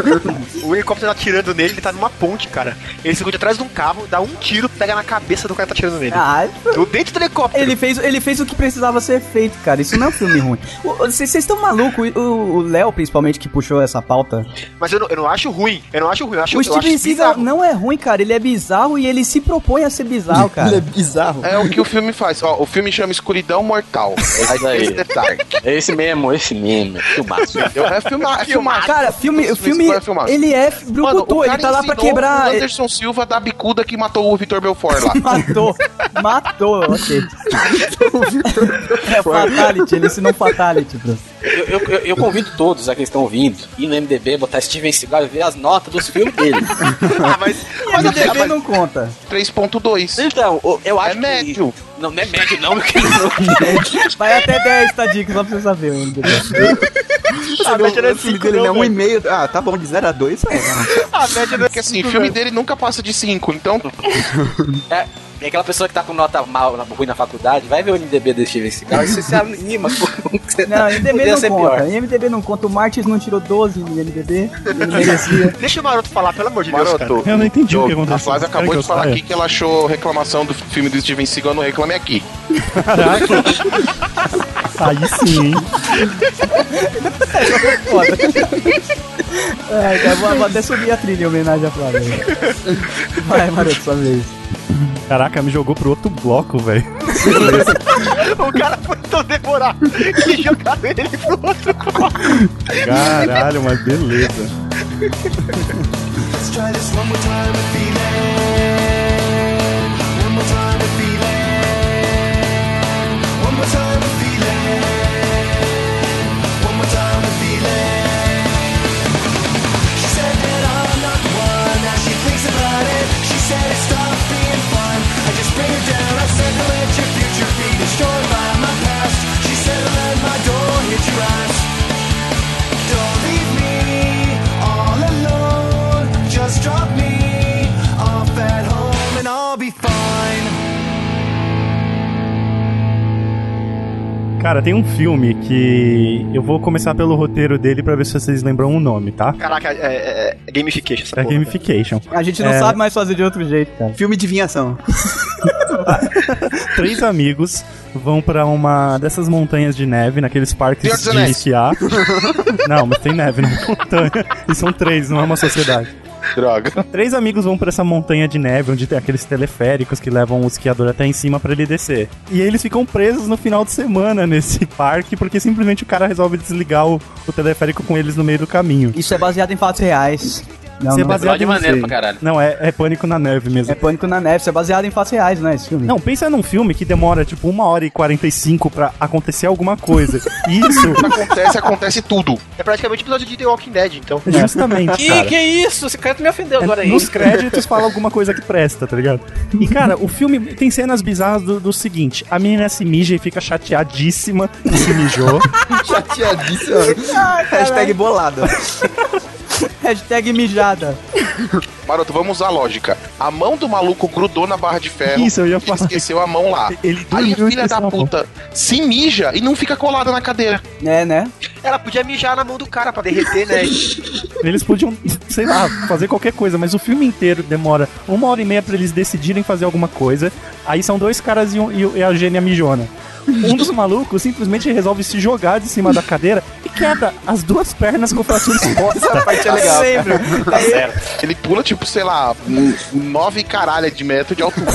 Speaker 2: o helicóptero tá atirando nele, ele tá numa ponte, cara. Ele se esconde atrás de um carro, dá um tiro, pega na cabeça do cara que tá atirando nele.
Speaker 1: Ah,
Speaker 2: Do dentro do helicóptero.
Speaker 1: ele fez, ele fez o que precisava ser feito, cara. Isso não é um filme ruim. O- Vocês estão malucos? O o Léo, principalmente, que puxou essa pauta.
Speaker 2: Mas eu não, eu não acho ruim. Eu não acho ruim, eu acho,
Speaker 1: O
Speaker 2: eu acho
Speaker 1: Steven Seagal
Speaker 2: bizarro.
Speaker 1: não é ruim, cara. Ele é bizarro e ele se propõe a ser bizarro,
Speaker 6: Ele é
Speaker 1: cara.
Speaker 6: bizarro.
Speaker 3: É o que o filme faz. Ó, o filme chama Escuridão Mortal.
Speaker 4: Esse daí.
Speaker 3: Esse detalhe.
Speaker 4: Esse mesmo, esse mesmo. Filmaço.
Speaker 3: Entendeu? É filmar, é filmar.
Speaker 1: Cara, filme,
Speaker 3: Esse
Speaker 1: filme,
Speaker 3: foi filmado.
Speaker 1: ele é
Speaker 3: Mano, o
Speaker 1: brucutu, ele
Speaker 3: cara
Speaker 1: tá lá pra
Speaker 3: ensinou
Speaker 1: quebrar...
Speaker 3: O Anderson Silva da bicuda que matou o Vitor Belfort lá.
Speaker 1: Matou, matou, ok. é fatality, ele ensinou fatality, bro.
Speaker 4: Eu, eu, eu- eu convido todos a que estão ouvindo ir no MDB botar Steven Seagal e ver as notas dos filmes dele.
Speaker 2: Ah, mas,
Speaker 1: Mas
Speaker 2: mas
Speaker 1: o
Speaker 2: eu tenho-
Speaker 1: DB não conta.
Speaker 3: 3.2.
Speaker 4: Então, eu- eu acho
Speaker 3: É médio.
Speaker 4: que. Não, não é médio, não, meu querido.
Speaker 1: Vai até 10, tá dica, só pra você saber. o MDB.
Speaker 2: a
Speaker 9: Tá,
Speaker 2: média não é
Speaker 6: o filme
Speaker 2: 5,
Speaker 6: dele
Speaker 2: não,
Speaker 6: é um e
Speaker 2: velho.
Speaker 6: meio. Ah, tá bom, de 0 a 2.
Speaker 2: A média não é
Speaker 3: Porque assim, filme dele nunca passa de 5, então
Speaker 4: É aquela pessoa que tá com nota mal, na- ruim na faculdade, vai ver o MDB do Steven Seagal e você se anima. pô, que você
Speaker 1: Não,
Speaker 4: tá-
Speaker 1: MDB
Speaker 4: podia
Speaker 1: não
Speaker 4: ser
Speaker 1: conta.
Speaker 4: pior.
Speaker 1: MDB não conta. O Martins não tirou 12 no MDB. Ele merecia.
Speaker 2: Deixa o Maroto falar, pelo amor de Deus, cara.
Speaker 3: Maroto.
Speaker 5: Eu não entendi o que
Speaker 3: A
Speaker 5: aconteceu.
Speaker 3: Flávia
Speaker 5: Querem
Speaker 3: acabou
Speaker 5: que
Speaker 3: de
Speaker 5: eu
Speaker 3: falar
Speaker 5: saia?
Speaker 3: aqui que ela achou reclamação do filme do Steven Seagal no Reclame Aqui.
Speaker 5: Aí sim, hein?
Speaker 1: Ai, cara, vou, vou até subir a trilha em homenagem à Flávia. Vai, Maroto, sua vez.
Speaker 5: Caraca, me jogou pro outro bloco, velho.
Speaker 2: O cara foi tão devorado que jogaram ele pro outro.
Speaker 5: Caralho, mas beleza.
Speaker 11: Let's try this one more time and feel it. One more time and feel it. One more time and feel it. One more time and feel it. She said that I'm not the one. Now she thinks about it. She said it stopped being fun. I just bring it down. I said to let your future be destroyed by my past. She said to let my door hit your ass. Don't leave me all alone. Just drop me off
Speaker 5: Cara, tem um filme que eu vou começar pelo roteiro dele pra ver se vocês lembram o nome, tá?
Speaker 9: Caraca, é, é, é gamification essa
Speaker 5: É
Speaker 9: porra.
Speaker 5: Gamification.
Speaker 1: A gente não
Speaker 5: É.
Speaker 1: sabe mais fazer de outro jeito, cara.
Speaker 6: Filme de vinhação.
Speaker 5: Três amigos vão pra uma dessas montanhas de neve, naqueles
Speaker 3: Senhor
Speaker 5: parques
Speaker 3: dos
Speaker 5: de
Speaker 3: Anéis.
Speaker 5: esquiar. Não, mas tem neve na montanha. E são três, não é uma sociedade.
Speaker 3: Droga.
Speaker 5: Três amigos vão pra essa montanha de neve, onde tem aqueles teleféricos que levam o esquiador até em cima pra ele descer. E eles ficam presos no final de semana nesse parque, porque simplesmente o cara resolve desligar o, o teleférico com eles no meio do caminho.
Speaker 1: Isso é baseado em fatos reais. Não,
Speaker 5: Isso é
Speaker 1: não.
Speaker 5: baseado
Speaker 4: de
Speaker 5: em
Speaker 4: maneiro
Speaker 5: você.
Speaker 4: pra caralho.
Speaker 5: Não, é, é pânico na neve mesmo.
Speaker 1: É Pânico na Neve, isso é baseado em fatos reais, né, esse filme?
Speaker 5: Não, pensa num filme que demora tipo uma hora e 45 pra acontecer alguma coisa. Isso,
Speaker 3: Acontece, acontece tudo.
Speaker 9: É praticamente episódio de The Walking Dead, então.
Speaker 5: É. justamente.
Speaker 4: Que
Speaker 5: cara.
Speaker 4: que é isso? Esse cara me ofendeu
Speaker 5: É,
Speaker 4: agora aí.
Speaker 5: Nos créditos fala alguma coisa que presta, tá ligado? E, cara, o filme tem cenas bizarras do, do seguinte: a menina se mija e fica chateadíssima que se mijou.
Speaker 6: Chateadíssimo. Hashtag bolado.
Speaker 1: Hashtag mijada.
Speaker 3: Maroto, vamos usar a lógica. A mão do maluco grudou na barra de ferro.
Speaker 5: Isso, eu ia
Speaker 3: ele
Speaker 5: falar.
Speaker 3: Esqueceu a mão lá.
Speaker 5: É, Ele
Speaker 3: Aí a
Speaker 5: dormiu e
Speaker 3: filha
Speaker 5: esqueceu
Speaker 3: da
Speaker 5: a mão.
Speaker 3: puta se mija e não fica colada na cadeira.
Speaker 1: É, né?
Speaker 9: Ela podia mijar na mão do cara pra derreter, né?
Speaker 5: Eles podiam, sei lá, fazer qualquer coisa, mas o filme inteiro demora uma hora e meia pra eles decidirem fazer alguma coisa. Aí são dois caras e, um- e o- e a gênia mijona. Um dos malucos simplesmente resolve se jogar de cima da cadeira e quebra as duas pernas com fratura exposta.
Speaker 6: Parte é legal.
Speaker 1: lembro.
Speaker 3: Ele pula, tipo, sei lá, um- nove caralha de metro de altura.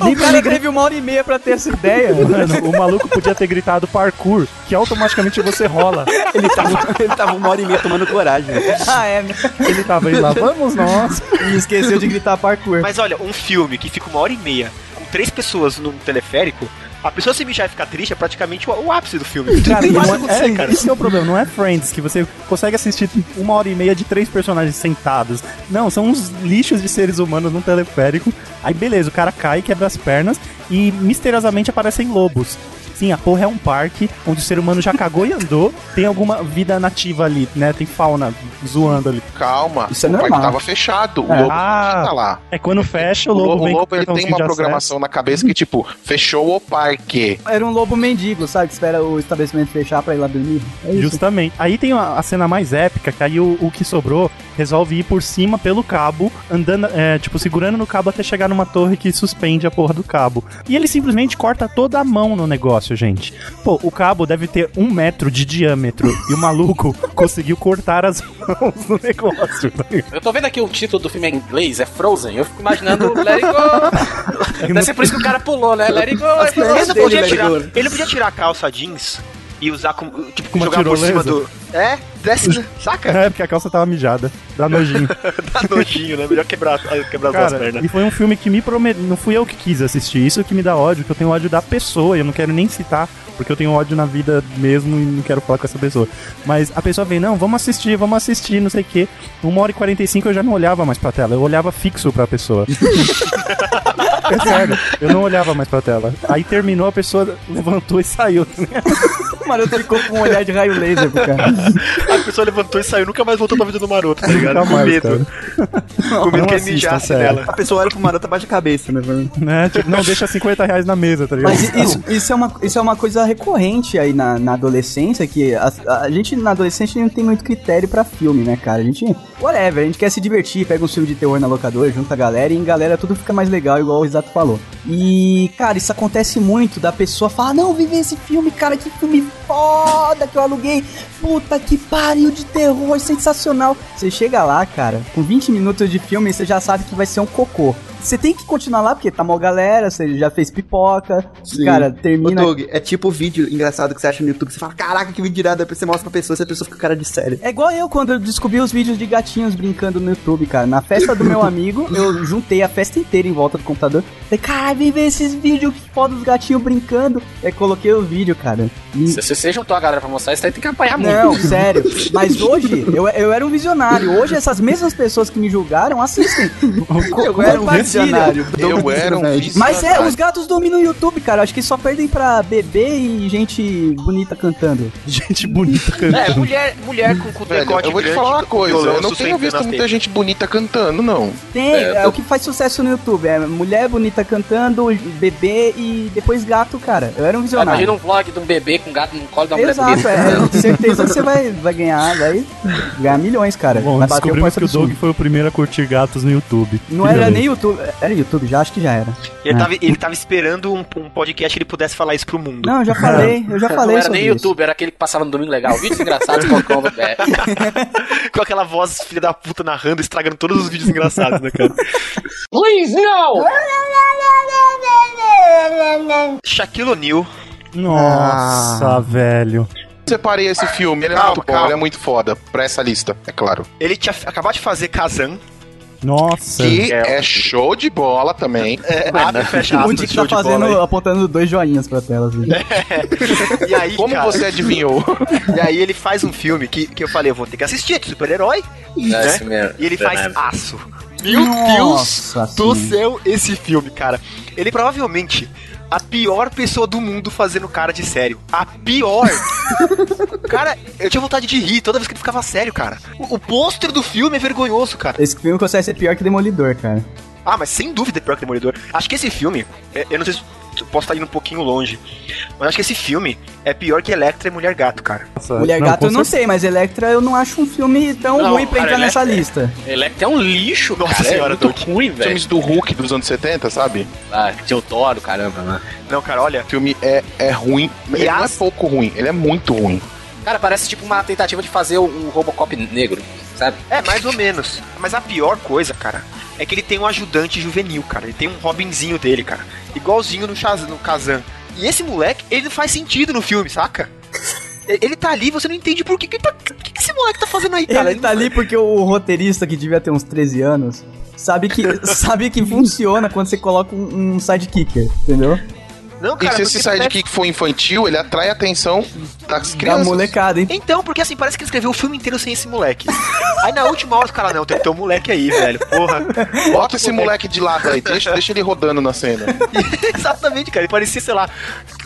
Speaker 1: o cara teve uma hora e meia pra ter essa ideia.
Speaker 5: Mano, o maluco podia ter gritado parkour, que automaticamente você rola.
Speaker 6: Ele tava, ele tava uma hora e meia tomando coragem.
Speaker 1: ah, é, né?
Speaker 5: Ele tava aí lá, vamos nós.
Speaker 1: E esqueceu de gritar parkour.
Speaker 9: Mas olha, um filme que fica uma hora e meia com três pessoas num teleférico, a pessoa se mijar e ficar triste é praticamente o, o ápice do filme.
Speaker 5: Cara,
Speaker 9: Tem
Speaker 5: não
Speaker 9: mais
Speaker 5: é-
Speaker 9: o que acontecer,
Speaker 5: é,
Speaker 9: cara.
Speaker 5: esse é o problema, não é Friends, que você consegue assistir uma hora e meia de três personagens sentados. Não, são uns lixos de seres humanos num teleférico. Aí beleza, o cara cai, quebra as pernas e misteriosamente aparecem lobos. Sim, a porra é um parque onde o ser humano já cagou e andou, tem alguma vida nativa ali, né? Tem fauna zoando ali.
Speaker 3: Calma.
Speaker 1: Isso é
Speaker 3: o parque
Speaker 1: normal. É.
Speaker 3: tava fechado. O lobo
Speaker 5: Ah.
Speaker 3: tá lá.
Speaker 5: É quando fecha,
Speaker 3: O
Speaker 5: o lobo
Speaker 3: lobo, o
Speaker 5: vem com
Speaker 3: lobo ele tem
Speaker 5: cartãozinho
Speaker 3: uma
Speaker 5: de acesso.
Speaker 3: programação na cabeça que, tipo, fechou o parque.
Speaker 1: Era um lobo mendigo, sabe? Que espera o estabelecimento fechar pra ir lá dormir. É isso.
Speaker 5: Justamente. Aí tem a, a cena mais épica, que aí o, o que sobrou resolve ir por cima pelo cabo, andando, é, tipo, segurando no cabo até chegar numa torre que suspende a porra do cabo. E ele simplesmente corta toda a mão no negócio, gente. Pô, o cabo deve ter um metro de diâmetro e o maluco conseguiu cortar as mãos no negócio. tá ligado?
Speaker 4: Eu tô vendo aqui o título do filme em inglês, é Frozen. Eu fico imaginando Let It Go. Deve ser por isso que o cara pulou, né? Let It Go. Ele falou,
Speaker 9: Ele não,
Speaker 6: dele,
Speaker 9: podia
Speaker 6: né,
Speaker 9: tirar,
Speaker 6: Igor?
Speaker 9: ele podia tirar a calça jeans e usar como. Tipo,
Speaker 5: Como uma
Speaker 9: jogar por cima
Speaker 5: tirolesa?
Speaker 9: do. É, desce, saca?
Speaker 5: É, porque a calça tava mijada. Dá nojinho.
Speaker 9: Dá nojinho, né? Melhor quebrar, quebrar as duas
Speaker 5: Cara,
Speaker 9: pernas.
Speaker 5: e foi um filme que me prometeu. Não fui eu que quis assistir. Isso que me dá ódio, que eu tenho ódio da pessoa. e Eu não quero nem citar, porque eu tenho ódio na vida mesmo e não quero falar com essa pessoa. Mas a pessoa vem, não, vamos assistir, vamos assistir, não sei o quê. Uma hora e 45 eu já não olhava mais pra tela. Eu olhava fixo pra pessoa. é sério, eu não olhava mais pra tela. Aí terminou, a pessoa levantou e saiu.
Speaker 9: Tá
Speaker 1: O maroto ficou com um olhar de raio laser pro cara.
Speaker 9: A pessoa levantou e saiu, nunca mais voltou pra vida do maroto, tá ligado?
Speaker 5: Nunca
Speaker 9: Com
Speaker 5: mais,
Speaker 9: medo. Com medo
Speaker 5: Não
Speaker 9: que ele
Speaker 5: assistam,
Speaker 9: mijasse
Speaker 5: sério.
Speaker 9: nela.
Speaker 6: A pessoa olha pro maroto abaixa a cabeça, né?
Speaker 5: Né? Tipo, não, deixa 50 reais na mesa, tá ligado?
Speaker 1: Mas i- isso, isso, é uma, isso é uma coisa recorrente aí na, na adolescência, que a, a gente na adolescência não tem muito critério pra filme, né, cara? A gente, whatever, a gente quer se divertir, pega um filme de terror na locadora, junta a galera e em galera tudo fica mais legal, igual o Risato falou. E, cara, isso acontece muito da pessoa falar, não, vive esse filme, cara, que filme foda que eu aluguei, puta que pariu de terror, sensacional. Você chega lá, cara, com 20 minutos de filme, você já sabe que vai ser um cocô. Você tem que continuar lá, porque tá mó galera, você já fez pipoca,
Speaker 6: Sim.
Speaker 1: cara,
Speaker 6: Ô,
Speaker 1: termina.
Speaker 6: Doug, é tipo o vídeo engraçado que você acha no YouTube. que Você fala, caraca, que vídeo irado. Aí você mostra pra pessoa, essa pessoa fica com cara de sério.
Speaker 1: É igual eu quando eu descobri os vídeos de gatinhos brincando no YouTube, cara. Na festa do meu amigo, eu juntei a festa inteira em volta do computador. Falei, cara, vem ver esses vídeos que foda os gatinhos brincando. Aí coloquei o vídeo, cara. E-
Speaker 4: Se se você juntou a galera pra mostrar, isso aí tem que apanhar muito.
Speaker 1: Não, sério. Mas hoje, eu, eu era um visionário. Hoje, essas mesmas pessoas que me julgaram assistem.
Speaker 5: Como
Speaker 1: Eu era um
Speaker 5: é que
Speaker 12: visionário.
Speaker 3: Eu
Speaker 12: Douglas
Speaker 3: era um
Speaker 12: Visionário.
Speaker 3: visionário.
Speaker 1: Mas é, os gatos dominam o YouTube, cara. Acho que só perdem pra bebê e gente bonita cantando.
Speaker 5: Gente bonita
Speaker 6: É,
Speaker 5: cantando.
Speaker 6: mulher, mulher com, com
Speaker 3: Velho,
Speaker 6: decote
Speaker 3: eu vou te
Speaker 6: grande,
Speaker 3: falar uma
Speaker 6: com
Speaker 3: coisa,
Speaker 6: violão
Speaker 3: eu não tenho
Speaker 6: sustentando
Speaker 3: visto
Speaker 6: as
Speaker 3: muita
Speaker 6: tetas.
Speaker 3: gente bonita cantando, não.
Speaker 1: Tem,
Speaker 4: É,
Speaker 1: é,
Speaker 4: tô-
Speaker 1: o que faz sucesso no YouTube. É mulher bonita cantando, bebê e depois gato, cara. Eu era um
Speaker 4: Imagina
Speaker 1: visionário.
Speaker 4: um vlog de um bebê com um gato no colo da mulher
Speaker 1: Exato,
Speaker 4: bonita.
Speaker 1: é. eu tenho Certeza que você vai, vai ganhar, vai ganhar milhões, cara.
Speaker 5: Bom,
Speaker 1: vai bater o
Speaker 5: descobrimos
Speaker 1: ponto
Speaker 5: que o Doug
Speaker 1: absurdo.
Speaker 5: foi o primeiro a curtir gatos no YouTube.
Speaker 1: Não
Speaker 5: Que
Speaker 1: era
Speaker 5: beleza.
Speaker 1: nem YouTube. Era YouTube, já acho que já era.
Speaker 6: Ele, tava, ele tava esperando um, um podcast que ele pudesse falar isso pro mundo.
Speaker 1: Não, eu já falei, eu já
Speaker 4: Não
Speaker 1: falei
Speaker 4: era
Speaker 1: sobre
Speaker 4: nem
Speaker 1: isso.
Speaker 4: YouTube, era aquele que passava no Domingo Legal. Vídeos engraçados com o é.
Speaker 6: Com aquela voz filha da puta narrando, estragando todos os vídeos engraçados, né, cara?
Speaker 4: Please, não!
Speaker 6: Shaquille O'Neal.
Speaker 5: Nossa, velho.
Speaker 3: Separei esse filme, ele é
Speaker 6: Calma,
Speaker 3: muito bom,
Speaker 6: calma.
Speaker 3: ele é muito foda, pra essa lista, é claro.
Speaker 6: Ele tinha f- acabado de fazer Kazan.
Speaker 5: Nossa.
Speaker 3: Que
Speaker 6: É.
Speaker 3: é show de bola também.
Speaker 6: É, abre e fecha
Speaker 1: O
Speaker 6: aspas,
Speaker 1: Dick
Speaker 6: show
Speaker 1: tá
Speaker 6: de bola
Speaker 1: fazendo,
Speaker 6: aí.
Speaker 1: apontando dois joinhas pra tela. assim.
Speaker 6: E aí,
Speaker 3: Como
Speaker 6: é, cara,
Speaker 3: você é adivinhou?
Speaker 6: e aí ele faz um filme que, que eu falei, eu vou ter que assistir, é de super-herói.
Speaker 4: É,
Speaker 6: né?
Speaker 4: isso mesmo.
Speaker 6: E ele faz
Speaker 4: Danado.
Speaker 6: aço. assim. Meu
Speaker 1: Nossa,
Speaker 6: Deus do
Speaker 1: sim.
Speaker 6: céu, esse filme, cara. Ele provavelmente a pior pessoa do mundo fazendo cara de sério. A pior. cara, eu tinha vontade de rir toda vez que ele ficava sério, cara. O, o pôster do filme é vergonhoso, cara.
Speaker 1: Esse filme consegue ser pior que Demolidor, cara.
Speaker 6: Ah, mas sem dúvida é pior que Demolidor. Acho que esse filme, é- eu não sei se eu posso estar indo um pouquinho longe, mas acho que esse filme é pior que Electra e Mulher Gato, cara.
Speaker 5: Nossa.
Speaker 1: Mulher
Speaker 5: Não,
Speaker 1: Gato
Speaker 5: com
Speaker 1: eu não sei, mas Electra eu não acho um filme tão
Speaker 4: Não,
Speaker 1: ruim pra
Speaker 4: cara,
Speaker 1: entrar nessa
Speaker 4: Electra-
Speaker 1: lista.
Speaker 4: Electra é um lixo,
Speaker 6: Nossa
Speaker 4: cara.
Speaker 6: senhora,
Speaker 4: é muito
Speaker 6: Doug.
Speaker 4: ruim, velho.
Speaker 3: Filmes do Hulk dos anos 70, sabe?
Speaker 4: Ah, Teodoro, caramba, mano.
Speaker 6: Não, cara, olha,
Speaker 3: O filme é, é ruim, ele não é
Speaker 6: as-
Speaker 3: pouco ruim, ele é muito ruim.
Speaker 4: Cara, parece tipo uma tentativa de fazer um Robocop negro, sabe?
Speaker 6: É, mais ou menos. Mas a pior coisa, cara, é que ele tem um ajudante juvenil, cara. Ele tem um Robinzinho dele, cara. Igualzinho no, Shaz no Kazan. E esse moleque, ele não faz sentido no filme, saca? E- Ele tá ali, você não entende por que que, ele tá- o que que esse moleque tá fazendo aí, cara.
Speaker 1: Ele tá ali porque o roteirista, que devia ter uns 13 anos, sabe que, sabe que funciona quando você coloca um, um sidekicker, entendeu?
Speaker 6: Não,
Speaker 3: E
Speaker 6: cara,
Speaker 3: se
Speaker 6: porque tá
Speaker 3: esse sidekick for infantil, ele atrai a atenção das
Speaker 1: Da
Speaker 3: crianças.
Speaker 1: molecada, hein?
Speaker 6: Então, porque assim, parece que ele escreveu o filme inteiro sem esse moleque. Aí na última hora, os caras, não, tem que ter um moleque aí, velho. Porra.
Speaker 3: Bota esse moleque de lado aí, deixa, deixa ele rodando na cena.
Speaker 6: Exatamente, cara. Ele parecia, sei lá,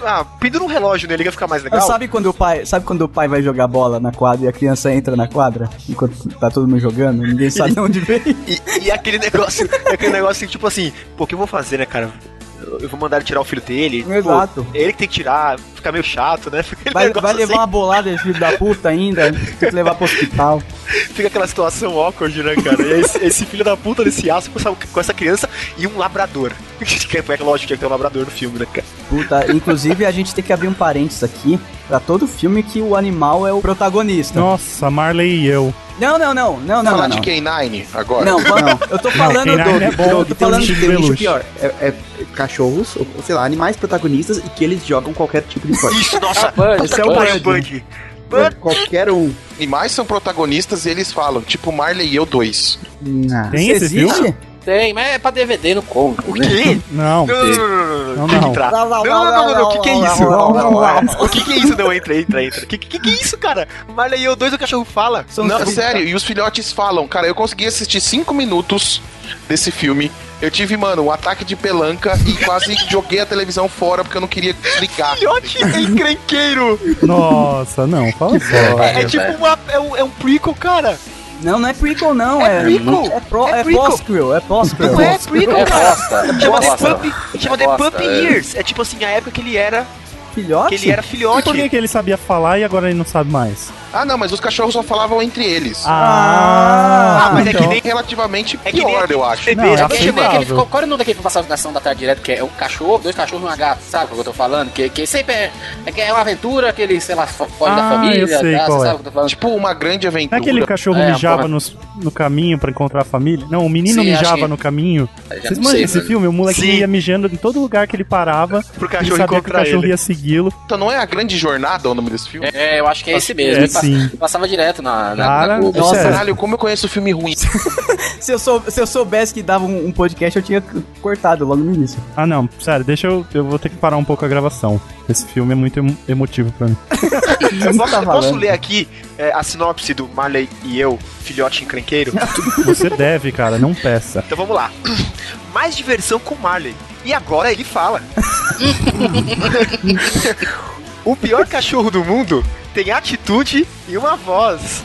Speaker 6: ah, pendura um relógio nele, que ia ficar mais legal.
Speaker 1: Sabe quando o pai, sabe quando o pai vai jogar bola na quadra e a criança entra na quadra enquanto tá todo mundo jogando, ninguém sabe de onde veio?
Speaker 6: E, e aquele negócio, aquele negócio que, tipo assim, pô, o que eu vou fazer, né, cara? Eu eu vou mandar ele tirar o filho dele. pô,
Speaker 1: Exato.
Speaker 6: ele que tem que tirar, fica meio chato, né? Fica, aquele
Speaker 1: Vai,
Speaker 6: negócio
Speaker 1: vai levar
Speaker 6: assim,
Speaker 1: uma bolada, filho da puta, ainda. Tem que levar pro hospital.
Speaker 6: assim, fica aquela situação awkward, né, cara? E esse, esse filho da puta desse aço com essa, com essa criança e um labrador. É lógico que tinha que ter um labrador no filme, né, cara?
Speaker 1: Puta, inclusive a gente tem que abrir um parênteses aqui pra todo filme que o animal é o protagonista.
Speaker 5: Nossa, Marley e eu.
Speaker 1: Não, não, não, não, não, não.
Speaker 3: Falar
Speaker 1: Não,
Speaker 3: de K9 agora?
Speaker 1: não, não. eu tô falando
Speaker 5: Não, K-9
Speaker 1: do.
Speaker 5: é bom,
Speaker 1: eu
Speaker 5: que
Speaker 1: tô
Speaker 5: tem um
Speaker 1: falando
Speaker 5: estilo
Speaker 12: Tem um nicho
Speaker 5: Belushi.
Speaker 12: pior. É, é cachorros, ou, sei lá, animais protagonistas e que eles jogam qualquer tipo de esporte.
Speaker 6: Isso, nossa,
Speaker 4: Bud,
Speaker 6: puta
Speaker 4: é
Speaker 6: que
Speaker 5: um
Speaker 4: o
Speaker 6: pariu, Bud. Bud.
Speaker 12: qualquer um.
Speaker 3: Animais são protagonistas e eles falam, tipo Marley e eu 2.
Speaker 12: Ah.
Speaker 5: Tem esse filme?
Speaker 1: existe?
Speaker 4: Tem, mas é pra DVD no né? Congo.
Speaker 6: O quê?
Speaker 5: Não.
Speaker 6: Não, não,
Speaker 5: Não,
Speaker 6: não, não, não. Tem que
Speaker 5: não.
Speaker 6: entrar.
Speaker 1: Lá, Tá, lá,
Speaker 6: Não, não,
Speaker 1: lá,
Speaker 6: não, não,
Speaker 1: lá,
Speaker 6: o que que é
Speaker 1: lá,
Speaker 6: isso?
Speaker 1: lá, lá, lá,
Speaker 6: O que que é isso? Não, entra, entra, entra. O que que que é isso, cara? Marley e eu dois, o cachorro fala.
Speaker 3: Não, sério, e os filhotes falam, cara, eu consegui assistir 5 minutos desse filme. Eu tive, mano, um ataque de pelanca e quase joguei a televisão fora porque eu não queria ligar.
Speaker 6: Filhote é encrenqueiro.
Speaker 5: Nossa, não. Fala só.
Speaker 6: É tipo uma, é, um, é um prequel, cara.
Speaker 1: Não, não é prequel, não.
Speaker 6: É
Speaker 1: É,
Speaker 6: prequel,
Speaker 1: É, pro,
Speaker 6: é
Speaker 1: é,
Speaker 6: prequel.
Speaker 1: pós-crew, é pós-crew.
Speaker 6: Não é prequel,
Speaker 4: É
Speaker 6: cara.
Speaker 4: bosta. é
Speaker 6: Chama The
Speaker 4: bosta.
Speaker 6: Pup, chama The
Speaker 4: Bosta,
Speaker 6: Pup
Speaker 4: é.
Speaker 6: Years. É tipo assim, a época que ele era,
Speaker 1: Filhote?
Speaker 6: Assim, que ele era
Speaker 5: E por que,
Speaker 6: filhote.
Speaker 5: que ele sabia falar e agora ele não sabe mais?
Speaker 3: Ah, não, mas os cachorros só falavam entre eles.
Speaker 6: Ah, mas é que
Speaker 5: então.
Speaker 6: nem
Speaker 3: Relativamente
Speaker 6: é que nem
Speaker 3: pior, eu acho.
Speaker 6: bebê,
Speaker 5: Não, é
Speaker 6: sabe?
Speaker 4: Aquele-
Speaker 5: aceitável.
Speaker 4: aquele- qual era o nome daquele que passava na ação da tarde direto? Que é um cachorro, dois cachorros e uma gata, sabe o que eu tô falando? Que, que sempre é, é, que é uma aventura, aquele, sei lá, fo- foge da
Speaker 5: Ah,
Speaker 4: família,
Speaker 5: eu sei
Speaker 4: tá?
Speaker 5: qual
Speaker 4: Você
Speaker 5: é.
Speaker 4: sabe o que eu tô falando?
Speaker 3: Tipo uma grande
Speaker 5: Não
Speaker 3: aventura.
Speaker 5: é aquele cachorro
Speaker 4: É,
Speaker 5: mijava
Speaker 4: porra.
Speaker 5: nos- no caminho pra encontrar a família? Não, o menino
Speaker 4: Sim,
Speaker 5: mijava
Speaker 4: acho que-
Speaker 5: no caminho.
Speaker 4: Eu já
Speaker 5: Vocês
Speaker 4: não
Speaker 5: manjam
Speaker 4: sei, né?
Speaker 5: esse
Speaker 4: mano.
Speaker 5: filme? O molequinho
Speaker 6: Sim.
Speaker 5: ia mijando em todo lugar que ele parava.
Speaker 6: Pro
Speaker 5: Ele
Speaker 6: cachorro
Speaker 5: sabia que o
Speaker 6: encontrar
Speaker 5: cachorro
Speaker 6: ele.
Speaker 5: ia segui-lo.
Speaker 3: Então não é a grande jornada o nome desse filme?
Speaker 4: É, eu acho que é esse mesmo.
Speaker 5: É,
Speaker 4: Ele pa-
Speaker 5: sim.
Speaker 4: Passava direto na, na,
Speaker 5: Cara,
Speaker 4: na Globo.
Speaker 5: nossa,
Speaker 4: Esse-
Speaker 3: Caralho, como eu conheço filme ruim.
Speaker 1: se, eu sou, se eu soubesse que dava um, um podcast, eu tinha cortado logo no início.
Speaker 5: Ah, não, sério, deixa eu. Eu vou ter que parar um pouco a gravação. Esse filme é muito emo- emotivo pra mim.
Speaker 6: Eu posso,
Speaker 1: tá
Speaker 6: eu posso
Speaker 1: falando.
Speaker 6: ler aqui é, a sinopse do Marley e eu, filhote encrenqueiro?
Speaker 5: Você deve, cara, não peça.
Speaker 6: Então vamos lá.
Speaker 9: mais diversão com Marley. E agora ele fala. o pior cachorro do mundo tem atitude e uma voz.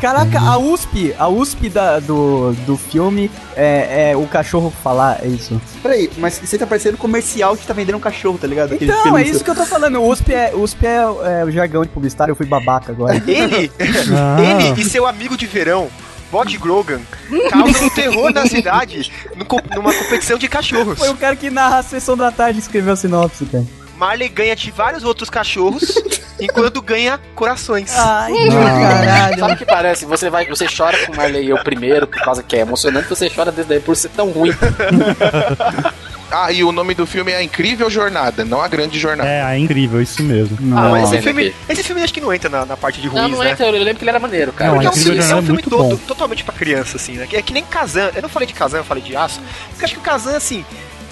Speaker 1: Caraca, a USP, a USP da- do, do filme é, é o cachorro falar, é isso.
Speaker 6: Peraí, mas você tá parecendo comercial que tá vendendo um cachorro, tá ligado? Aquele
Speaker 1: Então,
Speaker 6: filme
Speaker 1: é isso que eu tô falando. USP é, USP é, é o jargão de publicitário, eu fui babaca agora.
Speaker 9: Ele,
Speaker 5: Ah.
Speaker 9: ele e seu amigo de verão, Bod Grogan, causam um terror na cidade num co- numa competição de cachorros.
Speaker 4: um
Speaker 1: Foi o cara que narra a sessão da tarde e escreveu a sinopse, cara.
Speaker 9: Marley ganha de vários outros cachorros, enquanto ganha corações.
Speaker 4: Ah.
Speaker 1: Ai, caralho.
Speaker 4: Sabe o que parece? Você, vai, você chora com o Marley e eu primeiro, por causa que é emocionante, você chora desde daí por ser tão ruim.
Speaker 3: Ah, e o nome do filme é A Incrível Jornada, não A Grande Jornada.
Speaker 5: É, é incrível, isso mesmo.
Speaker 9: Ah, mas esse
Speaker 4: não.
Speaker 9: filme, esse filme acho que não entra na, na parte de ruins,
Speaker 4: Não, não
Speaker 9: né?
Speaker 4: entra, eu lembro que ele era maneiro, cara.
Speaker 5: Não,
Speaker 9: Porque é um
Speaker 5: Incrível
Speaker 9: filme, é
Speaker 5: Jornada
Speaker 9: um
Speaker 5: é
Speaker 9: filme
Speaker 5: muito
Speaker 9: todo,
Speaker 5: bom.
Speaker 9: totalmente pra criança, assim, né? É que nem Kazan. Eu não falei de Kazan, eu falei de Aço. Porque eu acho que o Kazan, assim,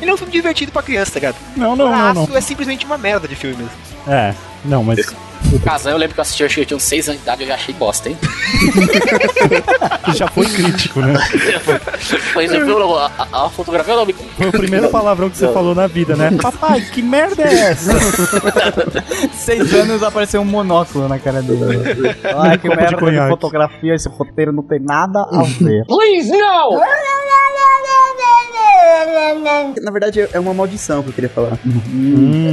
Speaker 9: ele é um filme divertido pra criança, tá ligado?
Speaker 5: Não, não, não,
Speaker 9: Aço
Speaker 5: não.
Speaker 9: é simplesmente uma merda de filme mesmo.
Speaker 5: É, não, mas.
Speaker 4: O Kazan, eu lembro que eu assisti, eu acho que eu tinha uns 6 anos de idade, eu já achei bosta, hein?
Speaker 5: Já foi crítico, né?
Speaker 4: Foi isso, eu- a, a, a fotografia eu não me
Speaker 5: Foi o primeiro palavrão que você falou na vida, né? Papai, que merda é essa?
Speaker 1: Seis anos apareceu um monóculo na cara dele. Ai, que
Speaker 5: Copo de
Speaker 1: merda de
Speaker 5: conhaque.
Speaker 1: fotografia, esse roteiro não tem nada a ver.
Speaker 6: que, na verdade, é uma maldição que eu queria falar.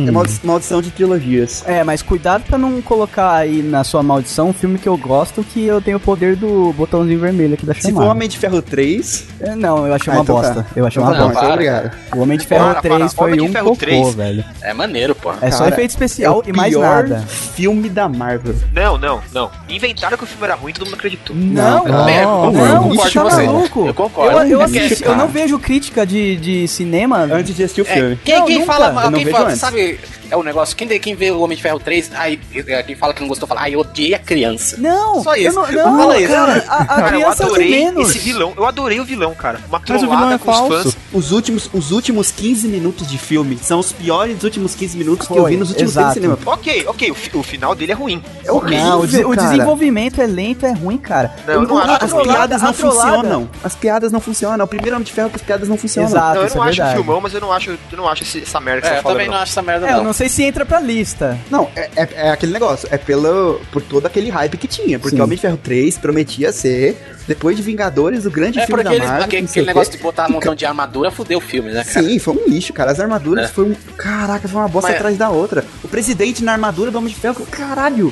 Speaker 6: É maldi- maldição de trilogias.
Speaker 1: É, mas cuidado pra não colocar aí na sua maldição um filme que eu gosto que eu tenho o poder do botãozinho vermelho aqui da
Speaker 6: Se for
Speaker 1: chamada.
Speaker 6: Homem de Ferro 3,
Speaker 1: É, Não, eu achei
Speaker 6: Ah,
Speaker 1: uma
Speaker 6: então
Speaker 1: bosta.
Speaker 6: tá.
Speaker 1: Eu achei
Speaker 6: então
Speaker 1: uma
Speaker 6: tá bom,
Speaker 1: bosta.
Speaker 6: então obrigado.
Speaker 1: O Homem de Ferro
Speaker 9: Para, para.
Speaker 1: 3 foi
Speaker 9: Homem de
Speaker 1: um
Speaker 9: Ferro
Speaker 1: cocô,
Speaker 9: 3.
Speaker 1: velho.
Speaker 4: É maneiro, pô.
Speaker 1: É só
Speaker 6: Cara,
Speaker 1: efeito especial
Speaker 6: é
Speaker 1: e
Speaker 6: o
Speaker 1: mais
Speaker 6: pior
Speaker 1: nada.
Speaker 6: filme da Marvel.
Speaker 9: Não, não, não. Inventaram que o filme era ruim, todo mundo acreditou.
Speaker 1: Não,
Speaker 4: Não,
Speaker 1: não,
Speaker 4: eu concordo, eu
Speaker 1: não,
Speaker 4: concordo
Speaker 1: você tá
Speaker 4: com você.
Speaker 1: maluco.
Speaker 4: Eu concordo.
Speaker 1: Eu, eu
Speaker 4: É
Speaker 1: assisti-
Speaker 4: que-
Speaker 1: eu não vejo crítica de, de cinema.
Speaker 6: Antes de assistir o
Speaker 4: É,
Speaker 6: filme.
Speaker 4: quem,
Speaker 1: Não,
Speaker 4: quem
Speaker 1: nunca.
Speaker 4: fala,
Speaker 6: Eu não
Speaker 4: quem
Speaker 6: vejo
Speaker 4: fala
Speaker 6: antes.
Speaker 4: sabe, é o negócio. Quem, quem vê o Homem de Ferro 3, aí, é, quem fala que não gostou, fala, ai, eu odiei a criança.
Speaker 1: Não,
Speaker 4: Só isso.
Speaker 1: eu não, não,
Speaker 4: Fala isso.
Speaker 1: cara, a, a
Speaker 9: Cara, eu
Speaker 1: criança é o de
Speaker 9: adorei
Speaker 1: menos.
Speaker 9: esse vilão. Eu adorei o vilão, cara. Uma
Speaker 5: Mas o vilão
Speaker 9: trollada
Speaker 5: é
Speaker 9: com os
Speaker 5: falso.
Speaker 9: fãs.
Speaker 6: Os últimos, os últimos 15 minutos de filme são os piores últimos 15 minutos que eu
Speaker 1: Foi,
Speaker 6: vi nos últimos
Speaker 1: exato.
Speaker 6: anos de cinema.
Speaker 9: Ok, ok, o, fi- o final dele é ruim.
Speaker 6: É horrível,
Speaker 1: Não, o, des- o
Speaker 6: cara.
Speaker 1: desenvolvimento é lento, é ruim, cara.
Speaker 9: Não, eu não
Speaker 1: O-
Speaker 9: acho
Speaker 1: a-
Speaker 9: que
Speaker 6: As
Speaker 9: A trollada-
Speaker 6: piadas não
Speaker 1: a trollada-
Speaker 6: funcionam. As piadas não funcionam. O primeiro Homem de Ferro que as piadas não funcionam.
Speaker 1: Exato,
Speaker 9: não, eu
Speaker 1: isso
Speaker 9: não
Speaker 1: é
Speaker 9: acho
Speaker 1: verdade.
Speaker 9: filmão, mas eu não acho, eu não acho esse- essa merda que
Speaker 4: É,
Speaker 9: você
Speaker 4: eu
Speaker 9: fala.
Speaker 4: também não acho essa merda,
Speaker 1: É, eu
Speaker 4: não.
Speaker 1: não sei se entra pra lista.
Speaker 6: Não, é, é- é aquele negócio. É pelo, por todo aquele hype que tinha. Porque
Speaker 1: Sim.
Speaker 6: Homem de Ferro 3 prometia ser, depois de Vingadores, o grande
Speaker 4: É
Speaker 6: filme
Speaker 4: porque
Speaker 6: da
Speaker 4: eles-
Speaker 6: Marvel.
Speaker 4: aquele,
Speaker 6: não sei
Speaker 4: aquele
Speaker 6: o quê.
Speaker 4: negócio de botar um montão de armadura fudeu o filme, né, cara?
Speaker 6: Sim, foi um lixo, cara. As armaduras
Speaker 4: É.
Speaker 6: foi um. Caraca, foi uma bosta
Speaker 9: é-
Speaker 4: Mas-
Speaker 6: atrás da outra. O presidente na armadura do Homem de Ferro, caralho,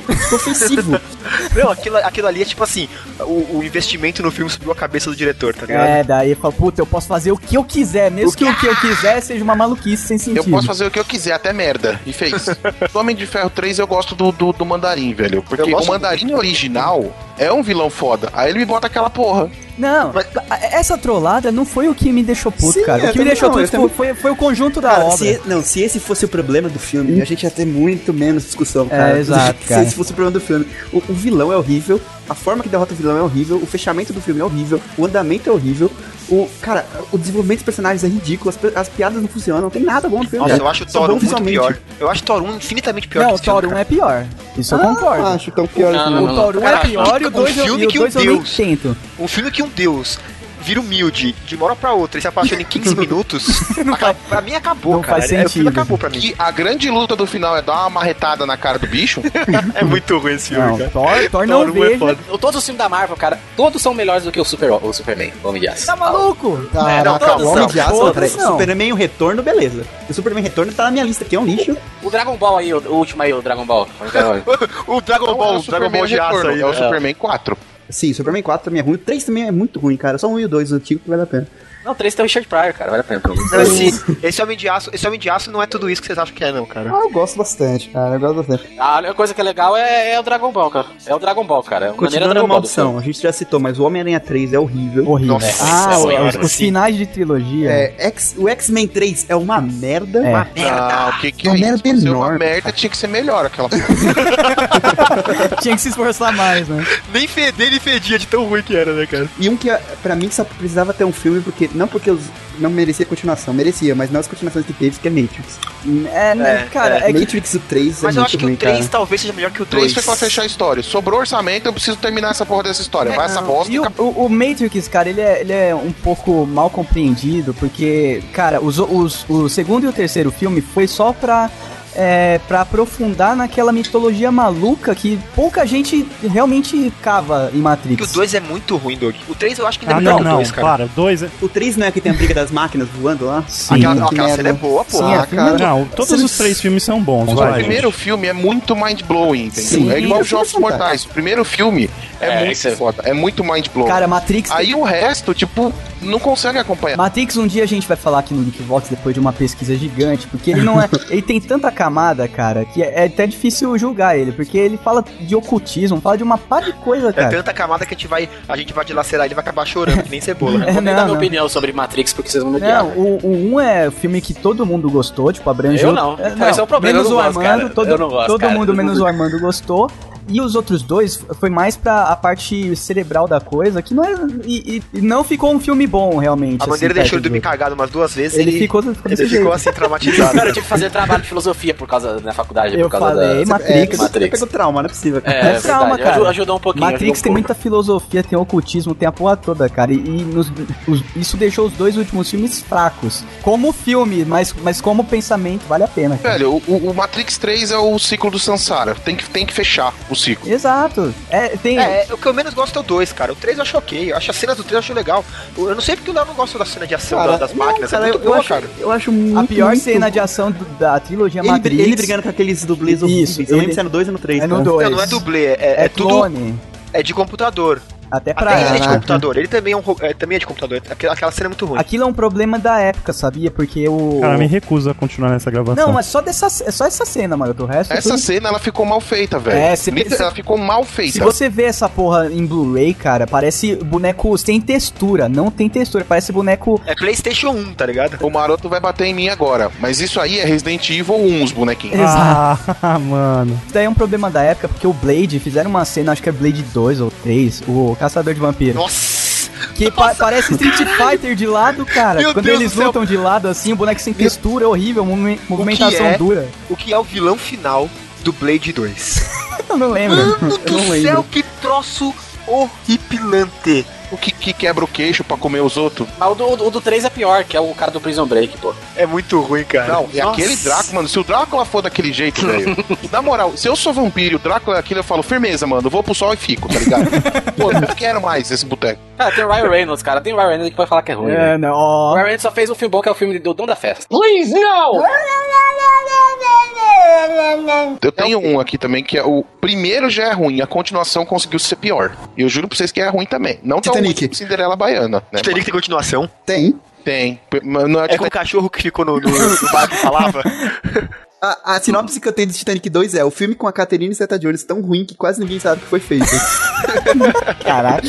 Speaker 6: que ofensivo.
Speaker 9: Não, aquilo, aquilo ali é tipo assim, o, o investimento no filme subiu a cabeça do diretor, tá ligado?
Speaker 1: É, daí fala, puta, eu posso fazer o que eu quiser, mesmo que o que eu quiser seja uma maluquice sem
Speaker 6: É
Speaker 1: sentido.
Speaker 3: Eu posso fazer o que eu quiser, até merda. E fez. do Homem de Ferro 3 eu gosto do, do, do Mandarim, velho.
Speaker 9: Eu
Speaker 3: Porque
Speaker 9: gosto
Speaker 3: o
Speaker 9: do-
Speaker 3: Mandarim original é um vilão foda. Aí ele me bota aquela porra.
Speaker 1: Não,
Speaker 9: Mas-
Speaker 1: essa trollada não foi o que me deixou puto,
Speaker 6: Sim,
Speaker 1: cara.
Speaker 6: eu
Speaker 1: O que me
Speaker 6: também
Speaker 1: deixou
Speaker 6: não,
Speaker 1: puto
Speaker 6: eu também-
Speaker 1: foi, foi o conjunto da
Speaker 6: Cara,
Speaker 1: obra.
Speaker 6: se, não, se esse fosse o problema do filme, a gente ia ter muito menos discussão, É, cara.
Speaker 1: exato,
Speaker 6: se
Speaker 1: cara.
Speaker 6: esse fosse o problema do filme. O, o vilão é horrível, a forma que derrota o vilão é horrível, o fechamento do filme é horrível, o andamento é horrível, o. Cara, o desenvolvimento dos personagens é ridículo, as, pe- as piadas não funcionam, não tem nada bom no filme.
Speaker 9: Nossa,
Speaker 6: cara.
Speaker 9: eu acho o
Speaker 6: São
Speaker 9: Thor
Speaker 6: bons
Speaker 9: 1 muito
Speaker 6: visualmente.
Speaker 9: pior. Eu acho o Thor 1 infinitamente pior
Speaker 1: não,
Speaker 9: que
Speaker 1: o
Speaker 9: esse filme,
Speaker 1: Thor 1 é pior. Isso eu concordo.
Speaker 6: Eu acho tão pior
Speaker 4: Não,
Speaker 6: assim.
Speaker 4: não,
Speaker 1: o Thor 1 é
Speaker 4: Cara,
Speaker 1: pior e o
Speaker 9: um
Speaker 1: 2 eu,
Speaker 9: filme
Speaker 1: e o
Speaker 9: que
Speaker 1: dois
Speaker 9: o
Speaker 1: eu nem
Speaker 9: Deus-
Speaker 1: tento.
Speaker 9: Um filme que um deus vira humilde de uma hora pra outra e se apaixona em 15 minutos, acaba- pra mim acabou,
Speaker 1: não
Speaker 9: cara.
Speaker 1: faz
Speaker 9: É, o filme
Speaker 1: sentido.
Speaker 9: acabou pra mim.
Speaker 3: Que a grande luta do final é dar uma marretada na cara do bicho.
Speaker 9: É muito ruim esse filme,
Speaker 1: Não,
Speaker 9: cara.
Speaker 1: Thor, Thor não
Speaker 9: Thor 1 é
Speaker 1: vejo.
Speaker 9: foda.
Speaker 4: Todos os filmes da Marvel, cara, todos são melhores do que o, Super, o Superman, Homem de Aço.
Speaker 1: Tá maluco?
Speaker 6: Caraca,
Speaker 9: não,
Speaker 1: um é
Speaker 9: todos
Speaker 6: o Homem
Speaker 9: não,
Speaker 6: de Aço,
Speaker 1: todos
Speaker 6: peraí,
Speaker 1: não.
Speaker 6: Superman e o Retorno, beleza. O Superman Retorno tá na minha lista aqui, é um lixo.
Speaker 4: O Dragon Ball aí, o, o último aí, o Dragon Ball.
Speaker 9: O Dragon
Speaker 3: Então é o
Speaker 9: Ball, o Dragon
Speaker 3: Superman
Speaker 9: Ball de aço
Speaker 3: Retorno,
Speaker 9: aí.
Speaker 3: É o
Speaker 9: né?
Speaker 3: Superman 4.
Speaker 6: Sim, Superman 4 também é ruim, o 3 também é muito ruim, cara. Só um e o 2 antigo que vale a pena.
Speaker 4: Não, três tem o Richard Pryor, cara, vale a pena. pelo menos.
Speaker 9: Não,
Speaker 1: Então,
Speaker 9: esse, esse homem de aço, esse homem de aço não é tudo isso que vocês acham que é, não, cara.
Speaker 6: Ah, eu gosto bastante, cara. Eu gosto bastante.
Speaker 4: A única coisa que é legal é, é o Dragon Ball, cara. É o Dragon Ball, cara. A maneira é o
Speaker 6: Continuando a
Speaker 4: Dragon Ball do filme.
Speaker 6: maldição, a gente já citou, mas o Homem-Aranha 3 é horrível.
Speaker 1: Horrível.
Speaker 9: Nossa
Speaker 1: ah,
Speaker 4: senhora,
Speaker 1: os, os
Speaker 9: sim.
Speaker 1: finais de trilogia.
Speaker 6: É, X- o X-Men 3 é uma merda.
Speaker 1: É.
Speaker 6: Uma
Speaker 3: Ah, o que que é
Speaker 6: Uma merda
Speaker 3: isso? Se fosse uma
Speaker 6: enorme,
Speaker 3: merda tinha que ser melhor aquela porra.
Speaker 1: Tinha que se esforçar mais, né?
Speaker 9: Nem feder, nem fedia de tão ruim que era, né, cara?
Speaker 6: E um que, pra mim, só precisava ter um filme, porque não porque os não merecia continuação. Merecia, mas não as continuações que teve, que é Matrix.
Speaker 1: É, né,
Speaker 9: É,
Speaker 1: cara, é, que.
Speaker 6: Matrix o 3
Speaker 9: Mas
Speaker 6: é
Speaker 9: eu
Speaker 6: muito
Speaker 9: acho que
Speaker 6: ruim,
Speaker 9: o 3
Speaker 6: cara.
Speaker 9: talvez seja melhor que o
Speaker 3: 3
Speaker 9: 2.
Speaker 3: foi pra fechar a história. Sobrou orçamento, eu preciso terminar essa porra dessa história. Vai essa bosta
Speaker 1: E
Speaker 3: e
Speaker 1: o,
Speaker 3: acabou.
Speaker 1: o- o Matrix, cara, ele é, ele é um pouco mal compreendido, porque, cara, os, os- o segundo e o terceiro filme foi só pra. É, pra aprofundar naquela mitologia maluca que pouca gente realmente cava em
Speaker 9: Que o
Speaker 1: Matrix.
Speaker 9: 2 é muito ruim, Doug. O 3 eu acho que ainda
Speaker 5: Ah,
Speaker 9: é melhor
Speaker 5: não,
Speaker 9: que o
Speaker 5: não,
Speaker 9: 2, cara.
Speaker 5: para. Dois é...
Speaker 6: O 3 não é que tem a briga das máquinas voando lá?
Speaker 1: Sim.
Speaker 9: Aquela, aquela
Speaker 6: merda.
Speaker 9: cena é boa, pô.
Speaker 1: Sim, é,
Speaker 6: cara.
Speaker 5: Não, todos os três filmes são bons,
Speaker 3: O
Speaker 5: vai.
Speaker 3: primeiro filme é muito mind-blowing, entendeu?
Speaker 6: Sim.
Speaker 3: é igual
Speaker 6: O filme
Speaker 3: os Jogos
Speaker 6: é
Speaker 1: assim,
Speaker 6: fantástico.
Speaker 3: Mortais. O primeiro filme é,
Speaker 4: É,
Speaker 3: muito
Speaker 4: esse é-
Speaker 3: foda, é muito mind-blowing.
Speaker 1: Cara, Matrix.
Speaker 3: Aí o resto, tipo, não consegue acompanhar.
Speaker 1: Matrix, um dia a gente vai falar aqui no Geekbox depois de uma pesquisa gigante, porque ele não é. ele tem tanta camada, cara, que é é até difícil julgar ele, porque ele fala de ocultismo, fala de uma par de coisa,
Speaker 9: É
Speaker 1: cara.
Speaker 9: tanta camada que a gente vai, a gente vai dilacerar ele vai acabar chorando, que nem cebola.
Speaker 1: É,
Speaker 4: Vou nem dar
Speaker 1: não,
Speaker 4: minha
Speaker 1: não.
Speaker 4: opinião sobre Matrix, porque vocês vão me odiar.
Speaker 1: Não, o, o 1 é o filme que todo mundo gostou, tipo, abrangeu.
Speaker 4: Eu não. Então esse é o problema,
Speaker 1: Menos
Speaker 4: eu não
Speaker 1: o
Speaker 4: gosto,
Speaker 1: Armando,
Speaker 4: cara.
Speaker 1: todo,
Speaker 4: Eu não gosto,
Speaker 1: todo
Speaker 4: cara.
Speaker 1: mundo, menos o Armando, gostou. E os outros dois foi mais pra a parte cerebral da coisa, que não é. E, e- e não ficou um filme bom, realmente.
Speaker 9: A
Speaker 1: assim,
Speaker 9: bandeira
Speaker 1: perto
Speaker 9: deixou ele
Speaker 1: do
Speaker 9: dormir
Speaker 1: outro.
Speaker 9: cagado umas duas vezes
Speaker 1: Ele
Speaker 9: e
Speaker 1: ficou, ficou
Speaker 9: ele
Speaker 1: desse jeito.
Speaker 9: ficou assim traumatizado.
Speaker 4: Cara, eu tive que fazer trabalho de filosofia por causa da faculdade,
Speaker 1: Eu
Speaker 4: É, por causa
Speaker 1: falei,
Speaker 4: da
Speaker 1: Matrix.
Speaker 6: É, você
Speaker 4: Matrix.
Speaker 6: pegou trauma, não é possível.
Speaker 4: É,
Speaker 6: cara.
Speaker 1: É trauma,
Speaker 4: verdade.
Speaker 1: cara.
Speaker 4: Aju- Ajudou um pouquinho.
Speaker 1: Matrix tem
Speaker 4: ajudou um pouco.
Speaker 1: muita filosofia, tem ocultismo, tem a porra toda, cara. E, e nos- os- isso deixou os dois últimos filmes fracos. Como filme, mas, mas como pensamento, vale a pena, cara.
Speaker 3: Velho, o, o- o Matrix 3 é o ciclo do Sansara. Tem que, tem que fechar o ciclo.
Speaker 1: Exato. É, tem.
Speaker 9: É, o que eu menos gosto é o 2, cara. O 3 eu acho ok. Eu acho as cenas do 3 eu acho legal. Eu eu não sei porque o Léo não gosta da cena de ação da- das máquinas.
Speaker 6: cara,
Speaker 9: é muito
Speaker 6: eu,
Speaker 9: boa,
Speaker 6: acho,
Speaker 9: cara.
Speaker 6: eu acho muito.
Speaker 1: a pior
Speaker 6: muito
Speaker 1: cena de ação do- da trilogia
Speaker 6: Ele,
Speaker 1: Matrix.
Speaker 6: ele brigando com aqueles dublês
Speaker 1: Isso,
Speaker 6: horríveis. Eu lembro
Speaker 1: ele-
Speaker 6: se é no 2 ou no 3.
Speaker 1: é no
Speaker 6: cara.
Speaker 1: 2.
Speaker 9: Não, não é dublê, é, é
Speaker 1: É,
Speaker 9: tudo.
Speaker 1: clone.
Speaker 9: É de computador.
Speaker 1: Até pra
Speaker 9: Até ele é de
Speaker 1: ela.
Speaker 9: computador. Ele também é, um, ro- é, também é de computador. Aquela, aquela cena é muito ruim.
Speaker 1: Aquilo é um problema da época, sabia? Porque o.
Speaker 5: Cara, me recuso a continuar nessa gravação.
Speaker 1: Não, mas só, dessa, é só essa cena, maroto. O resto. é
Speaker 3: Essa
Speaker 1: tudo-
Speaker 3: cena, ela ficou mal feita, velho.
Speaker 1: É, se-
Speaker 3: Liter- Ela ficou mal
Speaker 1: Se
Speaker 3: feita.
Speaker 1: você vê essa porra em Blu-ray, cara, parece boneco sem textura. Não tem textura, parece boneco
Speaker 9: É PlayStation 1, tá ligado?
Speaker 3: O maroto vai bater em mim agora. Mas isso aí é Resident Evil 1, os bonequinhos.
Speaker 5: Ah, mano.
Speaker 1: Isso daí é um problema da época, porque o Blade fizeram uma cena, acho que é Blade 2 ou 3, o Caçador de Vampiros.
Speaker 9: Nossa!
Speaker 1: Que pa- parece Street Fighter de lado, cara.
Speaker 9: Meu
Speaker 1: Quando
Speaker 9: Deus
Speaker 1: eles
Speaker 9: do céu.
Speaker 1: lutam de lado, assim, o boneco sem textura, horrível, movi- movimentação
Speaker 9: é?
Speaker 1: dura.
Speaker 9: O que é o vilão final do Blade 2?
Speaker 1: Eu não lembro.
Speaker 9: Mano
Speaker 1: Eu não
Speaker 9: do
Speaker 1: lembro.
Speaker 9: céu, que troço horripilante!
Speaker 1: É.
Speaker 3: O que, que quebra o queixo pra comer os outros?
Speaker 4: Mas o do, o do 3 é pior, que é o cara do Prison Break, pô.
Speaker 9: É muito ruim, cara.
Speaker 3: Não, e
Speaker 9: Nossa.
Speaker 3: aquele Drácula, mano, se o Drácula for daquele jeito, velho. na moral, se eu sou vampiro e o Drácula é aquilo, eu falo, firmeza, mano, eu vou pro sol e fico, tá ligado? Pô, eu não quero mais esse boteco.
Speaker 4: Cara, tem o Ryan Reynolds, cara. Tem o Ryan Reynolds que vai falar que é ruim. né?
Speaker 1: É, não.
Speaker 4: O
Speaker 1: ó.
Speaker 4: Ryan Reynolds só fez um filme bom, que é o filme do Dom da Festa.
Speaker 3: Eu tenho um aqui também que é o primeiro já é ruim, a continuação conseguiu ser pior. E eu juro pra vocês que é ruim também. Não tão ruim
Speaker 6: Titanic.
Speaker 3: como Cinderela Baiana, né?
Speaker 9: Teria que ter continuação.
Speaker 6: Tem.
Speaker 3: Tem. Mas não é,
Speaker 9: É com o cachorro que ficou no, no, no barco e falava.
Speaker 6: A, a sinopse que eu tenho de Titanic 2 é o filme com a Catherine Zeta Jones tão ruim que quase ninguém sabe que foi feito.
Speaker 1: Caraca.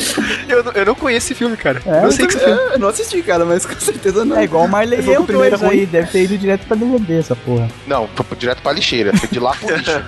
Speaker 9: Eu, não- eu não conheço esse filme, cara.
Speaker 1: É,
Speaker 9: não sei que filme.
Speaker 6: eu não assisti, cara, mas com certeza não.
Speaker 1: É igual o Marley
Speaker 6: Eu vou
Speaker 1: e
Speaker 6: com
Speaker 1: eu
Speaker 6: o primeiro
Speaker 1: dois aí, deve ter ido direto pra DVD essa porra.
Speaker 3: Não, foi direto pra lixeira. Foi de lá pro lixo.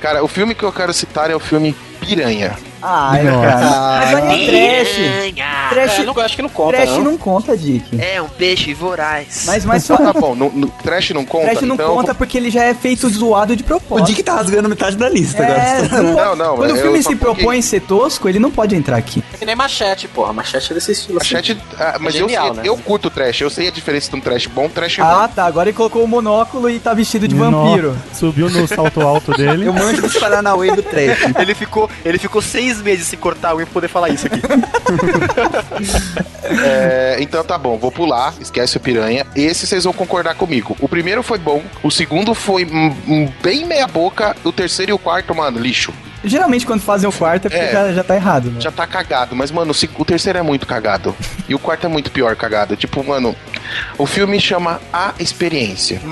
Speaker 3: Cara, o filme que eu quero citar é o filme Piranha.
Speaker 1: Ai, Ah, é, cara. Mas aí é trash. Trash,
Speaker 4: É, não, acho que não conta,
Speaker 1: trash
Speaker 4: não.
Speaker 1: não conta, Dick.
Speaker 9: É um peixe voraz.
Speaker 1: Mas, mas
Speaker 3: Ah, tá bom, no, no- Trash não conta?
Speaker 1: Trash não
Speaker 3: então,
Speaker 1: conta porque ele já é feito zoado de
Speaker 6: O
Speaker 1: propósito.
Speaker 6: Dick tá rasgando metade da lista
Speaker 1: É,
Speaker 6: agora.
Speaker 1: não
Speaker 3: Não,
Speaker 1: pode-
Speaker 3: não,
Speaker 1: Quando o
Speaker 3: eu
Speaker 1: filme
Speaker 3: só
Speaker 1: se
Speaker 3: coloquei-
Speaker 1: propõe ser tosco, ele não pode entrar aqui.
Speaker 4: É que nem machete, porra. Machete é desse estilo.
Speaker 3: A chat, ah, mas
Speaker 4: genial,
Speaker 3: eu, sei,
Speaker 4: né?
Speaker 3: eu curto trash, eu sei a diferença entre um trash bom e um trash ruim.
Speaker 1: Ah, tá. Agora ele colocou o monóculo e tá vestido de vampiro.
Speaker 5: Nó, Subiu no salto alto dele.
Speaker 6: Eu manjo dos Paranauê do trash.
Speaker 9: Ele ficou, ele ficou seis meses sem cortar a unha pra poder falar isso aqui.
Speaker 3: É, então tá bom, vou pular, esquece o piranha. Esse vocês vão concordar comigo. O primeiro foi bom, o segundo foi hum, hum, bem meia boca, o terceiro e o quarto, mano, lixo.
Speaker 1: Geralmente quando fazem o quarto é porque
Speaker 3: É.
Speaker 1: já, já tá errado, né?
Speaker 3: Já tá cagado, mas mano, o se- o terceiro é muito cagado. E o quarto é muito pior cagado. Tipo, mano, o filme chama A Experiência.
Speaker 1: O um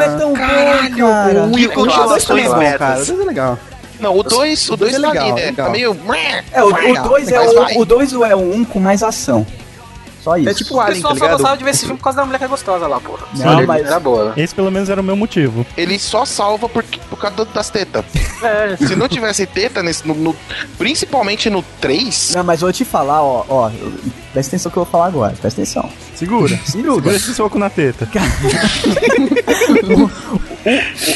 Speaker 1: é tão bom, cara.
Speaker 9: E continuações
Speaker 6: cara.
Speaker 9: merdas.
Speaker 6: Isso é legal.
Speaker 3: Não, o dois, o dois
Speaker 6: dois é
Speaker 3: tá ali,
Speaker 6: legal,
Speaker 3: né?
Speaker 6: legal.
Speaker 3: Tá meio. meh.
Speaker 1: É, o 2 é
Speaker 3: Mas vai.
Speaker 1: o, o dois é o 1 um com mais ação. Só isso.
Speaker 6: É tipo o
Speaker 4: O
Speaker 6: Alien, tá
Speaker 4: pessoal só
Speaker 6: ligado?
Speaker 4: gostava de ver esse filme por causa da mulher que é gostosa lá, porra.
Speaker 1: Não, mas-
Speaker 4: Era boa.
Speaker 5: Esse pelo menos era o meu motivo.
Speaker 3: Ele só salva por, por causa das tetas. Se não tivesse teta, nesse, no- no- principalmente no 3,
Speaker 1: Não, mas vou te falar, ó, ó, Presta atenção no que eu vou falar agora, presta atenção.
Speaker 5: Segura. Segura esse soco na teta.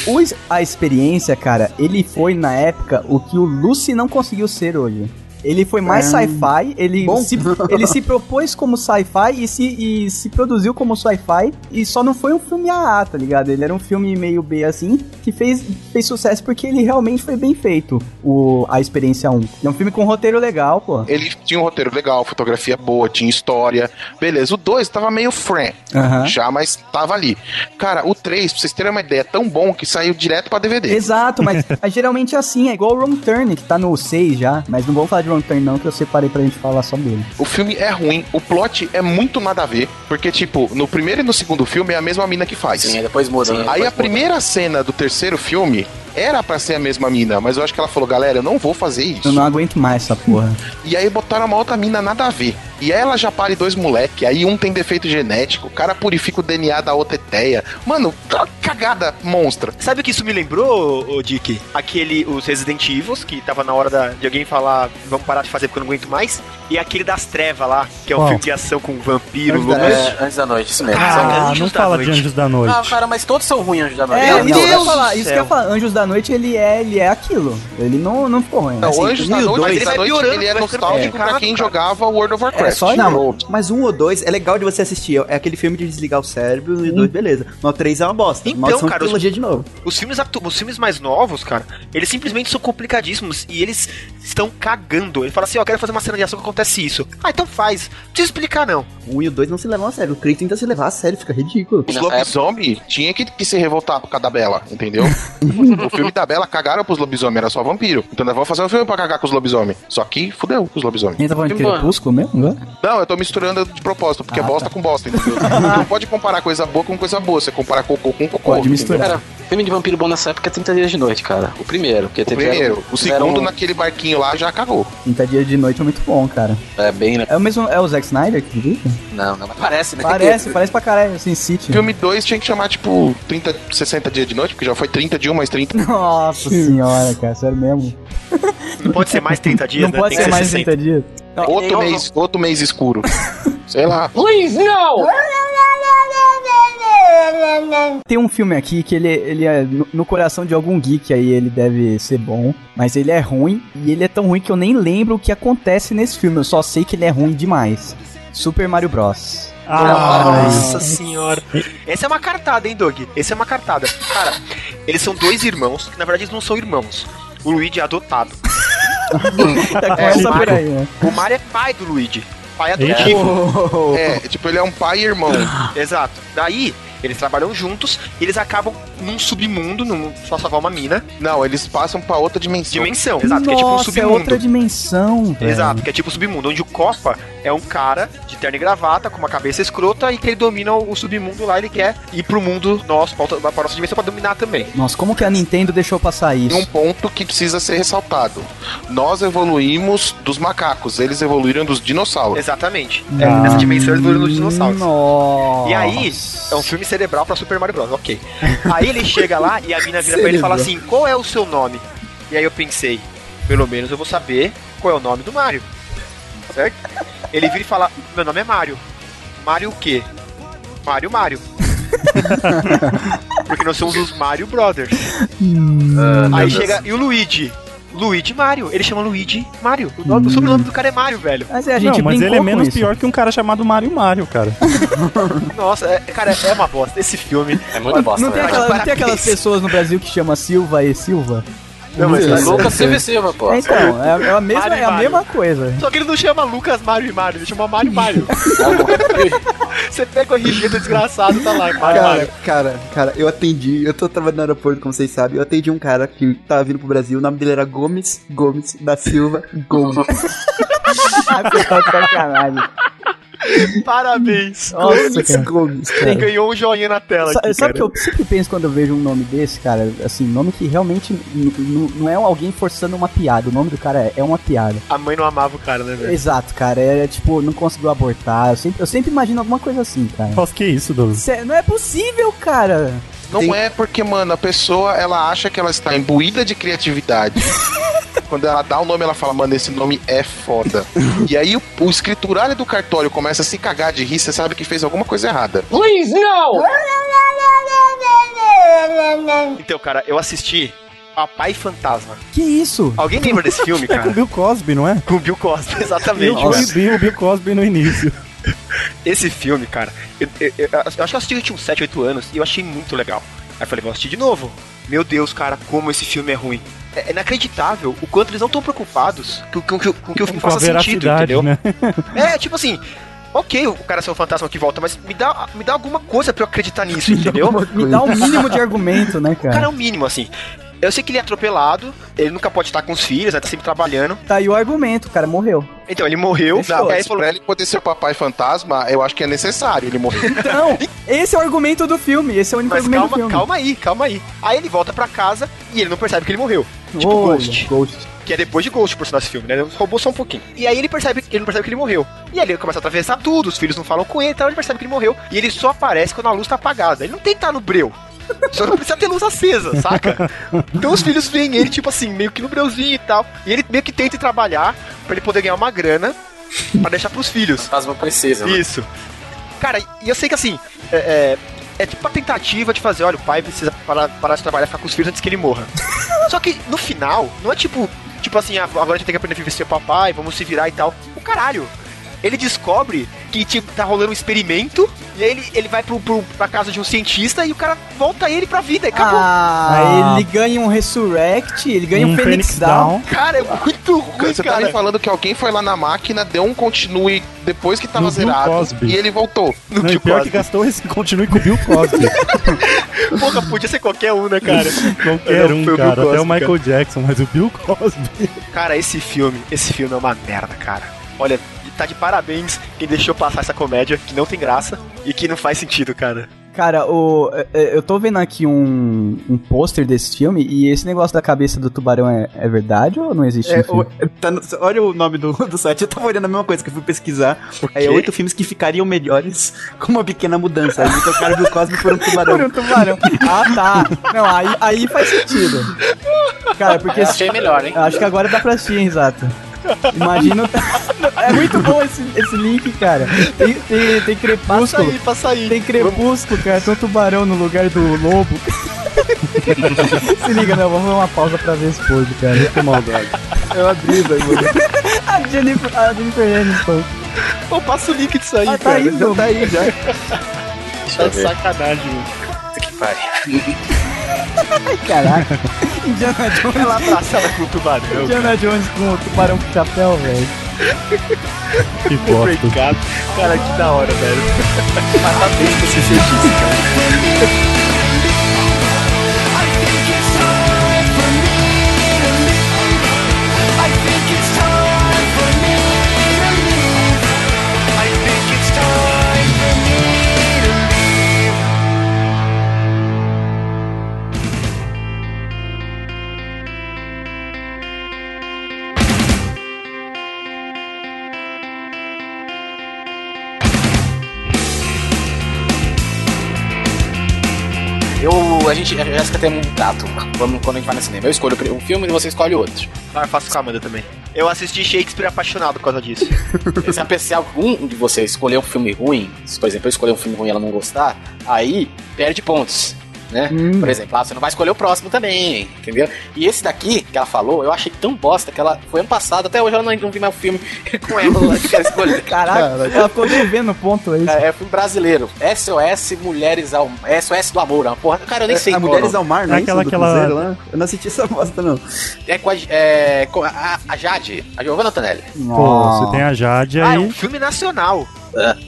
Speaker 1: O- o- a experiência, cara, ele foi na época o que o Lucy não conseguiu ser hoje. Ele foi mais sci-fi, ele
Speaker 6: Bom.
Speaker 1: se, ele se propôs como sci-fi e se, e se produziu como sci-fi e só não foi um filme AA, tá ligado? Ele era um filme meio B assim, que fez, fez sucesso porque ele realmente foi bem feito, o A Experiência 1. É um filme com roteiro legal, pô.
Speaker 3: Ele tinha um roteiro legal, fotografia boa, tinha história. Beleza, o 2 tava meio friend
Speaker 1: Aham.
Speaker 3: já, mas tava ali. Cara, o 3, pra vocês terem uma ideia, é tão bom que saiu direto pra DVD.
Speaker 1: Exato, mas mas geralmente é assim, é igual o Wrong Turn, que tá no 6 já, mas não vou falar de Wrong Turn não, que eu separei pra gente falar só dele.
Speaker 3: O filme é ruim, o plot é muito nada a ver, porque, tipo, no primeiro e no segundo filme é a mesma mina que faz.
Speaker 4: Sim, aí depois muda. né?
Speaker 3: Aí
Speaker 4: Depois
Speaker 3: a
Speaker 4: muda.
Speaker 3: primeira cena do terceiro filme era pra ser a mesma mina, mas eu acho que ela falou, galera, eu não vou fazer isso.
Speaker 1: Eu não aguento mais essa porra.
Speaker 3: E aí botaram uma outra mina nada a ver. E aí ela já pare dois moleque, aí um tem defeito genético, o cara purifica o DNA da outra eteia. Mano, tá cagada monstra.
Speaker 9: Sabe o que isso me lembrou, ô, ô, Dick? Aquele, os Resident Evil, que tava na hora da- de alguém falar, vamos parar de fazer porque eu não aguento mais. E aquele das trevas lá, que é um
Speaker 5: Qual?
Speaker 9: filme de ação com vampiro,
Speaker 1: Antes da
Speaker 9: lobos.
Speaker 4: É, antes da noite, isso mesmo.
Speaker 9: Ah,
Speaker 5: Ah,
Speaker 9: Anjos
Speaker 5: não
Speaker 9: da
Speaker 5: fala
Speaker 9: Noite.
Speaker 5: de Anjos da Noite.
Speaker 4: Ah, cara, mas todos são ruins antes da noite.
Speaker 1: É,
Speaker 4: Não,
Speaker 1: isso,
Speaker 4: não,
Speaker 1: que eu ia
Speaker 4: não.
Speaker 1: falar, isso
Speaker 9: céu.
Speaker 1: que eu ia falar. Anjos da Noite, ele é, ele é aquilo. Ele não, não ficou ruim.
Speaker 3: Não,
Speaker 1: Assim,
Speaker 3: o Anjos da
Speaker 6: mil
Speaker 3: Noite,
Speaker 9: dois.
Speaker 3: Anjos da
Speaker 9: Ele vai
Speaker 3: Noite,
Speaker 9: piorando,
Speaker 3: ele é
Speaker 9: vai ficando
Speaker 3: nostálgico
Speaker 9: complicado,
Speaker 3: pra quem
Speaker 9: cara.
Speaker 3: jogava World of Warcraft.
Speaker 1: É, só isso.
Speaker 3: Não,
Speaker 6: Mas um ou dois é legal de você assistir. É aquele filme de desligar o cérebro e dois, beleza. Mas o três é uma bosta.
Speaker 9: Então,
Speaker 6: Maldição
Speaker 9: cara,
Speaker 6: trilogia de novo.
Speaker 9: Os filmes, atu- os filmes mais novos, cara, eles simplesmente são complicadíssimos e eles estão cagando. Ele fala assim, ó, quero fazer uma cena de ação que acontece isso. Ah, então faz. Não precisa explicar, não.
Speaker 6: Um e o dois não se levam a sério. O três tenta se levar a sério, fica ridículo.
Speaker 3: Os lobisomem tinha que, que se revoltar por causa da Bela, entendeu? o filme da Bela cagaram pros lobisomem, era só vampiro. Então nós vamos fazer um filme pra cagar com os lobisomem. Só que fudeu com os lobisomem.
Speaker 1: A gente tá falando de crepúsculo mesmo? agora?
Speaker 3: Não, eu tô misturando de propósito, porque é bosta com bosta, entendeu? não pode comparar coisa boa com coisa boa, você compara cocô com cocô.
Speaker 1: Pode
Speaker 3: entendeu?
Speaker 1: misturar.
Speaker 13: Cara, filme de vampiro bom nessa época é 30 dias de noite, cara. O primeiro, porque
Speaker 3: O primeiro. O segundo
Speaker 4: um.
Speaker 3: né? naquele barquinho lá já cagou.
Speaker 1: 30 dias de noite é muito bom, cara.
Speaker 13: É bem, né?
Speaker 1: É o mesmo. É o Zack Snyder que dirige?
Speaker 13: Não, não. mas
Speaker 4: Parece, né?
Speaker 1: Parece, parece pra caralho, assim, City.
Speaker 3: Filme 2 tinha que chamar, tipo, 30, 60 dias de noite, porque já foi 30 de um mais 30.
Speaker 1: Nossa senhora, cara, sério mesmo.
Speaker 9: Não pode ser mais 30 dias,
Speaker 1: não
Speaker 9: né?
Speaker 1: pode
Speaker 9: Tem que
Speaker 1: ser mais
Speaker 9: 60.
Speaker 1: 30 dias.
Speaker 3: Outro mês, outro mês escuro. Sei lá.
Speaker 1: Tem um filme aqui que ele, ele é. No, no coração de algum geek aí ele deve ser bom. Mas ele é ruim. E ele é tão ruim que eu nem lembro o que acontece nesse filme. Eu só sei que ele é ruim demais. Super Mario Bros.
Speaker 5: Ah,
Speaker 9: Nossa senhora. Essa é uma cartada, hein, Doug? Essa é uma cartada. Cara, eles são dois irmãos, que na verdade eles não são irmãos. O Luigi é adotado.
Speaker 1: Começa por aí, né?
Speaker 9: O Mario é pai do Luigi. Pai
Speaker 5: Eita.
Speaker 9: adotivo.
Speaker 3: É, tipo, ele é um pai e irmão.
Speaker 9: Exato. Daí, eles trabalham juntos e eles acabam num submundo, num, só salvar uma mina,
Speaker 3: Não, eles passam pra outra dimensão.
Speaker 9: dimensão. Exato, que é tipo um
Speaker 1: Nossa, é
Speaker 9: submundo.
Speaker 1: outra dimensão, velho.
Speaker 9: Exato, que é tipo o submundo, onde o Copa é um cara de terno e gravata, com uma cabeça escrota, e que ele domina o o submundo lá, ele quer ir pro mundo nosso, pra, outra- pra nossa dimensão, pra dominar também.
Speaker 1: Nossa, como que a Nintendo deixou passar
Speaker 3: Tem um
Speaker 1: isso?
Speaker 3: ponto que precisa ser ressaltado. Nós evoluímos dos macacos, eles evoluíram dos dinossauros.
Speaker 9: Exatamente. É,
Speaker 1: Ah.
Speaker 9: nessa dimensão eles viram os dinossauros.
Speaker 1: Nossa.
Speaker 9: E aí, é um filme cerebral pra Super Mario Bros, ok. Aí ele chega lá e a mina vira pra ele e fala assim, qual é o seu nome? E aí eu pensei, pelo menos eu vou saber qual é o nome do Mario. Certo? Ele vira e fala, meu nome é Mario. Mario o quê? Mario Mario. Porque nós somos os Mario Brothers. aí chega, e o Luigi? Luigi Mario. Ele chama Luigi Mario. O, nome, o sobrenome do cara é Mario, velho.
Speaker 1: Mas é, a gente
Speaker 5: não, mas
Speaker 1: brincou
Speaker 5: ele é
Speaker 1: com
Speaker 5: menos
Speaker 1: isso.
Speaker 5: pior que um cara chamado Mario Mario, cara.
Speaker 9: Nossa, é- cara, é uma bosta. Esse filme.
Speaker 13: É muito bosta,
Speaker 1: Não
Speaker 4: né?
Speaker 1: tem,
Speaker 13: velho.
Speaker 1: aquela- não tem
Speaker 9: Parabéns.
Speaker 1: aquelas pessoas no Brasil que chama Silva e Silva?
Speaker 9: Não, mas
Speaker 4: Parece. Lucas Silva e Silva, pô.
Speaker 1: É, então, é, é a mesma,
Speaker 9: Mario e
Speaker 1: é a
Speaker 9: Mario.
Speaker 1: mesma coisa.
Speaker 9: Só que ele não chama Lucas Mario e Mario, ele chama Mario e Mario. Você pega o RG do desgraçado, tá lá, Mario
Speaker 6: Cara,
Speaker 9: Mario.
Speaker 6: cara, cara, eu atendi, eu tô trabalhando no aeroporto, como vocês sabem, eu atendi um cara que tava vindo pro Brasil, o nome dele era Gomes, Gomes, da Silva, Gomes.
Speaker 1: Você tá de sacanagem.
Speaker 9: Parabéns.
Speaker 1: Nossa, cara.
Speaker 6: Gomes,
Speaker 9: Ele
Speaker 6: cara.
Speaker 9: ganhou um joinha na tela.
Speaker 1: Sa-
Speaker 9: aqui,
Speaker 1: sabe o que
Speaker 9: cara.
Speaker 1: eu sempre penso quando eu vejo um nome desse, cara? Assim, nome que realmente n- n- não é alguém forçando uma piada. O nome do cara é, é uma piada.
Speaker 9: A mãe não amava o cara, né, velho?
Speaker 1: Exato, cara. É tipo, não conseguiu abortar. Eu sempre, eu sempre imagino alguma coisa assim, cara.
Speaker 5: Nossa, que isso, Douglas?
Speaker 1: Cê- não é possível, cara.
Speaker 3: Não é porque, mano, a pessoa ela acha que ela está imbuída de criatividade. quando ela dá o nome, ela fala, mano, esse nome é foda. e aí o, o escriturário do cartório começa a se cagar de rir, você sabe que fez alguma coisa errada.
Speaker 13: Please, não!
Speaker 9: Então, cara, eu assisti Papai Fantasma.
Speaker 5: Que isso?
Speaker 9: Alguém lembra desse filme,
Speaker 5: É com o
Speaker 9: cara?
Speaker 5: Bill Cosby, não é?
Speaker 9: Com o Bill Cosby,
Speaker 5: E o
Speaker 9: exatamente. cara.
Speaker 5: Bill, Bill, Bill Cosby no início.
Speaker 9: Esse filme, cara, eu, eu- eu- eu acho que eu assisti eu tinha uns 7, 8 anos e eu achei muito legal. Aí eu falei, vou assistir de novo. Meu Deus, cara, como esse filme é ruim. É é inacreditável o quanto eles não estão preocupados com, com, com, com que o filme
Speaker 5: Com a
Speaker 9: faça sentido,
Speaker 5: veracidade,
Speaker 9: entendeu?
Speaker 5: né?
Speaker 9: É, tipo assim, ok o cara ser um fantasma que volta, mas me dá, me dá alguma coisa pra eu acreditar nisso, entendeu?
Speaker 1: Me dá o mínimo de argumento, né,
Speaker 9: O
Speaker 1: cara?
Speaker 9: cara é o mínimo, assim. Eu sei que ele é atropelado, ele nunca pode estar com os filhos, né? Tá sempre trabalhando.
Speaker 1: Tá aí o argumento, o cara morreu.
Speaker 9: Então, ele morreu,
Speaker 3: Não,
Speaker 9: aí
Speaker 3: mas
Speaker 9: ele falou,
Speaker 3: pra ele poder ser o papai fantasma, eu acho que é necessário ele morrer.
Speaker 1: Então, esse é o argumento do filme, esse é o único
Speaker 9: mas
Speaker 1: argumento do
Speaker 9: calma,
Speaker 1: filme.
Speaker 9: calma aí, calma aí. Aí ele volta pra casa e ele não percebe que ele morreu. Tipo
Speaker 1: Olha,
Speaker 9: Ghost.
Speaker 1: Ghost.
Speaker 9: Que é depois de Ghost, por sinal, esse filme, né? Ele Roubou só um pouquinho. E aí ele percebe, ele não percebe que ele morreu. E aí ele começa a atravessar tudo, os filhos não falam com ele, então ele percebe que ele morreu. E ele só aparece quando a luz tá apagada. Ele não tem que estar no breu. Só não precisa ter luz acesa, saca? Então os filhos veem ele, tipo assim, meio que no breuzinho e tal. E ele meio que tenta ir trabalhar pra ele poder ganhar uma grana pra deixar pros filhos.
Speaker 4: Fantasma precisa, né?
Speaker 9: Isso. Cara, e eu sei que assim, é, é, é tipo uma tentativa de fazer, olha, o pai precisa parar, parar de trabalhar, ficar com os filhos antes que ele morra. Só que no final, não é tipo, tipo assim, ah, agora a gente tem que aprender a viver seu papai, vamos se virar e tal. O caralho. Ele descobre que tipo, tá rolando um experimento, e aí ele, ele vai pro, pro, pra casa de um cientista e o cara volta ele pra vida e acabou.
Speaker 1: Ah, ele ganha um Resurrect, ele ganha um, Phoenix, Down.
Speaker 9: Cara, é muito ruim,
Speaker 3: Você tá me
Speaker 9: cara.
Speaker 3: falando que alguém foi lá na máquina, deu um continue depois que tava
Speaker 5: No Bill
Speaker 3: zerado
Speaker 5: Cosby.
Speaker 3: e ele voltou.
Speaker 5: Não, e pior que gastou esse continue com o Bill Cosby.
Speaker 9: Porra, podia ser qualquer um, né, cara?
Speaker 5: Qualquer
Speaker 9: Não,
Speaker 5: um,
Speaker 9: foi o Bill
Speaker 5: cara. Até o
Speaker 9: Cosby, cara.
Speaker 5: Michael Jackson, mas o Bill Cosby.
Speaker 9: Cara, esse filme, esse filme é uma merda, cara. Olha, tá de parabéns quem deixou passar essa comédia que não tem graça e que não faz sentido, cara.
Speaker 1: Cara, o, é, é, eu tô vendo aqui um, um pôster desse filme e esse negócio da cabeça do tubarão é, é verdade ou não existe?
Speaker 6: É,
Speaker 1: no filme?
Speaker 6: o- tá no- olha o nome do, do site, eu tava olhando a mesma coisa que eu fui pesquisar. Aí, oito filmes que ficariam melhores com uma pequena mudança. Aí me trocaram do Cosmo por um tubarão.
Speaker 1: Por um tubarão. Ah, tá. Não, aí, aí faz sentido. Cara, porque.
Speaker 4: Eu achei melhor, hein?
Speaker 1: Eu Acho que agora dá pra assistir, hein, Zato? Imagina. É muito bom esse, esse link, cara. Tem, tem, tem
Speaker 9: Passa
Speaker 1: crepúsculo.
Speaker 9: aí, passa aí.
Speaker 1: Tem crepúsculo, cara. Tem um tubarão no lugar do lobo. Se liga, não. Vamos dar uma pausa pra ver esse pôde, cara. Que maldade.
Speaker 6: Eu abri, velho.
Speaker 1: A Jennifer, a Jennifer Aniston.
Speaker 9: Eu passo o link disso aí,
Speaker 1: Ah, tá
Speaker 9: cara.
Speaker 1: aí, então.
Speaker 6: Tá aí já.
Speaker 1: é
Speaker 9: Tá de sacanagem, mano.
Speaker 1: Caraca. Indiana Jones.
Speaker 9: Ela abraçada com o tubarão.
Speaker 1: Indiana Jones com o tubarão com chapéu, velho.
Speaker 5: Que bosta.
Speaker 9: Obrigado. Cara, que da hora, velho. Parabéns pra você ser disso, cara.
Speaker 8: I think it's time for me to leave. I think it's time for me to leave. I think it's time for me to leave.
Speaker 4: Eu, a gente, a Jéssica tem um tato. Vamos quando a gente vai no cinema. Eu escolho um filme e você escolhe outro.
Speaker 9: Ah, eu faço com a Amanda também. Eu assisti Shakespeare apaixonado por causa disso.
Speaker 4: Se a se algum de vocês escolher um filme ruim, se por exemplo eu escolher um filme ruim e ela não gostar, aí perde pontos. Né?
Speaker 6: Hum.
Speaker 4: Por exemplo, ah, você não vai escolher o próximo também, entendeu? E esse daqui que ela falou, eu achei tão bosta que ela foi ano passado, até hoje eu não, não vi mais o filme com ela que ela escolheu.
Speaker 1: Caraca, ela ficou devendo ponto aí.
Speaker 4: É, é filme brasileiro. SOS Mulheres ao SOS do Amor, é uma porra. Cara, eu nem sei
Speaker 6: a
Speaker 4: qual
Speaker 6: Mulheres
Speaker 4: nome.
Speaker 6: ao Mar, não é isso?
Speaker 5: Aquela-
Speaker 6: Do
Speaker 5: aquela-
Speaker 6: Cruzeiro lá? Eu não assisti essa bosta, não.
Speaker 4: É com a, é, com a, a Jade, a Giovanna Antonelli.
Speaker 5: Pô, você tem a Jade
Speaker 9: Ah, é um
Speaker 5: aí.
Speaker 9: filme nacional.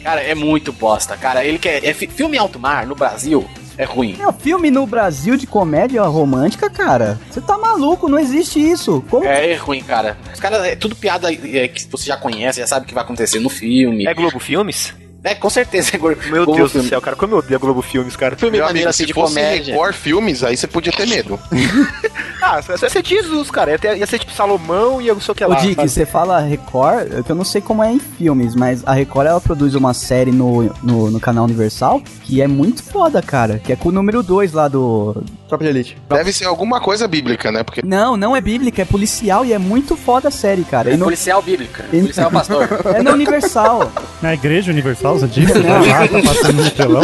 Speaker 4: Cara, é muito bosta, cara. Ele quer. É, fi- filme alto mar no Brasil é ruim.
Speaker 1: É um filme no Brasil de comédia romântica, cara. Você tá maluco, não existe isso. Como
Speaker 4: É, é ruim, cara. Os caras, é tudo piada é, que você já conhece, já sabe o que vai acontecer no filme.
Speaker 9: É Globo Filmes?
Speaker 4: É, com certeza é Globo
Speaker 9: Meu
Speaker 4: Globo
Speaker 9: Deus
Speaker 4: Filme.
Speaker 9: do céu, cara, como eu odeio a Globo Filmes, cara.
Speaker 4: Filme
Speaker 3: Meu
Speaker 4: maneiro
Speaker 3: amigo,
Speaker 4: assim
Speaker 3: se
Speaker 4: de
Speaker 3: fosse
Speaker 4: comédia.
Speaker 3: Record Filmes, aí você podia ter medo.
Speaker 9: Ah, só só ia ser Jesus, cara. Ia, ter- ia ser tipo Salomão e eu não sei o que
Speaker 1: Ô,
Speaker 9: lá.
Speaker 1: Dick,
Speaker 4: tá.
Speaker 9: sabe?
Speaker 1: você fala Record, é que eu não sei como é em filmes, mas a Record ela produz uma série no, no, no canal Universal que é muito foda, cara. Que é com o número 2 lá do.
Speaker 6: Tropa de Elite.
Speaker 3: Deve ser alguma coisa bíblica, né? Porque
Speaker 1: Não, não é bíblica, é policial e é muito foda a série, cara. E no-
Speaker 4: É Policial bíblica.
Speaker 1: E-
Speaker 4: Policial pastor.
Speaker 1: é na Universal.
Speaker 5: Na Igreja Universal, você disse? Tá lá, tá passando no telão.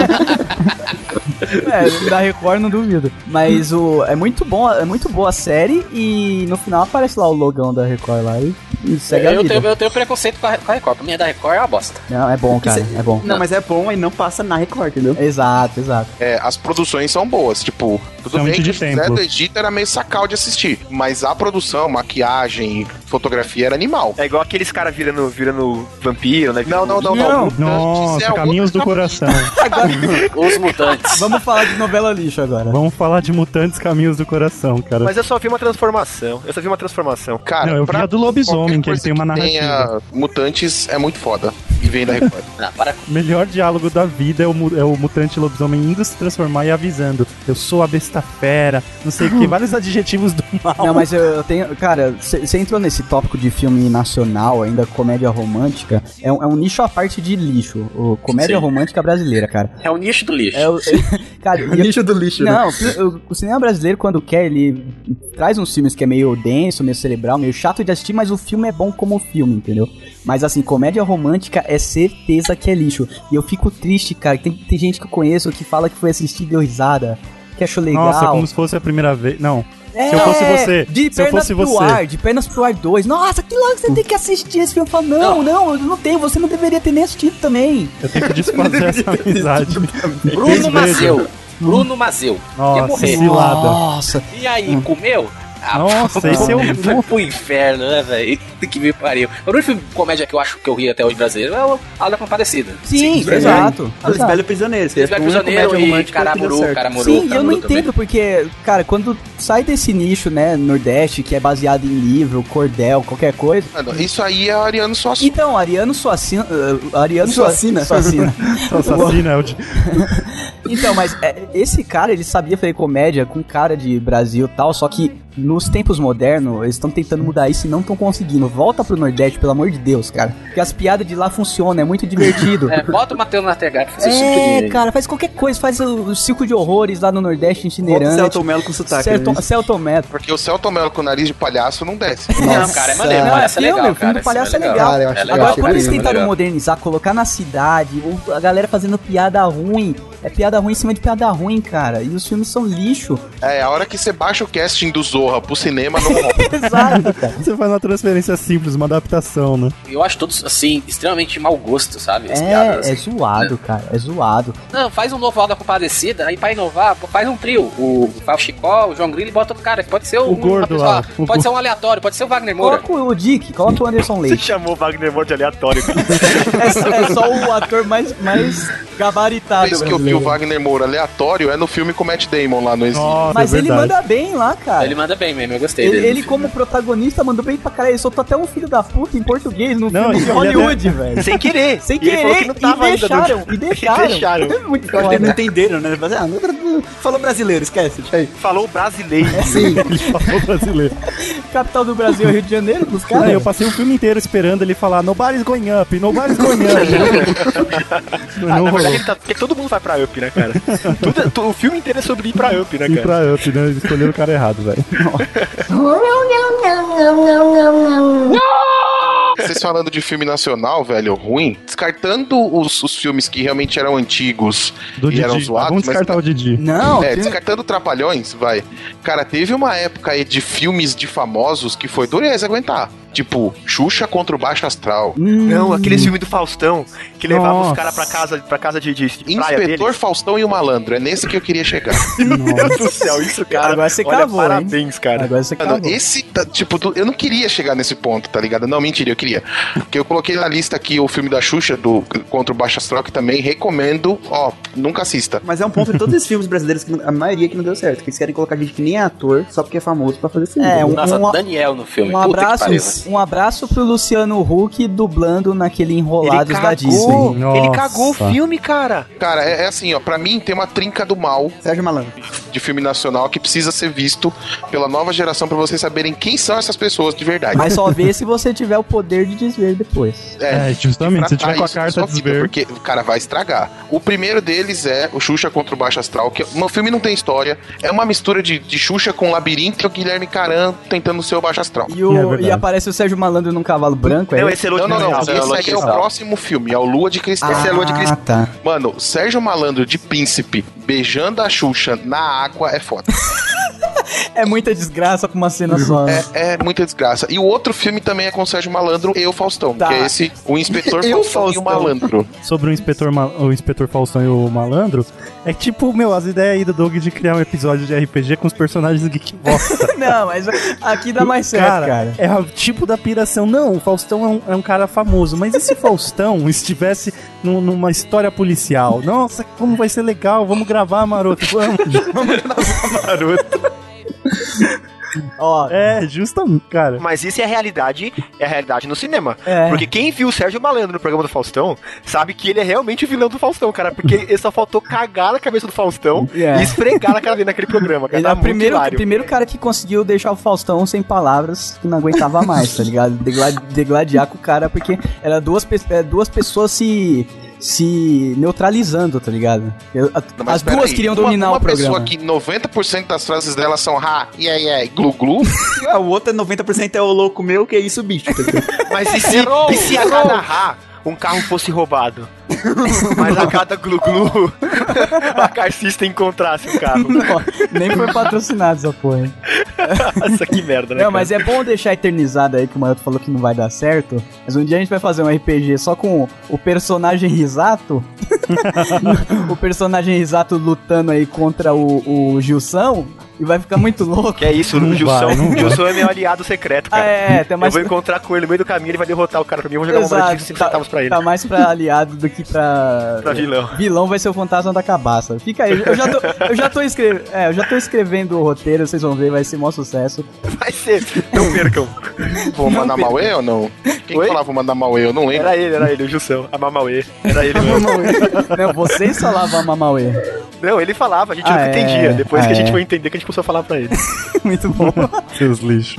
Speaker 1: É, da Record não duvido. Mas o, é muito bom, é muito boa a série e no final aparece lá o logão da Record lá e, e segue a
Speaker 4: É, eu,
Speaker 1: vida.
Speaker 4: tenho, eu tenho preconceito com a, com a Record. Pra mim, a da Record é uma bosta.
Speaker 1: Não, é bom, cara, é bom.
Speaker 6: Não, mas é bom e não passa na Record, entendeu?
Speaker 1: Exato, exato.
Speaker 3: é, as produções são boas. Tipo, tudo
Speaker 5: Chama-te
Speaker 3: bem que
Speaker 5: de
Speaker 3: o Zé
Speaker 5: templo.
Speaker 3: do Egito era meio sacal de assistir. Mas a produção, maquiagem, fotografia era animal.
Speaker 9: É igual aqueles caras virando, virando vampiro, né?
Speaker 3: Não, não, não, não. Mutantes é
Speaker 5: Nossa,
Speaker 3: outro
Speaker 5: Caminhos do
Speaker 3: capítulo.
Speaker 5: Coração.
Speaker 4: Os mutantes.
Speaker 1: Vamos falar de novela lixo agora.
Speaker 5: Vamos falar de Mutantes Caminhos do Coração, cara.
Speaker 9: Mas eu só vi uma transformação. Eu só vi uma transformação.
Speaker 3: Cara,
Speaker 5: Não, eu vi
Speaker 3: pra
Speaker 5: a do lobisomem,
Speaker 3: qualquer
Speaker 5: que ele
Speaker 3: coisa
Speaker 5: tem uma narrativa.
Speaker 3: tenha mutantes é muito foda. E vem da Record.
Speaker 4: Não, para
Speaker 5: Melhor diálogo da vida é o, mu- é o mutante lobisomem indo se transformar e avisando. Eu sou a besta fera, não sei o que, vários adjetivos do mal.
Speaker 1: Não, mas eu, eu tenho. Cara, você entrou nesse tópico de filme nacional, ainda comédia romântica. É um, é um nicho à parte de lixo. O comédia
Speaker 4: Sim.
Speaker 1: romântica brasileira, cara.
Speaker 4: É o nicho do lixo.
Speaker 1: É o. cara, e eu-
Speaker 6: Lixo do lixo, né?
Speaker 1: Não, o, o cinema brasileiro, quando quer, ele traz uns filmes que é meio denso, meio cerebral, meio chato de assistir, mas o filme é bom como filme, entendeu? Mas assim, comédia romântica é certeza que é lixo. E eu fico triste, cara. Tem, tem gente que eu conheço que fala que foi assistir e deu risada, que achou legal.
Speaker 5: Nossa, é como se fosse a primeira vez. Não,
Speaker 1: É,
Speaker 5: Se eu fosse você,
Speaker 1: De
Speaker 5: se eu
Speaker 1: pernas
Speaker 5: fosse
Speaker 1: pro
Speaker 5: você. Hum.
Speaker 1: ar, de pernas pro ar 2. Nossa, que logo você tem que assistir esse filme. Eu falo, não, não, eu não tenho, você não deveria ter nem assistido também.
Speaker 5: eu tenho que desfazer essa amizade. Vocês
Speaker 4: Bruno
Speaker 1: Hum.
Speaker 5: vejam.
Speaker 4: Mazeu. Bruno Mazeu. Ia
Speaker 5: Nossa,
Speaker 4: morrer.
Speaker 5: cilada.
Speaker 1: Nossa,
Speaker 4: E
Speaker 1: Hum.
Speaker 4: aí, comeu? Ah,
Speaker 5: Nossa, esse é o.
Speaker 4: Foi pro inferno, né, velho? Que me pariu. O único filme de comédia que eu acho que eu ri até hoje brasileiro é o Ala Comparecida.
Speaker 1: sim,
Speaker 4: Sim,
Speaker 1: exato.
Speaker 6: Ah,
Speaker 1: exato.
Speaker 6: Espelho Prisioneiro. que
Speaker 4: Ele
Speaker 6: é
Speaker 1: um
Speaker 6: a
Speaker 4: vai
Speaker 6: única
Speaker 4: prisioneiro
Speaker 6: comédia
Speaker 4: e
Speaker 6: romântica que deu
Speaker 4: caramuru,
Speaker 6: certo.
Speaker 4: caramuru.
Speaker 1: Sim, eu não
Speaker 4: Caramuru Tá também.
Speaker 1: entendo porque, cara, quando sai desse nicho, né, Nordeste, que é baseado em livro, cordel, qualquer coisa.
Speaker 3: Mano, isso aí é Ariano Suassuna.
Speaker 1: Então, Ariano Suacina. eh, Ariano
Speaker 6: Suacina.
Speaker 1: Suacina.
Speaker 5: Assassino é o de-
Speaker 1: Então, mas é, esse cara, ele sabia fazer comédia com cara de Brasil e tal, só que nos tempos modernos, eles estão tentando mudar isso e não estão conseguindo. Volta pro Nordeste, pelo amor de Deus, cara. Porque as piadas de lá funcionam, é muito divertido.
Speaker 4: É, bota o Matheus na TH pra fazer
Speaker 1: É,
Speaker 4: é,
Speaker 1: cara, faz qualquer coisa, faz o, o circo de horrores lá no Nordeste
Speaker 6: Bota o
Speaker 1: itinerante.
Speaker 6: Celton Mello com sotaque.
Speaker 1: Celton-
Speaker 6: né?
Speaker 1: Celton Mello.
Speaker 3: Porque o Celton Mello com o nariz de palhaço não desce.
Speaker 4: Não, cara, é maneiro.
Speaker 1: Não,
Speaker 4: palhaço é
Speaker 1: é filme,
Speaker 4: legal,
Speaker 1: o filme
Speaker 4: cara,
Speaker 1: do palhaço
Speaker 4: isso
Speaker 1: é legal.
Speaker 6: Cara, eu acho legal,
Speaker 1: Agora,
Speaker 6: achei
Speaker 1: quando eles
Speaker 6: maneiro,
Speaker 1: tentaram
Speaker 4: legal.
Speaker 1: modernizar, colocar na cidade, o- a galera fazendo piada ruim, é piada ruim em cima de piada ruim, cara. E os filmes são lixo.
Speaker 3: É, a hora que você baixa o casting do Zorra pro cinema, não rola.
Speaker 1: Exato, cara.
Speaker 5: Você faz uma transferência simples, uma adaptação, né?
Speaker 4: Eu acho todos, assim, extremamente mau gosto, sabe? As piadas,
Speaker 1: É, é
Speaker 4: assim.
Speaker 1: zoado, cara. É zoado.
Speaker 4: Não, faz um novo Alda Compadecida, aí pra inovar, pô, faz um trio. O faz o Chicó, o João Grilo e bota outro cara. que Pode ser um,
Speaker 5: O gordo
Speaker 4: pessoa-
Speaker 5: lá, o
Speaker 4: pode ser um aleatório, pode ser o Wagner Moura.
Speaker 1: Coloca o Dick, coloca o Anderson
Speaker 9: Você
Speaker 1: Leite.
Speaker 9: chamou o Wagner Moura de aleatório.
Speaker 1: é, só- é só o ator mais, mais
Speaker 3: A
Speaker 1: gabaritado.
Speaker 3: vez que eu vi o Wagner Moura aleatório é no filme com o Matt Damon lá no Exílio.
Speaker 5: Nossa,
Speaker 1: Mas
Speaker 5: é
Speaker 1: ele
Speaker 5: verdade.
Speaker 1: manda bem lá, cara.
Speaker 4: Ele manda bem mesmo, eu gostei
Speaker 1: Ele,
Speaker 4: dele.
Speaker 1: ele como protagonista, mandou bem pra caralho. Ele soltou até um filho da puta em português no
Speaker 5: Não,
Speaker 1: filme de
Speaker 5: ele
Speaker 1: Hollywood, velho.
Speaker 9: Sem querer.
Speaker 1: Sem
Speaker 9: E ele falou
Speaker 1: querer,
Speaker 9: que não tava
Speaker 1: e
Speaker 9: ainda no-
Speaker 1: deixaram, e deixaram.
Speaker 9: E deixaram.
Speaker 1: É muito
Speaker 6: Eu acho que
Speaker 1: foda.
Speaker 6: eles não entenderam, né? Mas, ah, não- Falou brasileiro, esquece. deixa aí.
Speaker 9: Falou brasileiro.
Speaker 6: Sim.
Speaker 5: Ele falou brasileiro.
Speaker 1: Capital do Brasil, Rio de Janeiro, dos
Speaker 5: Não,
Speaker 1: caras.
Speaker 5: eu passei o filme inteiro esperando ele falar Nobody's going up, nobody's going up.
Speaker 9: Ah,
Speaker 5: não
Speaker 9: na
Speaker 5: rolou.
Speaker 9: verdade, ele tá, porque todo mundo vai pra Up, né, cara? Tudo- tu- o filme inteiro é sobre ir pra Up, né,
Speaker 5: E
Speaker 9: cara?
Speaker 5: pra up, né? Eles escolheram o cara errado, velho.
Speaker 3: Vocês falando de filme nacional, velho, ruim, descartando os, os filmes que realmente eram antigos
Speaker 5: Do
Speaker 3: e eram
Speaker 5: Didi. Ah,
Speaker 3: zoados,
Speaker 5: Vamos
Speaker 3: mas-
Speaker 5: descartar o Didi.
Speaker 1: Não,
Speaker 3: é,
Speaker 1: tem-
Speaker 3: descartando Trapalhões, vai. Cara, teve uma época aí de filmes de famosos que foi dureza aguentar. Tipo, Xuxa contra o Baixo Astral.
Speaker 5: Hum,
Speaker 9: Não, aquele
Speaker 1: Hum.
Speaker 9: filme do Faustão, que levava
Speaker 5: Nossa.
Speaker 9: os caras pra casa, pra casa de, de, de praia
Speaker 3: Inspetor
Speaker 9: dele.
Speaker 3: Faustão e o Malandro. É nesse que eu queria chegar.
Speaker 9: Meu Deus do céu, isso, cara.
Speaker 1: Agora você
Speaker 9: Olha,
Speaker 1: cavou, hein?
Speaker 9: parabéns, cara.
Speaker 1: Agora você
Speaker 3: Mano,
Speaker 1: acabou.
Speaker 3: esse, tá- tipo, tu- eu não queria chegar nesse ponto, tá ligado? Não, mentira, eu queria. Porque eu coloquei na lista aqui o filme da Xuxa, do Contra o Baixo Astral, que também recomendo, ó, nunca assista.
Speaker 6: Mas é um ponto de todos esses filmes brasileiros, que não- a maioria que não deu certo. Que eles querem colocar gente que nem é ator, só porque é famoso pra fazer filme.
Speaker 1: É, um,
Speaker 4: Nossa,
Speaker 1: um,
Speaker 4: Daniel no filme.
Speaker 1: um
Speaker 4: Puta que
Speaker 1: abraço,
Speaker 4: pariu, né?
Speaker 13: Deus.
Speaker 1: Um abraço pro Luciano Huck dublando naquele Enrolados da Disney.
Speaker 9: cagou, ele cagou o filme, cara.
Speaker 3: Cara, é, é assim, ó. Pra mim tem uma trinca do mal
Speaker 6: Sérgio Malandro.
Speaker 3: de filme nacional que precisa ser visto pela nova geração pra vocês saberem quem são essas pessoas de verdade.
Speaker 1: Mas só vê se você tiver o poder de desver depois.
Speaker 5: É, justamente, se
Speaker 3: tratar
Speaker 5: tiver com a
Speaker 3: isso na
Speaker 5: carta
Speaker 3: sua
Speaker 5: de
Speaker 3: vida,
Speaker 5: ver.
Speaker 3: Porque, cara, vai estragar. O primeiro deles é o Xuxa contra o Baixo Astral, que é o filme não tem história, é uma mistura de, de Xuxa com Labirinto e o Guilherme Caran tentando ser o Baixo Astral.
Speaker 1: E, o-
Speaker 5: É verdade.
Speaker 1: e aparece o Sérgio Malandro num cavalo branco, é?
Speaker 9: Não,
Speaker 1: ele?
Speaker 9: esse é o
Speaker 3: Não,
Speaker 9: último
Speaker 3: não, não.
Speaker 9: final.
Speaker 3: Esse
Speaker 13: Lua de
Speaker 3: aí é o
Speaker 13: Cristal.
Speaker 3: próximo filme, é o Lua de Cristal. Esse é a Lua de Cristal.
Speaker 1: Ah, tá.
Speaker 3: Mano, Sérgio Malandro de Príncipe beijando a Xuxa na água é foda.
Speaker 1: É muita desgraça pra uma cena só. né?
Speaker 3: É, é muita desgraça. E o outro filme também é com o Sérgio Malandro e o Faustão,
Speaker 1: Tá.
Speaker 3: que é esse, o Inspetor
Speaker 6: Eu,
Speaker 3: Faustão, e o
Speaker 6: Faustão.
Speaker 3: Malandro.
Speaker 5: sobre o inspetor, Ma- o inspetor Faustão e o Malandro, é que, tipo, meu, as ideias aí do Doug de criar um episódio de RPG com os personagens do Geek Bosta.
Speaker 1: Não, mas aqui dá Tá mais certo, cara.
Speaker 5: é o tipo da piração. Não, o Faustão é um, é um cara famoso, mas e se o Faustão estivesse num- numa história policial? Nossa, como vai ser legal, vamos gravar, maroto, vamos.
Speaker 1: Ó,
Speaker 5: É, justamente, cara.
Speaker 9: Mas isso é a realidade, é a realidade no cinema.
Speaker 1: É.
Speaker 9: Porque quem viu o Sérgio Malandro no programa do Faustão sabe que ele é realmente o vilão do Faustão, cara. Porque ele só faltou cagar na cabeça do Faustão
Speaker 1: É.
Speaker 9: e esfregar na cara dele naquele programa, cara.
Speaker 1: ele
Speaker 9: Tá
Speaker 1: é o
Speaker 9: muito
Speaker 1: primeiro,
Speaker 9: hilário.
Speaker 1: primeiro cara que conseguiu deixar o Faustão sem palavras, que não aguentava mais, tá ligado? Degla- degladiar com o cara, porque era duas, pe- é, duas pessoas se. se neutralizando, tá ligado? Eu- a-
Speaker 3: Não, mas
Speaker 1: as
Speaker 3: pera
Speaker 1: duas
Speaker 3: aí.
Speaker 1: queriam
Speaker 3: Uma-
Speaker 1: dominar o programa.
Speaker 3: Uma pessoa que 90% das frases dela são ha, yeah, yeah, e glu-glu,
Speaker 6: Ah, o outro é 90% é o louco meu, que é isso, bicho. tá ligado?
Speaker 9: Mas e se, e se a cada rá um carro fosse roubado? Mas a cada glu-glu a carcista encontrasse o carro.
Speaker 1: Não, nem foi patrocinado essa porra. hein?
Speaker 9: Nossa, que merda, né?
Speaker 1: Não,
Speaker 9: cara?
Speaker 1: mas é bom deixar eternizado aí que o Maroto falou que não vai dar certo. Mas um dia a gente vai fazer um RPG só com o personagem Risato. o personagem Risato lutando aí contra o, o Gilson. E vai ficar muito louco.
Speaker 9: Que é isso, o
Speaker 5: vai, não
Speaker 9: Gilson,
Speaker 5: vai.
Speaker 9: Gilson é meu aliado secreto,
Speaker 1: Ah,
Speaker 9: cara.
Speaker 1: é, tá
Speaker 9: Eu
Speaker 1: mais.
Speaker 9: vou encontrar com ele no meio do caminho, ele vai derrotar o cara pra mim, eu vou jogar uma bola de 5
Speaker 1: tá,
Speaker 9: centavos pra ele.
Speaker 1: tá mais pra aliado do que pra.
Speaker 9: Pra vilão.
Speaker 1: Vilão vai ser o fantasma da cabaça. Fica aí, eu já tô, eu já tô, escre- é, eu já tô escrevendo o roteiro, vocês vão ver, vai ser maior sucesso.
Speaker 9: Vai ser, não percam.
Speaker 3: vou mandar Mauê ou não? Quem
Speaker 9: Oi?
Speaker 3: falava mandar Mauê? Eu não lembro.
Speaker 9: Era ele, era ele, o Gilson, a Mamauê. Era ele é mesmo.
Speaker 1: Não, vocês falavam a Mamauê.
Speaker 9: Não, ele falava, a gente
Speaker 1: Ah,
Speaker 9: nunca
Speaker 1: é.
Speaker 9: entendia. Depois
Speaker 1: Ah,
Speaker 9: que
Speaker 1: é.
Speaker 9: a gente foi entender, que a gente começou a falar pra ele.
Speaker 1: Muito bom.
Speaker 5: Seus lixos.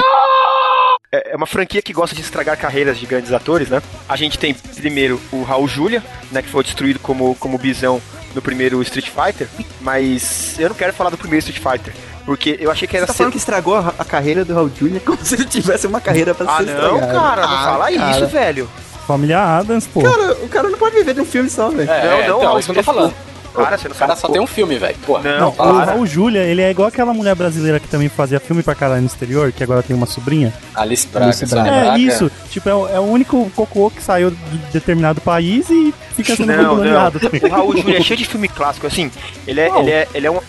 Speaker 9: É é uma franquia que gosta de estragar carreiras de grandes atores, né? A gente tem primeiro o Raul Julia, né? Que foi destruído como, como bisão no primeiro Street Fighter. Mas eu não quero falar do primeiro Street Fighter. Porque eu achei que
Speaker 6: Você
Speaker 9: era
Speaker 6: tá falando que estragou a, a carreira do Raul Jr. como se ele tivesse uma carreira pra
Speaker 9: Ah,
Speaker 6: ser
Speaker 9: não,
Speaker 6: estragada.
Speaker 9: cara, não
Speaker 3: Ah,
Speaker 9: fala isso, velho.
Speaker 5: Família Adams, pô.
Speaker 6: Cara, o cara não pode viver de um filme só, velho.
Speaker 4: É,
Speaker 9: não,
Speaker 4: então,
Speaker 9: Raul,
Speaker 4: isso que eu tô
Speaker 9: ele-
Speaker 4: falando.
Speaker 9: Cara, você não
Speaker 4: O cara
Speaker 9: sabe.
Speaker 4: só tem um filme, velho. Pô,
Speaker 9: Não,
Speaker 5: Não, o
Speaker 9: para.
Speaker 5: Raul Júlia, ele é igual aquela mulher brasileira que também fazia filme pra caralho no exterior, que agora tem uma sobrinha.
Speaker 4: Alice Braga.
Speaker 1: Alice
Speaker 4: Sônia
Speaker 5: É
Speaker 4: Braga.
Speaker 5: isso, tipo, é o, é o único cocô que saiu de determinado país e fica sendo
Speaker 9: Não, não.
Speaker 5: bombardeado.
Speaker 9: O Raul Júlia é cheio de filme clássico, assim. Ele é,
Speaker 5: Qual?
Speaker 9: ele é, ele é um.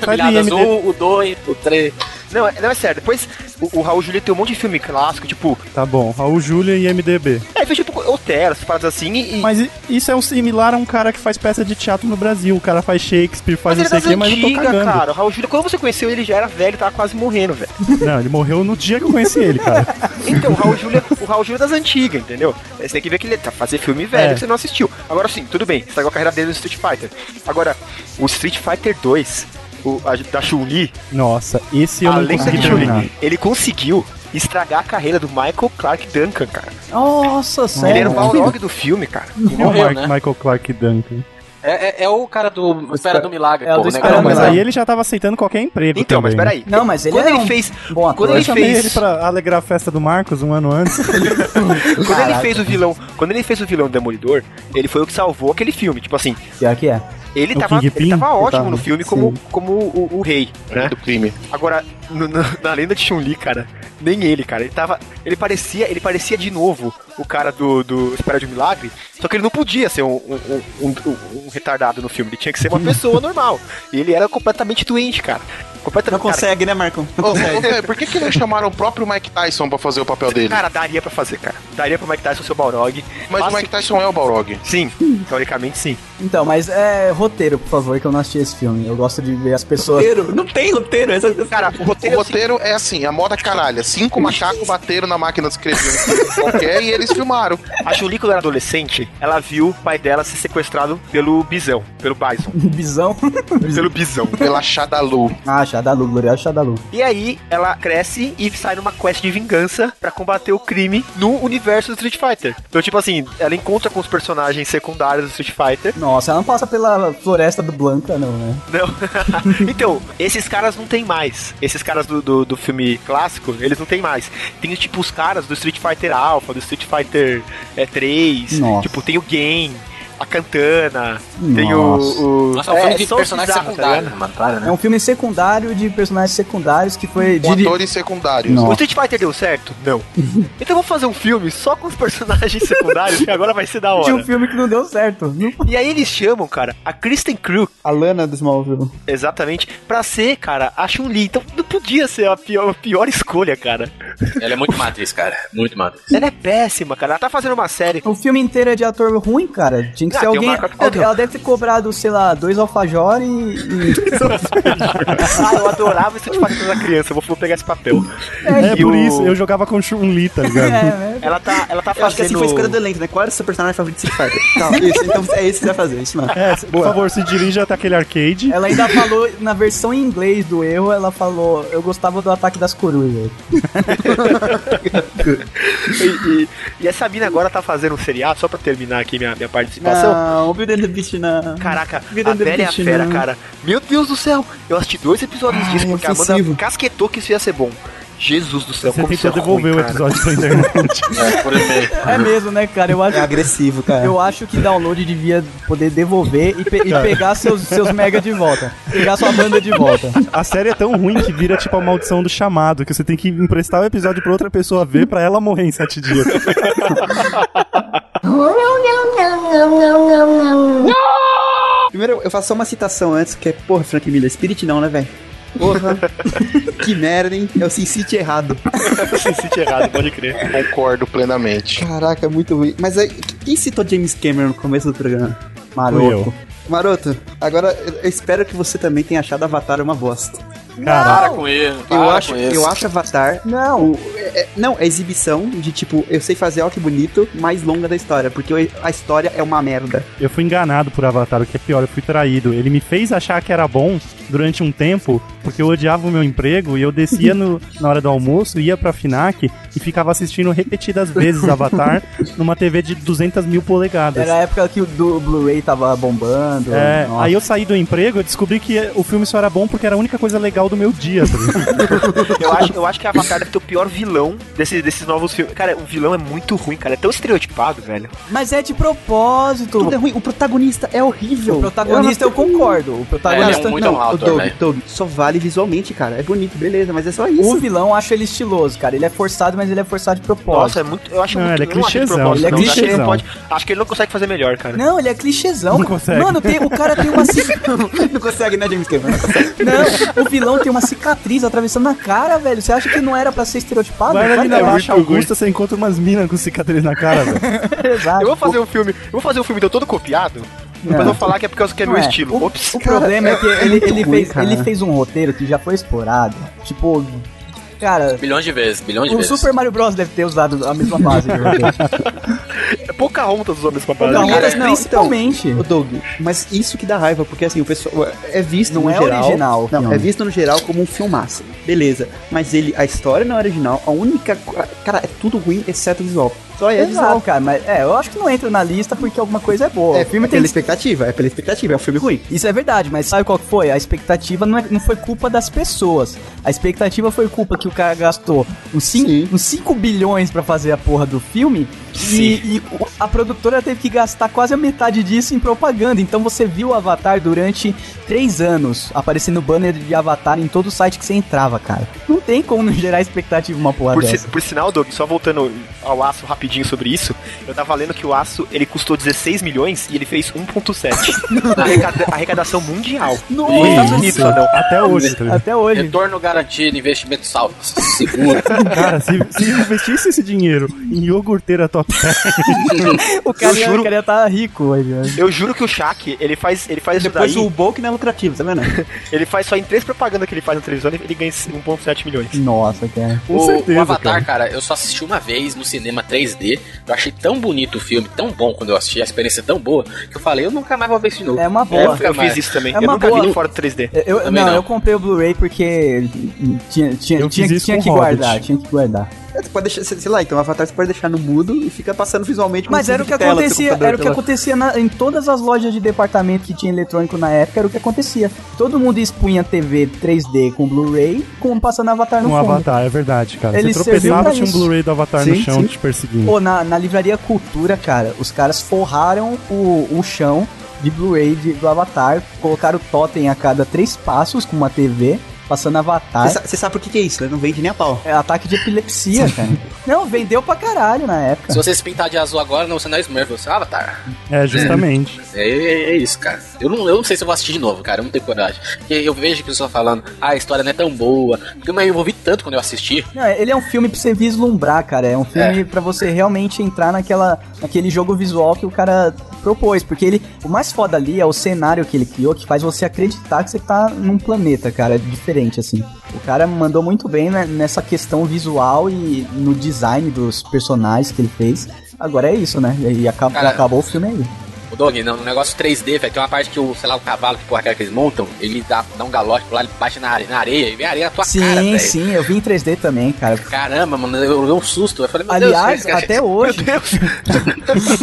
Speaker 4: Caminhada
Speaker 5: IMDb.
Speaker 4: Azul, um, o 2, o 3.
Speaker 9: Não, é- não é sério. Depois o, o Raul Júlia tem um monte de filme clássico, tipo.
Speaker 5: Tá bom, Raul Júlia e MDB.
Speaker 9: É, fez tipo Otero, essas paradas assim e.
Speaker 5: Mas i- isso é um similar a um cara que faz peça de teatro no Brasil. O cara faz Shakespeare, faz não sei o
Speaker 9: ele
Speaker 5: quê, mas eu tô cagando.
Speaker 9: cara. O Raul Júlia, quando você conheceu ele, ele já era velho, tava quase morrendo, velho.
Speaker 5: Não, ele morreu no dia que eu conheci ele, cara.
Speaker 9: Então, o Raul Júlia, o Raul Júlia das antigas, entendeu? Você tem que ver que ele tá fazer filme velho
Speaker 5: É.
Speaker 9: que você não assistiu. Agora sim, tudo bem, estragou a carreira dele no Street Fighter. Agora, o Street Fighter 2, o, a- da Chun-Li,
Speaker 5: Nossa, esse eu
Speaker 9: a
Speaker 5: não
Speaker 9: lenda
Speaker 5: consegui
Speaker 9: de Chun-Li,
Speaker 5: terminar.
Speaker 9: ele conseguiu estragar a carreira do Michael é Clark Duncan, cara.
Speaker 1: Nossa, sério.
Speaker 9: Ele era um o Balrog do filme, cara.
Speaker 5: E o
Speaker 4: morreu,
Speaker 5: Mar-
Speaker 4: né?
Speaker 5: Michael Clark Duncan.
Speaker 4: É, é, é o cara do Espera do Milagre,
Speaker 1: É o
Speaker 4: pô.
Speaker 1: do
Speaker 4: né,
Speaker 1: Espera
Speaker 4: cara?
Speaker 5: Não,
Speaker 1: do
Speaker 5: mas
Speaker 1: Milagre.
Speaker 5: aí ele já tava aceitando qualquer emprego
Speaker 9: Então, mas
Speaker 5: também. né?
Speaker 9: peraí.
Speaker 1: Não, mas ele
Speaker 9: quando
Speaker 1: era
Speaker 9: ele
Speaker 1: um
Speaker 9: fez,
Speaker 1: bom ator.
Speaker 9: quando
Speaker 5: Eu
Speaker 9: ele
Speaker 5: chamei
Speaker 9: fez-
Speaker 5: ele pra alegrar a festa do Marcos um ano antes.
Speaker 9: quando ele fez o vilão, quando ele fez o vilão Demolidor, ele foi o que salvou aquele filme, tipo assim,
Speaker 1: Pior que é.
Speaker 9: ele
Speaker 5: O
Speaker 9: tava,
Speaker 5: Kingpin?
Speaker 9: ele tava
Speaker 5: Ele
Speaker 9: ótimo
Speaker 5: tava-
Speaker 9: no filme
Speaker 5: sim.
Speaker 9: como, como o, o rei, né?
Speaker 3: Do crime.
Speaker 9: Agora, no- no- na lenda de Chun-Li, cara, nem ele, cara. Ele tava. Ele parecia, ele parecia de novo o cara do, do Espera de um Milagre. Só que ele não podia ser um, um- um- um- um retardado no filme. Ele tinha que ser uma pessoa normal. E ele era completamente doente, cara.
Speaker 6: Não
Speaker 9: Completamente. cara,
Speaker 6: consegue, né, Marcão? Não
Speaker 3: Ô,
Speaker 6: consegue.
Speaker 3: ô, por que, que não chamaram o próprio Mike Tyson pra fazer o papel dele?
Speaker 9: Cara, daria pra fazer, cara. Daria pro Mike Tyson ser o Balrog.
Speaker 3: Mas o
Speaker 9: fácil-
Speaker 3: Mike Tyson é o Balrog.
Speaker 9: Sim, teoricamente sim.
Speaker 1: Então, mas é roteiro, por favor, que eu não assisti esse filme. Eu gosto de ver as pessoas.
Speaker 6: Roteiro? Não tem roteiro. Essa...
Speaker 9: Cara, o
Speaker 3: O
Speaker 9: roteiro,
Speaker 3: roteiro é assim, a moda caralha. Cinco macacos bateram na máquina de escrever um filme qualquer e eles filmaram.
Speaker 9: A Julie, quando era adolescente, ela viu o pai dela ser sequestrado pelo Bisão. Pelo Bison.
Speaker 1: Visão.
Speaker 9: pelo Bisão.
Speaker 3: Pela Shadalu.
Speaker 1: Ah, Shadalu, L'Oreal Shadalu.
Speaker 9: E aí, ela cresce e sai numa quest de vingança pra combater o crime no universo do Street Fighter. Então, tipo assim, ela encontra com os personagens secundários do Street Fighter.
Speaker 1: Nossa, ela não passa pela floresta do Blanca, não, né?
Speaker 9: Não. então, esses caras não tem mais. Esses caras do, do, do filme clássico, eles não tem mais. Tem, tipo, os caras do Street Fighter Alpha, do Street Fighter é, 3.
Speaker 1: Nossa.
Speaker 9: Tipo, tem o Game. A Cantana, tem
Speaker 1: Nossa.
Speaker 9: o. o
Speaker 4: Nossa, é um filme de
Speaker 9: só os
Speaker 4: personagem
Speaker 9: bizarros, tá
Speaker 4: secundário,
Speaker 9: ligado?
Speaker 4: mano, claro,
Speaker 1: É
Speaker 4: né?
Speaker 1: um filme secundário de personagens secundários que foi.
Speaker 9: Um
Speaker 3: Com
Speaker 1: diri-
Speaker 3: atores secundários.
Speaker 1: Não.
Speaker 9: O Street Fighter deu certo? Não. então vamos fazer um filme só com os personagens secundários, que agora vai ser da
Speaker 1: Tinha um
Speaker 9: hora.
Speaker 1: filme que não deu certo. Não
Speaker 9: E aí eles chamam, cara, a Kristen Krug,
Speaker 6: A Lana do Smallville.
Speaker 9: exatamente, pra ser, cara, a Chun-Li. Então não podia ser a pior, a pior escolha, cara.
Speaker 4: Ela é muito matriz, cara. Muito matriz.
Speaker 9: Ela é péssima, cara. Ela tá fazendo uma série.
Speaker 1: O filme inteiro é de ator ruim, cara. Tinha que
Speaker 9: Ah,
Speaker 1: ser
Speaker 9: tem o
Speaker 1: alguém.
Speaker 9: Marco Antônio.
Speaker 1: Ela deve ter cobrado, sei lá, dois alfajores e. e-
Speaker 9: Ah, eu adorava Street Fighter quando eu era criança. Eu vou- vou pegar esse papel.
Speaker 5: É,
Speaker 9: E
Speaker 5: por
Speaker 9: o-
Speaker 5: isso, eu jogava com Chun-Li, tá ligado?
Speaker 1: é, né?
Speaker 9: Ela tá, ela tá
Speaker 6: Eu acho que assim
Speaker 9: fazendo.
Speaker 6: foi a escolha do elenco, né? Qual era o seu personagem favorito de Street Fighter? Não, isso, então é isso que você vai fazer, isso mesmo.
Speaker 5: É, por favor, se dirija até aquele arcade.
Speaker 1: Ela ainda falou, na versão em inglês do erro, ela falou: Eu gostava do ataque das corujas.
Speaker 9: e, e- e essa mina agora tá fazendo um seriado, só pra terminar aqui minha, minha participação.
Speaker 6: Não, o Beauty and the Beast não.
Speaker 9: Caraca,
Speaker 6: Vida
Speaker 9: a
Speaker 6: do
Speaker 9: velha e a
Speaker 6: bicho,
Speaker 9: fera,
Speaker 6: não.
Speaker 9: cara. Meu Deus do céu! Eu assisti dois episódios
Speaker 5: Ah,
Speaker 9: disso
Speaker 5: é
Speaker 9: porque a Amanda
Speaker 6: ofensivo.
Speaker 9: casquetou que isso ia ser bom. Jesus do céu,
Speaker 5: Você
Speaker 9: como isso é
Speaker 5: tentou devolver
Speaker 9: ruim,
Speaker 5: o
Speaker 9: cara.
Speaker 5: episódio da internet.
Speaker 4: É, por exemplo.
Speaker 1: É mesmo, né, cara? Eu acho,
Speaker 6: É agressivo, cara.
Speaker 1: eu acho que download devia poder devolver e, pe- e pegar seus, seus mega de volta. Pegar sua banda de volta.
Speaker 5: A série é tão ruim que vira tipo a maldição do chamado, que você tem que emprestar o episódio pra outra pessoa ver pra ela morrer em sete dias.
Speaker 6: Primeiro, eu faço só uma citação antes, que é, porra, Frank Miller, Spirit não, né, velho? Porra. que merda, hein? É o Sin City errado.
Speaker 9: Senti errado, pode crer.
Speaker 3: Concordo plenamente.
Speaker 6: Caraca, é muito ruim. Mas aí, quem citou James Cameron no começo do programa?
Speaker 5: Fui eu.
Speaker 6: Maroto, agora eu espero que você também tenha achado Avatar uma bosta.
Speaker 5: Cara,
Speaker 9: um
Speaker 4: com ele.
Speaker 6: Eu acho, eu acho Avatar.
Speaker 1: Não.
Speaker 6: o- é- é- não, é exibição de tipo, eu sei fazer algo que bonito, mais longa da história, porque eu- a história é uma merda.
Speaker 5: eu fui enganado por Avatar, o que é pior, eu fui traído. Ele me fez achar que era bom durante um tempo, porque eu odiava o meu emprego e eu descia no- na hora do almoço, ia pra FINAC e ficava assistindo repetidas vezes Avatar numa TV de 200 mil polegadas.
Speaker 1: Era a época que o do Blu-ray tava bombando.
Speaker 5: É,
Speaker 1: Nossa.
Speaker 5: aí eu saí do emprego, eu descobri que o filme só era bom porque era a única coisa legal do meu dia. tá ligado?
Speaker 9: Eu acho, eu acho que a Avatar deve ter o pior vilão desse, desses novos filmes. Cara, o vilão é muito ruim, cara. É tão estereotipado, velho.
Speaker 1: Mas é de propósito.
Speaker 6: Tudo é ruim, o protagonista é horrível.
Speaker 1: O protagonista eu concordo. O
Speaker 4: Ele é
Speaker 1: protagonista.
Speaker 4: um muito
Speaker 6: não,
Speaker 4: mal
Speaker 6: o
Speaker 4: ator,
Speaker 6: Doug,
Speaker 4: velho.
Speaker 6: Doug, só vale visualmente, cara. É bonito, beleza, mas é só
Speaker 1: O
Speaker 6: isso.
Speaker 1: vilão eu acho ele estiloso, cara. Ele é forçado, mas ele é forçado de propósito.
Speaker 9: Nossa, é muito. Eu acho
Speaker 5: Não,
Speaker 9: muito
Speaker 5: ele é
Speaker 9: eu não acho
Speaker 5: clichêzão, ele
Speaker 9: propósito,
Speaker 5: é
Speaker 9: não. Acho que ele
Speaker 5: clichêzão.
Speaker 9: não pode- Acho que ele não consegue fazer melhor, cara.
Speaker 1: Não, ele é clichêzão.
Speaker 5: Não consegue.
Speaker 1: Mano, tem- o cara tem uma cic-
Speaker 6: não consegue, né, James Cameron?
Speaker 1: Não, o vilão tem uma cicatriz atravessando a cara, velho. Você acha que não era pra ser estereotipado?
Speaker 5: Vai na
Speaker 1: Cara,
Speaker 5: Mina
Speaker 1: é
Speaker 5: Baixa Augusta, você encontra umas minas com cicatriz na cara, velho.
Speaker 1: pesado.
Speaker 9: Eu vou fazer um filme. Eu vou fazer um filme então todo copiado.
Speaker 1: Não.
Speaker 9: Mas eu vou falar que é porque que é
Speaker 1: Não
Speaker 9: meu
Speaker 1: é.
Speaker 9: estilo. Ops.
Speaker 1: O problema é que ele, ele
Speaker 6: ruim,
Speaker 1: fez,
Speaker 6: cara.
Speaker 1: ele fez um roteiro que já foi explorado. Tipo, cara,
Speaker 4: Bilhões de vezes, bilhões de
Speaker 1: o
Speaker 4: vezes.
Speaker 1: Super Mario Bros. deve ter usado a mesma base. de roteiro.
Speaker 9: É pouca ronta dos homens papazes.
Speaker 1: Não,
Speaker 6: cara,
Speaker 1: mas
Speaker 9: então,
Speaker 6: não,
Speaker 1: principalmente.
Speaker 6: Ô Doug, mas isso que dá raiva, porque assim, o pessoal é visto
Speaker 1: Não
Speaker 6: no
Speaker 1: é
Speaker 6: geral.
Speaker 1: original o
Speaker 6: Não,
Speaker 1: filme.
Speaker 6: é visto no geral como um filmaço. Beleza. Mas ele, a história não é original, a única. co- Cara, é tudo ruim, exceto o visual. Só é
Speaker 1: Exato,
Speaker 6: visual.
Speaker 1: cara, mas é, eu acho que não entra na lista porque alguma coisa é boa.
Speaker 6: É,
Speaker 1: o filme
Speaker 6: é
Speaker 1: tem
Speaker 6: pela expectativa, é pela expectativa, é um filme ruim.
Speaker 1: Isso é verdade, mas sabe qual que foi? A expectativa não, é- não foi culpa das pessoas. A expectativa foi culpa que o cara gastou uns
Speaker 6: Sim.
Speaker 1: 5, uns cinco bilhões pra fazer a porra do filme. E, e o- a produtora teve que gastar quase a metade disso em propaganda. Então você viu o Avatar durante três anos, aparecendo banner de Avatar em todo o site que você entrava, cara. Não tem como não gerar expectativa uma porra
Speaker 9: Por, si-
Speaker 1: dessa.
Speaker 9: por sinal, Doug, só voltando ao aço rapidinho sobre isso, eu tava lendo que o aço ele custou 16 milhões e ele fez 1,7. Arrecada- arrecadação mundial. Nos Estados Unidos,
Speaker 5: Isso,
Speaker 9: não.
Speaker 5: até hoje, tá ligado?
Speaker 1: Até hoje.
Speaker 4: Retorno garantido, investimento salvo, seguro.
Speaker 5: Cara, se, se investisse esse dinheiro em iogurteira top
Speaker 1: O cara, ia-
Speaker 9: juro-
Speaker 1: o cara ia tá rico hoje. né?
Speaker 9: Eu juro que o Shaq, ele faz, ele faz isso
Speaker 6: Depois
Speaker 9: daí.
Speaker 6: o bom que não é lucrativo, tá vendo?
Speaker 9: Ele faz só em três propagandas que ele faz na televisão, ele ele ganha 1,7 milhões.
Speaker 1: Nossa, cara.
Speaker 5: com
Speaker 4: o,
Speaker 5: certeza,
Speaker 4: o Avatar,
Speaker 5: cara.
Speaker 4: cara. eu só assisti uma vez no cinema 3D. Eu achei tão bonito o filme, tão bom quando eu assisti, a experiência é tão boa, que eu falei, eu nunca mais vou ver isso de novo.
Speaker 1: É uma
Speaker 9: É,
Speaker 1: boa.
Speaker 4: fica
Speaker 9: eu
Speaker 4: mais.
Speaker 9: fiz isso também.
Speaker 1: É
Speaker 9: eu
Speaker 1: uma
Speaker 9: nunca
Speaker 1: boa.
Speaker 9: vi no fora do 3D.
Speaker 1: Eu, eu-
Speaker 4: Também
Speaker 1: não,
Speaker 4: não.
Speaker 1: eu comprei o Blu-ray porque tinha, tinha,
Speaker 5: Eu
Speaker 1: tinha,
Speaker 5: fiz isso
Speaker 1: tinha
Speaker 5: com
Speaker 1: que
Speaker 5: Hobbit.
Speaker 1: guardar, tinha que guardar.
Speaker 6: É, Você pode deixar, sei sei lá, então o Avatar você pode deixar no mudo e fica passando visualmente como
Speaker 1: Mas
Speaker 6: fundo
Speaker 1: era o
Speaker 6: de
Speaker 1: que
Speaker 6: tela do seu
Speaker 1: acontecia,
Speaker 6: computador,
Speaker 1: era o que
Speaker 6: pela-
Speaker 1: acontecia na- em todas as lojas de departamento que tinha eletrônico na época, era o que acontecia. Todo mundo expunha TV 3D com Blu-ray, com passando Avatar no
Speaker 5: com o
Speaker 1: fundo.
Speaker 5: Avatar, é verdade, cara.
Speaker 1: Ele
Speaker 5: Você
Speaker 1: serviu pra
Speaker 5: tropeçava, tinha um
Speaker 1: isso.
Speaker 5: Blu-ray do Avatar no
Speaker 1: Sim,
Speaker 5: chão
Speaker 1: sim.
Speaker 5: te perseguindo.
Speaker 1: Pô, na, na livraria Cultura, cara, os caras forraram o, o chão de Blu-ray de- do Avatar, colocaram o totem a cada três passos com uma TV, passando Avatar.
Speaker 6: Você sa- Você sabe por que, que é isso, né? Não vende nem a pau.
Speaker 1: É ataque de epilepsia, cara. Não, vendeu pra caralho na época.
Speaker 4: Se você se pintar de azul agora, não, você não é Smurf, você é um Avatar.
Speaker 5: É, justamente.
Speaker 4: É, é- é isso, cara. Eu não, eu não sei se eu vou assistir de novo, cara. Eu não tenho coragem. Porque eu vejo que o pessoal falando, ah, a história não é tão boa. Porque mas eu envolvi tanto quando eu assisti.
Speaker 1: Não, ele é um filme pra você vislumbrar, cara. É um filme pra você realmente entrar naquela, naquele jogo visual que o cara propôs. Porque ele. O mais foda ali é o cenário que ele criou que faz você acreditar que você tá num planeta, cara. É diferente, assim. O cara mandou muito bem né, nessa questão visual e no design dos personagens que ele fez. Agora é isso, né? E acabou,
Speaker 4: Cara,
Speaker 1: acabou o filme aí.
Speaker 4: O Dog, no né, um negócio 3D, velho, tem uma parte que o, sei lá, o cavalo que porra que é que eles montam, ele dá, dá um galope lá, ele bate na, are- na areia e vem a areia na tua
Speaker 1: Sim,
Speaker 4: cara, velho.
Speaker 1: sim, eu vi em 3D também, cara.
Speaker 4: Caramba, mano, eu dei um susto. Eu falei, meu
Speaker 1: Aliás,
Speaker 4: Deus, cara,
Speaker 1: até hoje.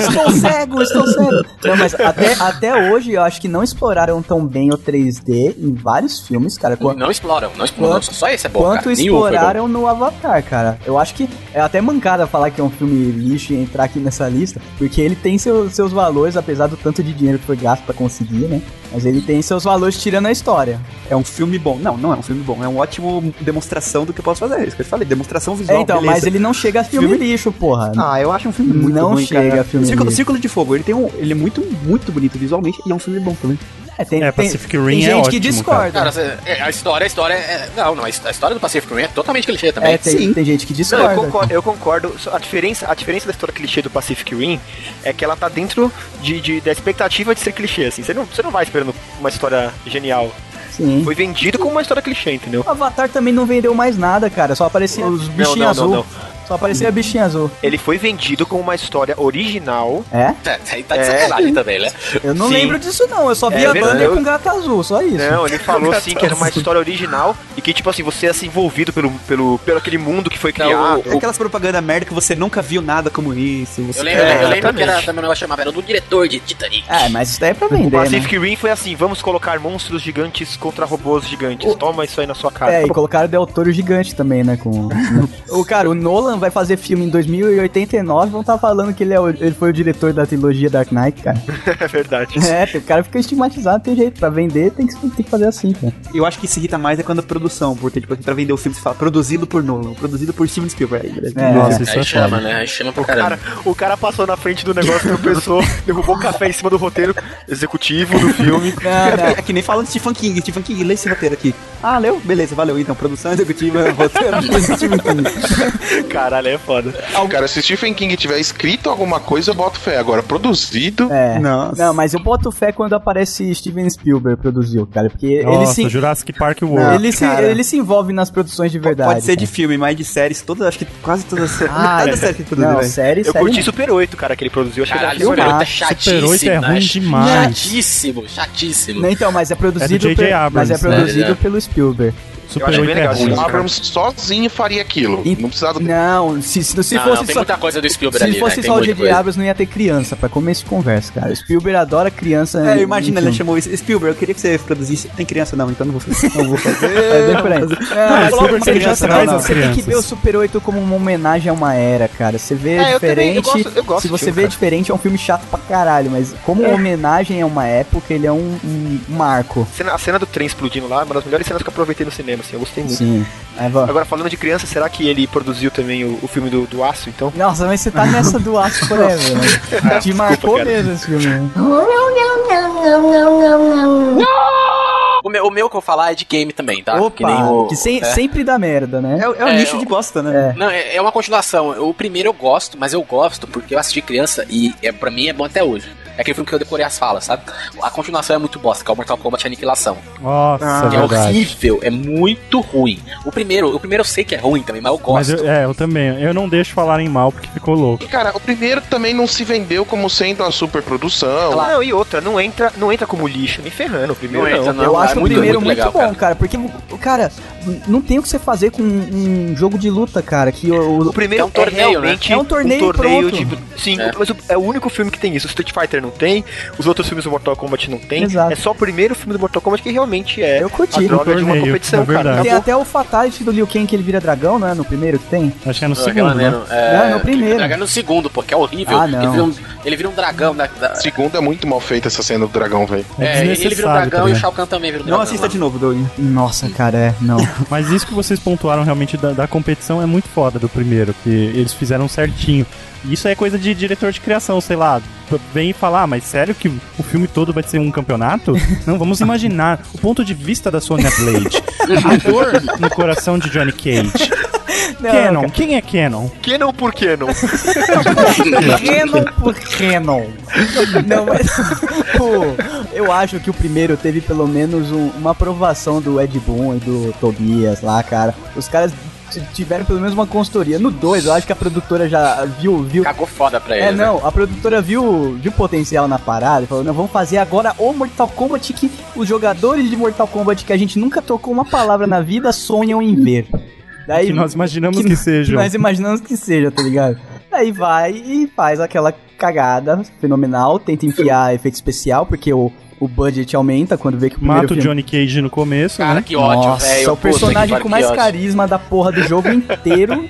Speaker 1: estou cego, estou cego. Não, mas até, até hoje eu acho que não exploraram tão bem o 3D em vários filmes, cara. Qu-
Speaker 4: Não exploram, não exploram.
Speaker 1: Quanto-
Speaker 4: só esse é bom,
Speaker 1: quanto
Speaker 4: cara. Nenhum foi bom.
Speaker 1: exploraram no Avatar, cara. Eu acho que é até mancada falar que é um filme lixo e entrar aqui nessa lista, porque ele tem seu- seus valores, apesar do tanto de dinheiro que foi gasto pra conseguir, né? Mas ele tem seus valores tirando a história.
Speaker 6: É um filme bom. Não, não é um filme bom. É um ótimo demonstração do que eu posso fazer. É isso que eu te falei. Demonstração visual.
Speaker 1: É, então,
Speaker 6: beleza.
Speaker 1: mas ele não chega a filme,
Speaker 6: Filme-
Speaker 1: lixo, porra.
Speaker 6: Ah, eu acho um filme muito
Speaker 1: Não
Speaker 6: ruim,
Speaker 1: chega
Speaker 6: cara.
Speaker 1: a filme
Speaker 6: Círculo,
Speaker 1: dele.
Speaker 6: Círculo de Fogo, ele tem um. Ele é muito, muito bonito visualmente e é um filme bom também.
Speaker 1: É, tem,
Speaker 5: É,
Speaker 1: tem-
Speaker 5: Pacific
Speaker 1: tem
Speaker 5: Rim é
Speaker 1: gente que
Speaker 5: ótimo,
Speaker 1: discorda.
Speaker 4: Cara, cê- é, a história, a história é. Não, não, a his- a história do Pacific Rim é totalmente clichê também.
Speaker 1: É, tem,
Speaker 6: Sim.
Speaker 1: tem gente que
Speaker 9: Não,
Speaker 1: discorda.
Speaker 9: eu concordo, eu concordo. Só A diferença, a diferença da história clichê do Pacific Rim é que ela tá dentro de, de- da expectativa de ser clichê, assim. Você não, você não vai esperando uma história genial.
Speaker 1: Sim.
Speaker 9: Foi vendido como uma história clichê, entendeu?
Speaker 1: O Avatar também não vendeu mais nada, cara. Só aparecia os bichinhos
Speaker 9: não, não,
Speaker 1: azul.
Speaker 9: não.
Speaker 1: Só aparecia bichinho azul.
Speaker 9: Ele foi vendido como uma história original.
Speaker 1: É?
Speaker 4: É, aí tá de sacanagem também, né?
Speaker 1: Eu não
Speaker 9: Sim.
Speaker 1: lembro disso, não. Eu só vi
Speaker 9: É
Speaker 1: a
Speaker 9: verdade.
Speaker 1: banner com gato azul, só isso.
Speaker 9: Não, ele falou assim que era uma história original e que, tipo assim, você ia se envolvido pelo, pelo, pelo aquele mundo que foi
Speaker 4: Não,
Speaker 9: criado.
Speaker 6: É aquelas propagandas merda que você nunca viu nada como isso. Você...
Speaker 4: Eu lembro,
Speaker 9: É,
Speaker 4: eu lembro que era
Speaker 9: exatamente.
Speaker 4: também um negócio chamado, era do diretor de Titanic.
Speaker 1: É, mas isso daí é pra
Speaker 9: O
Speaker 1: vender, né?
Speaker 9: Pacific Rim foi assim, vamos colocar monstros gigantes contra robôs gigantes. Toma isso aí na sua cara.
Speaker 1: É, e colocaram o Del Toro gigante também, né? Com... o cara, o Nolan vai fazer filme em 2089, vão tá falando que ele, é o- ele foi o diretor da trilogia Dark Knight, cara.
Speaker 9: É verdade.
Speaker 1: é, tem- o cara fica estigmatizado, tem jeito. Pra vender, tem que, tem que fazer assim, cara.
Speaker 6: Eu acho que isso irrita mais é quando a produção, porque tipo, pra vender o filme você fala produzido por Nolan, produzido por Steven Spielberg.
Speaker 1: É.
Speaker 5: Nossa, isso
Speaker 4: Aí
Speaker 5: é
Speaker 4: chama,
Speaker 5: foda.
Speaker 4: né? Aí chama pra
Speaker 9: Cara,
Speaker 4: caramba.
Speaker 9: o cara passou na frente do negócio, tropeçou, derrubou o café em cima do roteiro executivo do filme.
Speaker 6: É, que nem falando de Stephen King. Stephen King, lê esse roteiro aqui. Ah, leu? Beleza, valeu. Então, produção executiva, roteiro Stephen King.
Speaker 9: Caralho, é foda.
Speaker 3: Cara, se Stephen King tiver escrito alguma coisa, eu boto fé. Agora, produzido.
Speaker 1: É.
Speaker 6: Nossa.
Speaker 1: Não, mas eu boto fé quando aparece Steven Spielberg produziu, cara. Porque ele
Speaker 5: Nossa,
Speaker 1: se,
Speaker 5: Jurassic Park World.
Speaker 1: Não, ele, se,
Speaker 6: cara.
Speaker 1: ele se envolve nas produções
Speaker 6: é
Speaker 1: de verdade.
Speaker 6: Pode ser de
Speaker 1: cara.
Speaker 6: filme, mas de séries, todas, acho que quase todas as séries.
Speaker 1: Ah,
Speaker 6: metade
Speaker 1: é.
Speaker 6: das séries que né? ele produziu,
Speaker 1: Não,
Speaker 6: velho.
Speaker 1: série,
Speaker 9: Eu
Speaker 1: série
Speaker 9: curti
Speaker 1: não.
Speaker 9: Super 8, cara, que ele produziu. Achei
Speaker 4: Caralho,
Speaker 9: que
Speaker 1: eu
Speaker 4: Super 8 é
Speaker 1: acho.
Speaker 5: Super
Speaker 4: chatíssimo.
Speaker 5: 8 é ruim
Speaker 4: né?
Speaker 5: demais.
Speaker 4: Chatíssimo, chatíssimo.
Speaker 1: Não, então, mas é produzido,
Speaker 5: J.J.
Speaker 1: pe-
Speaker 5: Abrams,
Speaker 1: mas é
Speaker 5: né?
Speaker 1: produzido
Speaker 4: É.
Speaker 1: pelo Spielberg.
Speaker 5: Super
Speaker 9: acho bem
Speaker 5: 8 é
Speaker 9: legal esse
Speaker 5: ruim.
Speaker 3: O Abrams sozinho faria aquilo.
Speaker 1: E-
Speaker 3: Não precisava ter.
Speaker 1: Não, se, se, se
Speaker 4: Não,
Speaker 1: fosse
Speaker 4: não, tem
Speaker 1: só...
Speaker 4: muita coisa do Spielberg ali,
Speaker 1: Se fosse
Speaker 4: né? Tem
Speaker 1: só o
Speaker 4: muita
Speaker 1: J.J.
Speaker 4: coisa.
Speaker 1: Abrams, não ia ter criança, pra começo de conversa, cara. O Spielberg adora criança.
Speaker 6: É,
Speaker 1: em-
Speaker 6: imagina,
Speaker 1: em
Speaker 6: ele
Speaker 1: filme.
Speaker 6: chamou isso. Spielberg, eu queria que você produzisse. Tem criança não, então não vou fazer. Não vou fazer.
Speaker 1: É diferente.
Speaker 6: Não,
Speaker 1: É, coloca
Speaker 6: é Spielberg
Speaker 1: uma
Speaker 6: que ele já
Speaker 1: criança,
Speaker 6: traz
Speaker 1: não,
Speaker 6: as
Speaker 1: Você tem que
Speaker 5: crianças.
Speaker 1: ver o Super 8 como uma homenagem a uma era, cara. Você vê
Speaker 9: É, eu também-
Speaker 1: diferente.
Speaker 9: eu gosto- eu gosto
Speaker 1: se
Speaker 9: do
Speaker 1: você
Speaker 9: filme,
Speaker 1: vê
Speaker 9: cara.
Speaker 1: diferente, é um filme chato pra caralho, mas como homenagem a uma época, ele é um, um marco.
Speaker 9: Cena- a cena do trem explodindo lá é uma das melhores cenas que eu aproveitei no cinema, assim, eu gostei muito.
Speaker 1: Sim. Aí, vó,
Speaker 9: Agora, falando de criança, será que ele produziu também o, o filme do, do Aço, então?
Speaker 1: Nossa, mas você tá nessa do Aço Forever, né? Te marcou
Speaker 9: cara.
Speaker 1: mesmo esse filme. né?
Speaker 4: O meu, o meu que eu vou falar é de game também, tá?
Speaker 1: Opa,
Speaker 4: que nem o...
Speaker 1: que sem-
Speaker 4: é.
Speaker 1: sempre dá merda, né?
Speaker 6: É, o- é o
Speaker 4: É,
Speaker 6: nicho
Speaker 4: eu-
Speaker 6: de bosta, né?
Speaker 4: Não, é, é uma continuação. O primeiro eu gosto, mas eu gosto porque eu assisti criança e é, pra mim é bom até hoje. É aquele filme que eu decorei as falas, sabe? A continuação é muito bosta, que é o Mortal Kombat Aniquilação.
Speaker 5: Nossa,
Speaker 1: Ah.
Speaker 4: que é
Speaker 5: verdade.
Speaker 4: horrível, é muito ruim. O primeiro, o primeiro eu sei que é ruim também, mas eu
Speaker 5: Mas
Speaker 4: gosto.
Speaker 5: eu- é, eu também. Eu não deixo falarem mal porque ficou louco.
Speaker 3: E, cara, o primeiro também não se vendeu como sendo uma super produção.
Speaker 4: Claro.
Speaker 9: Não, e outra, não entra, não entra como lixo, nem ferrando o primeiro,
Speaker 4: Não
Speaker 9: não.
Speaker 4: entra, não.
Speaker 1: eu acho
Speaker 4: é
Speaker 1: o
Speaker 4: muito,
Speaker 1: primeiro
Speaker 4: muito
Speaker 1: muito,
Speaker 4: legal,
Speaker 1: bom, cara. porque, o- cara, não tem o que você fazer com um um jogo de luta, cara, que o...
Speaker 9: O primeiro
Speaker 4: É um torneio,
Speaker 9: realmente
Speaker 1: né? É um torneio
Speaker 9: de. Sim,
Speaker 4: É.
Speaker 9: mas o- é o único filme que tem isso. O Street Fighter não tem, os outros filmes do Mortal Kombat não tem.
Speaker 1: Exato.
Speaker 9: É só o primeiro filme do Mortal Kombat que realmente é
Speaker 1: Eu
Speaker 9: a
Speaker 1: curti.
Speaker 9: droga de uma
Speaker 5: torneio,
Speaker 9: competição,
Speaker 5: é
Speaker 9: cara.
Speaker 5: verdade.
Speaker 1: Tem
Speaker 9: Acabou.
Speaker 1: até o Fatality do Liu Kang que ele vira dragão, não é? No primeiro que tem?
Speaker 5: Acho que é no
Speaker 4: Não, aquela
Speaker 5: segundo, né?
Speaker 4: não, é,
Speaker 1: Não, é o primeiro.
Speaker 4: É no segundo, pô, que é horrível.
Speaker 1: Ah, não.
Speaker 4: Ele, vira um, ele vira um dragão. Da, da-
Speaker 3: O segundo é muito mal feita essa cena do dragão, velho.
Speaker 4: é, ele vira um
Speaker 5: desnecessário
Speaker 4: dragão e o
Speaker 5: também.
Speaker 4: Shao Kahn também vira um dragão.
Speaker 6: Não assista
Speaker 4: né?
Speaker 6: de novo, Doug.
Speaker 1: Nossa, cara, é, não.
Speaker 5: Mas isso que vocês pontuaram realmente da, da competição é muito foda do primeiro, que eles fizeram certinho. Isso é coisa de diretor de criação, sei lá. p- Vem falar, mas sério que o filme todo vai ser um campeonato? Não, vamos imaginar o ponto de vista da Sonya Blade. A dor no coração de Johnny Cage. Canon, quem é Canon?
Speaker 9: Que não por que não?
Speaker 1: Renon por Renon. Não, mas. Pô, eu acho que o primeiro teve pelo menos um- uma aprovação do Ed Boon e do Tobias lá, cara. Os caras t- tiveram pelo menos uma consultoria. No 2, eu acho que a produtora já viu. viu
Speaker 4: Cagou foda pra ele.
Speaker 1: é,
Speaker 4: né?
Speaker 1: não, a produtora viu, viu potencial na parada e falou: não, vamos fazer agora o Mortal Kombat que os jogadores de Mortal Kombat que a gente nunca tocou uma palavra na vida sonham em ver. Daí,
Speaker 5: Que nós imaginamos que,
Speaker 1: que que
Speaker 5: seja.
Speaker 1: nós imaginamos que seja, tá ligado? Aí vai e faz aquela cagada fenomenal, tenta enfiar efeito especial, porque o, o budget aumenta quando vê que o primeiro
Speaker 5: Mata o
Speaker 1: filme...
Speaker 5: Johnny Cage no começo,
Speaker 4: Cara,
Speaker 5: né?
Speaker 4: que ódio,
Speaker 1: Nossa,
Speaker 4: velho.
Speaker 1: é o
Speaker 4: Puta que
Speaker 1: personagem
Speaker 4: pariu,
Speaker 1: com
Speaker 4: que
Speaker 1: mais
Speaker 4: ódio.
Speaker 1: carisma da porra do jogo inteiro.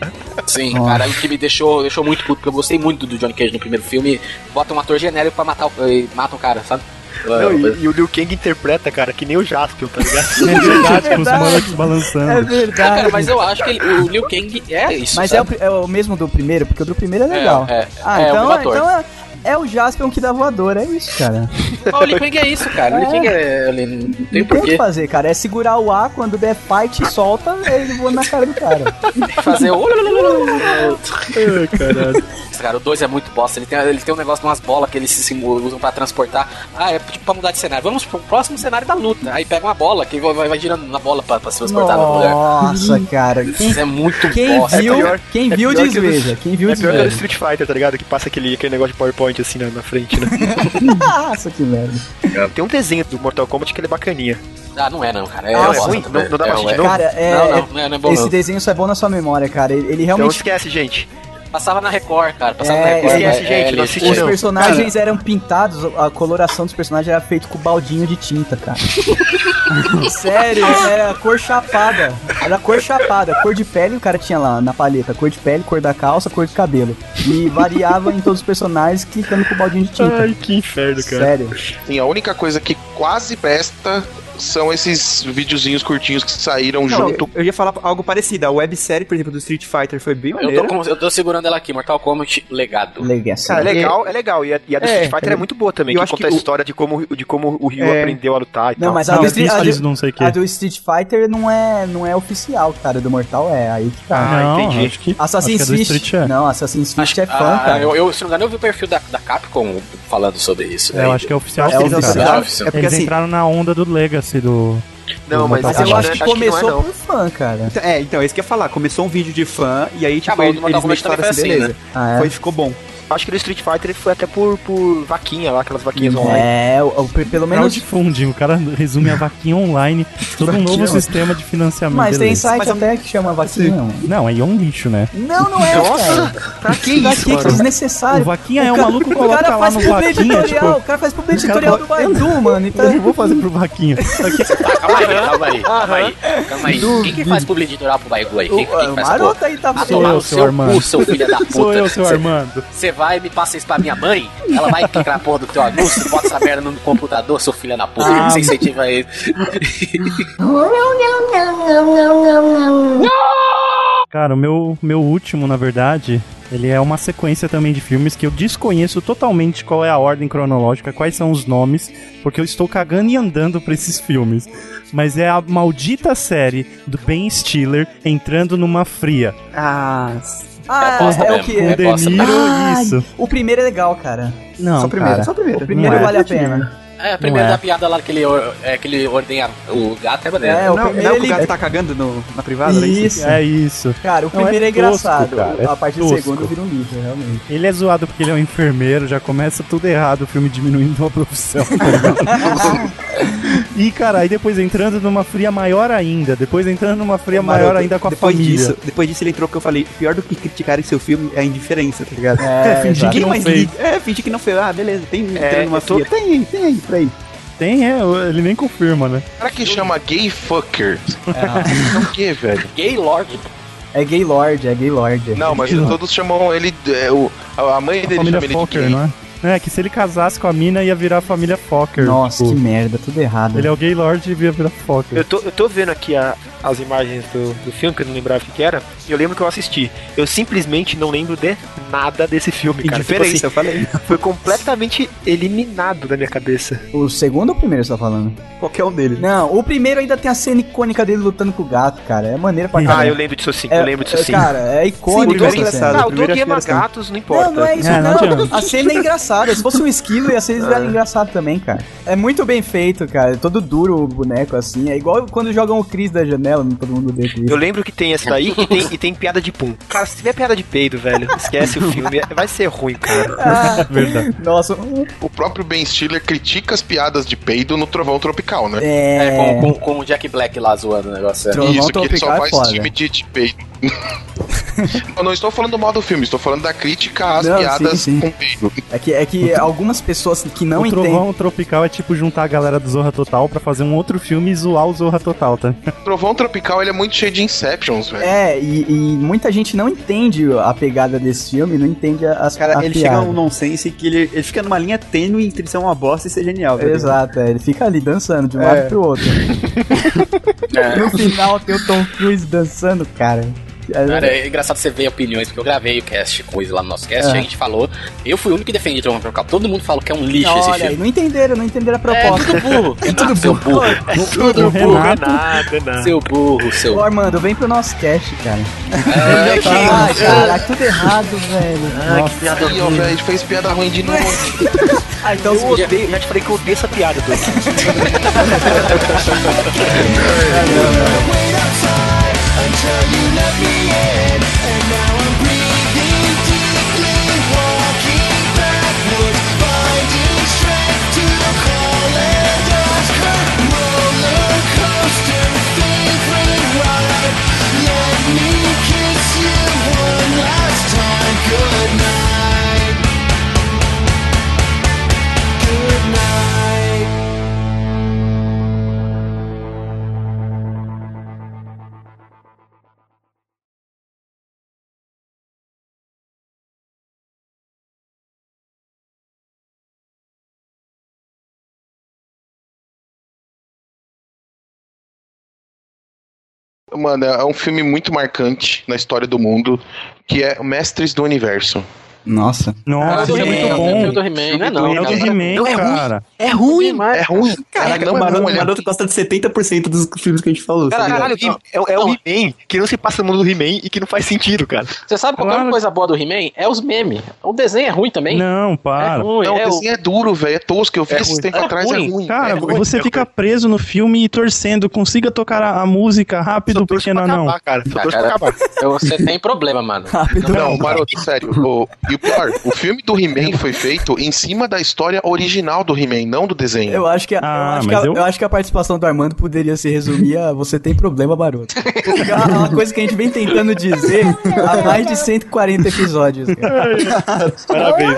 Speaker 4: Sim, cara, o que me deixou, deixou muito puto, porque eu gostei muito do Johnny Cage no primeiro filme. Bota um ator genérico pra matar o, e mata o cara, sabe? É,
Speaker 9: Não,
Speaker 4: Eu-
Speaker 9: e, e o Liu Kang interpreta, cara, que nem o Jaspion, tá ligado?
Speaker 5: É verdade, com os
Speaker 1: verdade.
Speaker 5: malucos
Speaker 1: É
Speaker 5: balançando.
Speaker 1: verdade.
Speaker 4: Ah, Cara, mas eu acho que ele- o Liu Kang é isso.
Speaker 1: Mas é o,
Speaker 4: sabe?
Speaker 1: pri- é o mesmo do primeiro, porque o do primeiro é legal.
Speaker 4: É, é.
Speaker 1: ah,
Speaker 4: É, o
Speaker 1: então,
Speaker 4: mesmo ator.
Speaker 1: então é, é o Jaspion que dá voadora, é isso, cara.
Speaker 4: Mas o Liu Kang é isso, cara. O Liu
Speaker 1: É.
Speaker 4: Kang é. ele Não tem
Speaker 1: Não tem o que
Speaker 4: porquê
Speaker 1: fazer, cara. É segurar o ar quando der fight, solta, ele voa na cara do cara.
Speaker 4: fazer o. Esse cara, o 2 é muito bosta. Ele tem, ele tem um negócio de umas bolas que eles se simu- usam pra transportar. Ah, é tipo pra mudar de cenário. Vamos pro próximo cenário da luta. Aí pega uma bola, que vai, vai- vai girando na bola pra, pra se transportar no lugar.
Speaker 1: Nossa, cara. Quem
Speaker 4: Isso é muito
Speaker 1: Quem
Speaker 4: bosta.
Speaker 1: viu,
Speaker 9: pior-
Speaker 1: quem
Speaker 9: é
Speaker 1: viu
Speaker 9: pior que
Speaker 1: desveja. Quem viu
Speaker 9: é pior que o
Speaker 1: desveja.
Speaker 9: Street Fighter, tá ligado? Que passa aquele, aquele negócio de PowerPoint assim na, na frente, né?
Speaker 1: Nossa, que merda.
Speaker 9: Tem um desenho do Mortal Kombat que ele é bacaninha.
Speaker 4: Ah, não é não, cara. É,
Speaker 9: Ah,
Speaker 4: bosta
Speaker 9: é ruim?
Speaker 4: também.
Speaker 9: Não- não dá pra assistir
Speaker 4: é,
Speaker 9: de novo?
Speaker 1: Cara, é.
Speaker 4: Não, não, não é, não é bom
Speaker 1: esse
Speaker 4: não.
Speaker 1: desenho só é bom na sua memória, cara. Ele, ele
Speaker 9: Então
Speaker 1: realmente.
Speaker 9: esquece, gente.
Speaker 4: Passava na Record, cara. Passava
Speaker 1: É,
Speaker 4: na Record.
Speaker 9: esquece,
Speaker 4: mas-
Speaker 9: gente,
Speaker 4: ele-
Speaker 9: não assiste
Speaker 1: os
Speaker 9: não.
Speaker 1: personagens eram pintados, a coloração dos personagens era feita com baldinho de tinta, cara. Sério, era cor chapada. Era cor chapada. Cor de pele, o cara tinha lá na palheta. Cor de pele, cor da calça, cor de cabelo. E variava em todos os personagens clicando com o baldinho de tinta.
Speaker 9: Ai, que inferno,
Speaker 1: Sério.
Speaker 3: Sim, a única coisa que quase presta são esses videozinhos curtinhos que saíram
Speaker 6: Não,
Speaker 3: junto.
Speaker 6: eu, eu ia falar algo parecido. A websérie, por exemplo, do Street Fighter foi bem
Speaker 4: Eu tô,
Speaker 6: maneira.
Speaker 4: com- eu tô segurando ela aqui, Mortal Kombat Legado.
Speaker 1: Legacy.
Speaker 9: Cara, é legal, é legal. E a, e a do
Speaker 6: É,
Speaker 9: Street Fighter é, muito boa também,
Speaker 6: eu
Speaker 9: que
Speaker 6: acho
Speaker 9: conta
Speaker 6: que
Speaker 9: a
Speaker 6: o-
Speaker 9: história de como, de como o Ryu
Speaker 6: É.
Speaker 9: aprendeu a lutar e
Speaker 1: Não,
Speaker 9: tal.
Speaker 1: mas a
Speaker 5: Não,
Speaker 1: do, Street, a,
Speaker 5: eles
Speaker 1: do,
Speaker 5: não sei o que.
Speaker 1: a do Street Fighter não é, não é oficial, cara, do Mortal é. Aí que tá.
Speaker 9: Ah,
Speaker 5: não,
Speaker 9: entendi.
Speaker 5: acho que,
Speaker 1: Assassin's
Speaker 5: acho que é do
Speaker 1: Creed.
Speaker 5: Street é.
Speaker 1: Não, Assassin's Creed é fã,
Speaker 4: Ah,
Speaker 1: cara.
Speaker 4: eu, eu, se não me engano, eu vi o perfil da, da Capcom falando sobre isso. né?
Speaker 5: É, eu acho que é oficial.
Speaker 6: Acho
Speaker 5: sim,
Speaker 6: que eles
Speaker 5: cara.
Speaker 6: anunciaram.
Speaker 4: É oficial.
Speaker 6: É porque
Speaker 5: Eles
Speaker 6: assim.
Speaker 5: entraram na onda do Legacy do.
Speaker 9: Não, mas,
Speaker 1: Mas eu
Speaker 9: não
Speaker 1: acho
Speaker 9: é-
Speaker 1: que começou
Speaker 9: não é, não.
Speaker 1: por fã, cara.
Speaker 6: É, então, é isso que eu ia falar. Começou um vídeo de fã e aí, tipo,
Speaker 4: Ah, mas o
Speaker 6: eles
Speaker 4: Mortal
Speaker 6: meio
Speaker 4: Kombat
Speaker 6: que falaram
Speaker 4: também
Speaker 6: assim,
Speaker 4: foi assim,
Speaker 5: né?
Speaker 6: beleza.
Speaker 1: Ah, é.
Speaker 6: Foi, ficou bom.
Speaker 9: Acho que no Street Fighter ele foi até por, por vaquinha lá, aquelas vaquinhas
Speaker 1: Uhum.
Speaker 9: online.
Speaker 5: né?
Speaker 14: É, o- o- pelo menos
Speaker 5: Crowdfunding, o cara resume a vaquinha online, todo um novo sistema de financiamento.
Speaker 1: Mas tem
Speaker 5: beleza.
Speaker 1: site até que chama vaquinha. mano.
Speaker 5: Não, aí é um lixo, né?
Speaker 1: Não, não é, cara.
Speaker 9: Pra que
Speaker 1: Isso
Speaker 9: isso,
Speaker 1: que é
Speaker 9: mano?
Speaker 5: O
Speaker 1: desnecessário.
Speaker 5: vaquinha é o
Speaker 1: cara-
Speaker 5: maluco
Speaker 1: o cara
Speaker 5: coloca lá
Speaker 1: faz um
Speaker 5: no
Speaker 1: publi
Speaker 5: vaquinha,
Speaker 1: editorial,
Speaker 5: tipo...
Speaker 1: o cara faz publicidade
Speaker 5: o cara
Speaker 1: editorial do Baidu, mano. Então,
Speaker 5: Eu não vou fazer pro vaquinha. Aqui,
Speaker 4: Tá, calma aí, calma aí, calma aí. Calma aí. Quem que faz publi editorial pro Baigu aí? Quem,
Speaker 1: o,
Speaker 4: quem
Speaker 1: o
Speaker 4: faz pô?
Speaker 1: maroto aí tá
Speaker 4: Ah,
Speaker 5: Sou
Speaker 4: tomar
Speaker 5: eu,
Speaker 4: no
Speaker 5: seu
Speaker 4: seu
Speaker 5: Armando.
Speaker 4: cu, seu filho da puta.
Speaker 5: sou eu, seu
Speaker 4: Cê-
Speaker 5: Armando.
Speaker 4: Você vai e me passa isso pra minha mãe? Ela vai clicar na porra do teu anúncio, bota essa merda no computador, seu filho da puta.
Speaker 5: Ah,
Speaker 4: Você incentiva ele.
Speaker 5: Cara, o meu, meu último, na verdade, ele é uma sequência também de filmes que eu desconheço totalmente qual é a ordem cronológica, quais são os nomes, porque eu estou cagando e andando pra esses filmes. Mas é a maldita série do Ben Stiller entrando numa fria.
Speaker 6: Ah,
Speaker 1: Ah,
Speaker 4: bosta
Speaker 1: é o
Speaker 4: mesmo.
Speaker 1: que?
Speaker 5: Com
Speaker 4: É
Speaker 5: o De
Speaker 4: bosta.
Speaker 5: Niro,
Speaker 1: Ah,
Speaker 5: isso.
Speaker 1: O primeiro é legal, cara.
Speaker 5: Não,
Speaker 6: só o primeiro,
Speaker 5: cara.
Speaker 6: só o primeiro.
Speaker 1: O primeiro
Speaker 5: é.
Speaker 1: vale a pena.
Speaker 4: É, a primeira
Speaker 5: Não é.
Speaker 4: da piada lá que ele, or- é, que ele ordenha o gato, é maneiro.
Speaker 1: É,
Speaker 6: Não,
Speaker 1: o
Speaker 6: não,
Speaker 1: primeiro
Speaker 6: é o que o
Speaker 1: ele...
Speaker 6: gato tá cagando no, na privada? né?
Speaker 1: Isso.
Speaker 5: É isso.
Speaker 1: Cara, o
Speaker 5: Não, é
Speaker 1: primeiro é,
Speaker 5: tosco,
Speaker 1: engraçado.
Speaker 5: cara, é
Speaker 1: a partir do
Speaker 5: tosco.
Speaker 1: segundo vira um lixo, realmente.
Speaker 5: Ele é zoado porque ele é um enfermeiro, já começa tudo errado o filme diminuindo a profissão. tá ligado? e, cara, aí depois entrando numa fria maior ainda, depois entrando numa fria
Speaker 6: Maroto,
Speaker 5: maior ainda com a
Speaker 6: É depois
Speaker 5: família.
Speaker 6: Disso, depois disso ele entrou porque eu falei, pior do que criticarem seu filme é a indiferença, tá ligado?
Speaker 5: É, fingir que
Speaker 6: Ninguém
Speaker 5: não
Speaker 6: mais
Speaker 5: fez.
Speaker 6: liga. É, fingir que não foi. Ah, beleza, tem
Speaker 9: É,
Speaker 6: entrando uma
Speaker 9: eu tô-
Speaker 6: fria. Tem, tem, peraí.
Speaker 5: Tem, é, ele nem confirma, né?
Speaker 3: O cara que chama gay fucker. É o quê, velho?
Speaker 4: Gay Lord.
Speaker 1: É Gaylord, é Gaylord.
Speaker 3: Não, mas todos chamam ele. é, o, a mãe
Speaker 5: A
Speaker 3: dele
Speaker 5: família
Speaker 3: chama ele de
Speaker 5: Fokker,
Speaker 3: gay.
Speaker 5: não é? É, que se ele casasse com a mina, ia virar a família Fokker.
Speaker 1: Nossa, que
Speaker 5: tipo,
Speaker 1: merda, tudo errado.
Speaker 5: Ele é o Gaylord e ia virar Fokker.
Speaker 9: Eu tô, eu tô vendo aqui a- as imagens do, do filme, que eu não lembrava o que que era, e eu lembro que eu assisti. Eu simplesmente não lembro de nada desse filme, cara. Tipo assim,
Speaker 6: Indiferença, eu falei.
Speaker 9: foi completamente eliminado da minha cabeça.
Speaker 5: é-
Speaker 1: O segundo ou o primeiro você tá falando?
Speaker 6: Qualquer um deles.
Speaker 1: Não, o primeiro ainda tem a cena icônica dele lutando com o gato, cara. É maneiro pra caralho.
Speaker 9: Ah, eu lembro disso sim,
Speaker 1: É,
Speaker 9: eu lembro disso
Speaker 1: é,
Speaker 9: sim.
Speaker 1: Cara, é icônico
Speaker 6: primeiro
Speaker 1: essa
Speaker 6: é
Speaker 1: cena.
Speaker 6: engraçado.
Speaker 9: ah, o
Speaker 6: primeiro
Speaker 9: Doug
Speaker 6: acho que
Speaker 9: ama
Speaker 6: era assim.
Speaker 9: gatos, não importa.
Speaker 1: Não, não é isso,
Speaker 5: É, não
Speaker 1: não.
Speaker 5: adianta.
Speaker 1: a cena é engraçada. Se fosse um esquilo, ia ser é. engraçado também, cara. É muito bem feito, cara. É todo duro o boneco, assim. É igual quando jogam o Chris da janela, todo mundo vê Chris.
Speaker 9: Eu lembro que tem essa daí e tem, e tem piada de pum. Cara, se tiver piada de peido, velho, esquece o filme. é- Vai ser ruim, cara.
Speaker 5: É verdade.
Speaker 1: Nossa, um-
Speaker 3: O próprio Ben Stiller critica as piadas de peido no Trovão Tropical, né?
Speaker 4: É,
Speaker 1: é...
Speaker 4: com, com, com o Jack Black lá zoando o negócio. é.
Speaker 1: Tro- Trovão
Speaker 3: Isso, que ele só
Speaker 1: Tropical é
Speaker 3: faz
Speaker 1: foda.
Speaker 3: time de, de peido. eu não estou falando mal do filme, estou falando da crítica às
Speaker 1: Não,
Speaker 3: piadas
Speaker 1: sim, sim.
Speaker 3: com peido.
Speaker 1: É que, é que algumas pessoas que não
Speaker 5: o
Speaker 1: entendem...
Speaker 5: Trovão Tropical é tipo juntar a galera do Zorra Total pra fazer um outro filme e zoar o Zorra Total, tá?
Speaker 3: Trovão Tropical ele é muito cheio de Inceptions, velho.
Speaker 1: É, e, e muita gente não entende a pegada desse filme, não entende a- as
Speaker 6: Cara,
Speaker 1: a
Speaker 6: ele
Speaker 1: piada.
Speaker 6: chega a um nonsense que ele, ele fica numa linha tênue entre ser uma bosta e ser genial. tá ligado?
Speaker 1: Exato, é, ele fica ali dançando de um lado pro outro. No final tem o Tom Cruise dançando, cara.
Speaker 4: Cara, é engraçado você ver opiniões, porque eu gravei o cast com isso lá no nosso cast,
Speaker 1: É.
Speaker 4: e a gente falou. Eu fui o único que defendi Trovão Tropical. Todo mundo falou que é um lixo
Speaker 1: Não,
Speaker 4: esse
Speaker 1: olha, aí,
Speaker 4: filme.
Speaker 1: não entenderam, não entenderam a
Speaker 4: É
Speaker 1: proposta.
Speaker 4: tudo burro. É tudo seu burro.
Speaker 5: o Renato,
Speaker 9: Nada, nada.
Speaker 4: Seu burro, seu
Speaker 1: Ô, Armando, vem pro nosso cast, cara.
Speaker 4: É,
Speaker 1: Ai, cara, tá tudo errado, velho.
Speaker 4: Ah,
Speaker 3: Ih, ó, velho, a gente fez piada ruim de novo.
Speaker 1: Ah, então
Speaker 9: Eu odeio, já te falei que eu odeio essa piada, Doug.
Speaker 8: Wait outside until you let me in. And now I'm breathing deeply, walking backwards, finding strength to call it off. Roller coaster, favorite ride. Let me kiss you one last time. Good night. Good night.
Speaker 3: Mano, é um filme muito marcante na história do mundo, que é Mestres do Universo.
Speaker 1: Nossa.
Speaker 5: Nossa,
Speaker 13: do
Speaker 5: ele é
Speaker 13: He-Man,
Speaker 5: muito
Speaker 13: É o
Speaker 5: bom.
Speaker 13: do He-Man, não é não.
Speaker 5: É o do
Speaker 13: cara.
Speaker 5: He-Man,
Speaker 13: Não é ruim.
Speaker 5: cara.
Speaker 13: É ruim, mas.
Speaker 3: É ruim.
Speaker 6: Caraca, o
Speaker 3: não, não,
Speaker 6: Maroto, o
Speaker 3: olha-
Speaker 6: Maroto gosta de 70% dos filmes que a gente falou. tá ligado?
Speaker 9: Caralho,
Speaker 13: não.
Speaker 9: é, é o
Speaker 13: Não.
Speaker 9: He-Man que não se passa no mundo do He-Man e que não faz sentido, cara.
Speaker 13: Você sabe qual é
Speaker 5: Claro.
Speaker 13: uma coisa boa do He-Man? É os memes. O desenho é ruim também.
Speaker 5: Não,
Speaker 13: é
Speaker 5: para.
Speaker 13: ruim.
Speaker 3: Não,
Speaker 13: é o-
Speaker 3: o desenho é duro, velho. É tosco. Eu vi
Speaker 13: É
Speaker 3: esse
Speaker 13: ruim.
Speaker 3: tempo
Speaker 13: É
Speaker 3: atrás, é
Speaker 13: ruim.
Speaker 3: ruim.
Speaker 5: Cara,
Speaker 3: É ruim.
Speaker 5: você fica preso no filme e torcendo, consiga tocar a, a música rápido,
Speaker 9: torço
Speaker 5: pequeno
Speaker 9: pra
Speaker 5: anão.
Speaker 9: acabar, cara. Só
Speaker 13: Ah,
Speaker 9: torço pra
Speaker 13: cara,
Speaker 9: acabar.
Speaker 13: eu- Você tem problema, mano.
Speaker 3: Não, Maroto, sério. O, e o pior, o filme do He-Man foi feito em cima da história original do He-Man, não do desenho.
Speaker 1: Eu acho, que a,
Speaker 5: Ah,
Speaker 1: eu, acho que
Speaker 5: mas
Speaker 1: a,
Speaker 5: eu-
Speaker 1: eu acho que a participação do Armando poderia se resumir a você tem problema, Baroto. Porque é uma coisa que a gente vem tentando dizer há mais de 140 episódios. cara.
Speaker 5: Parabéns.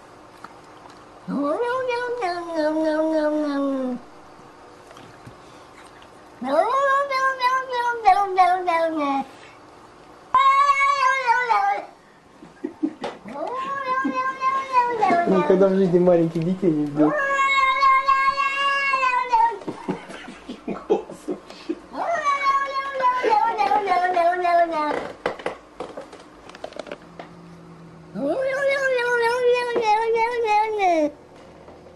Speaker 9: Ну, Nunca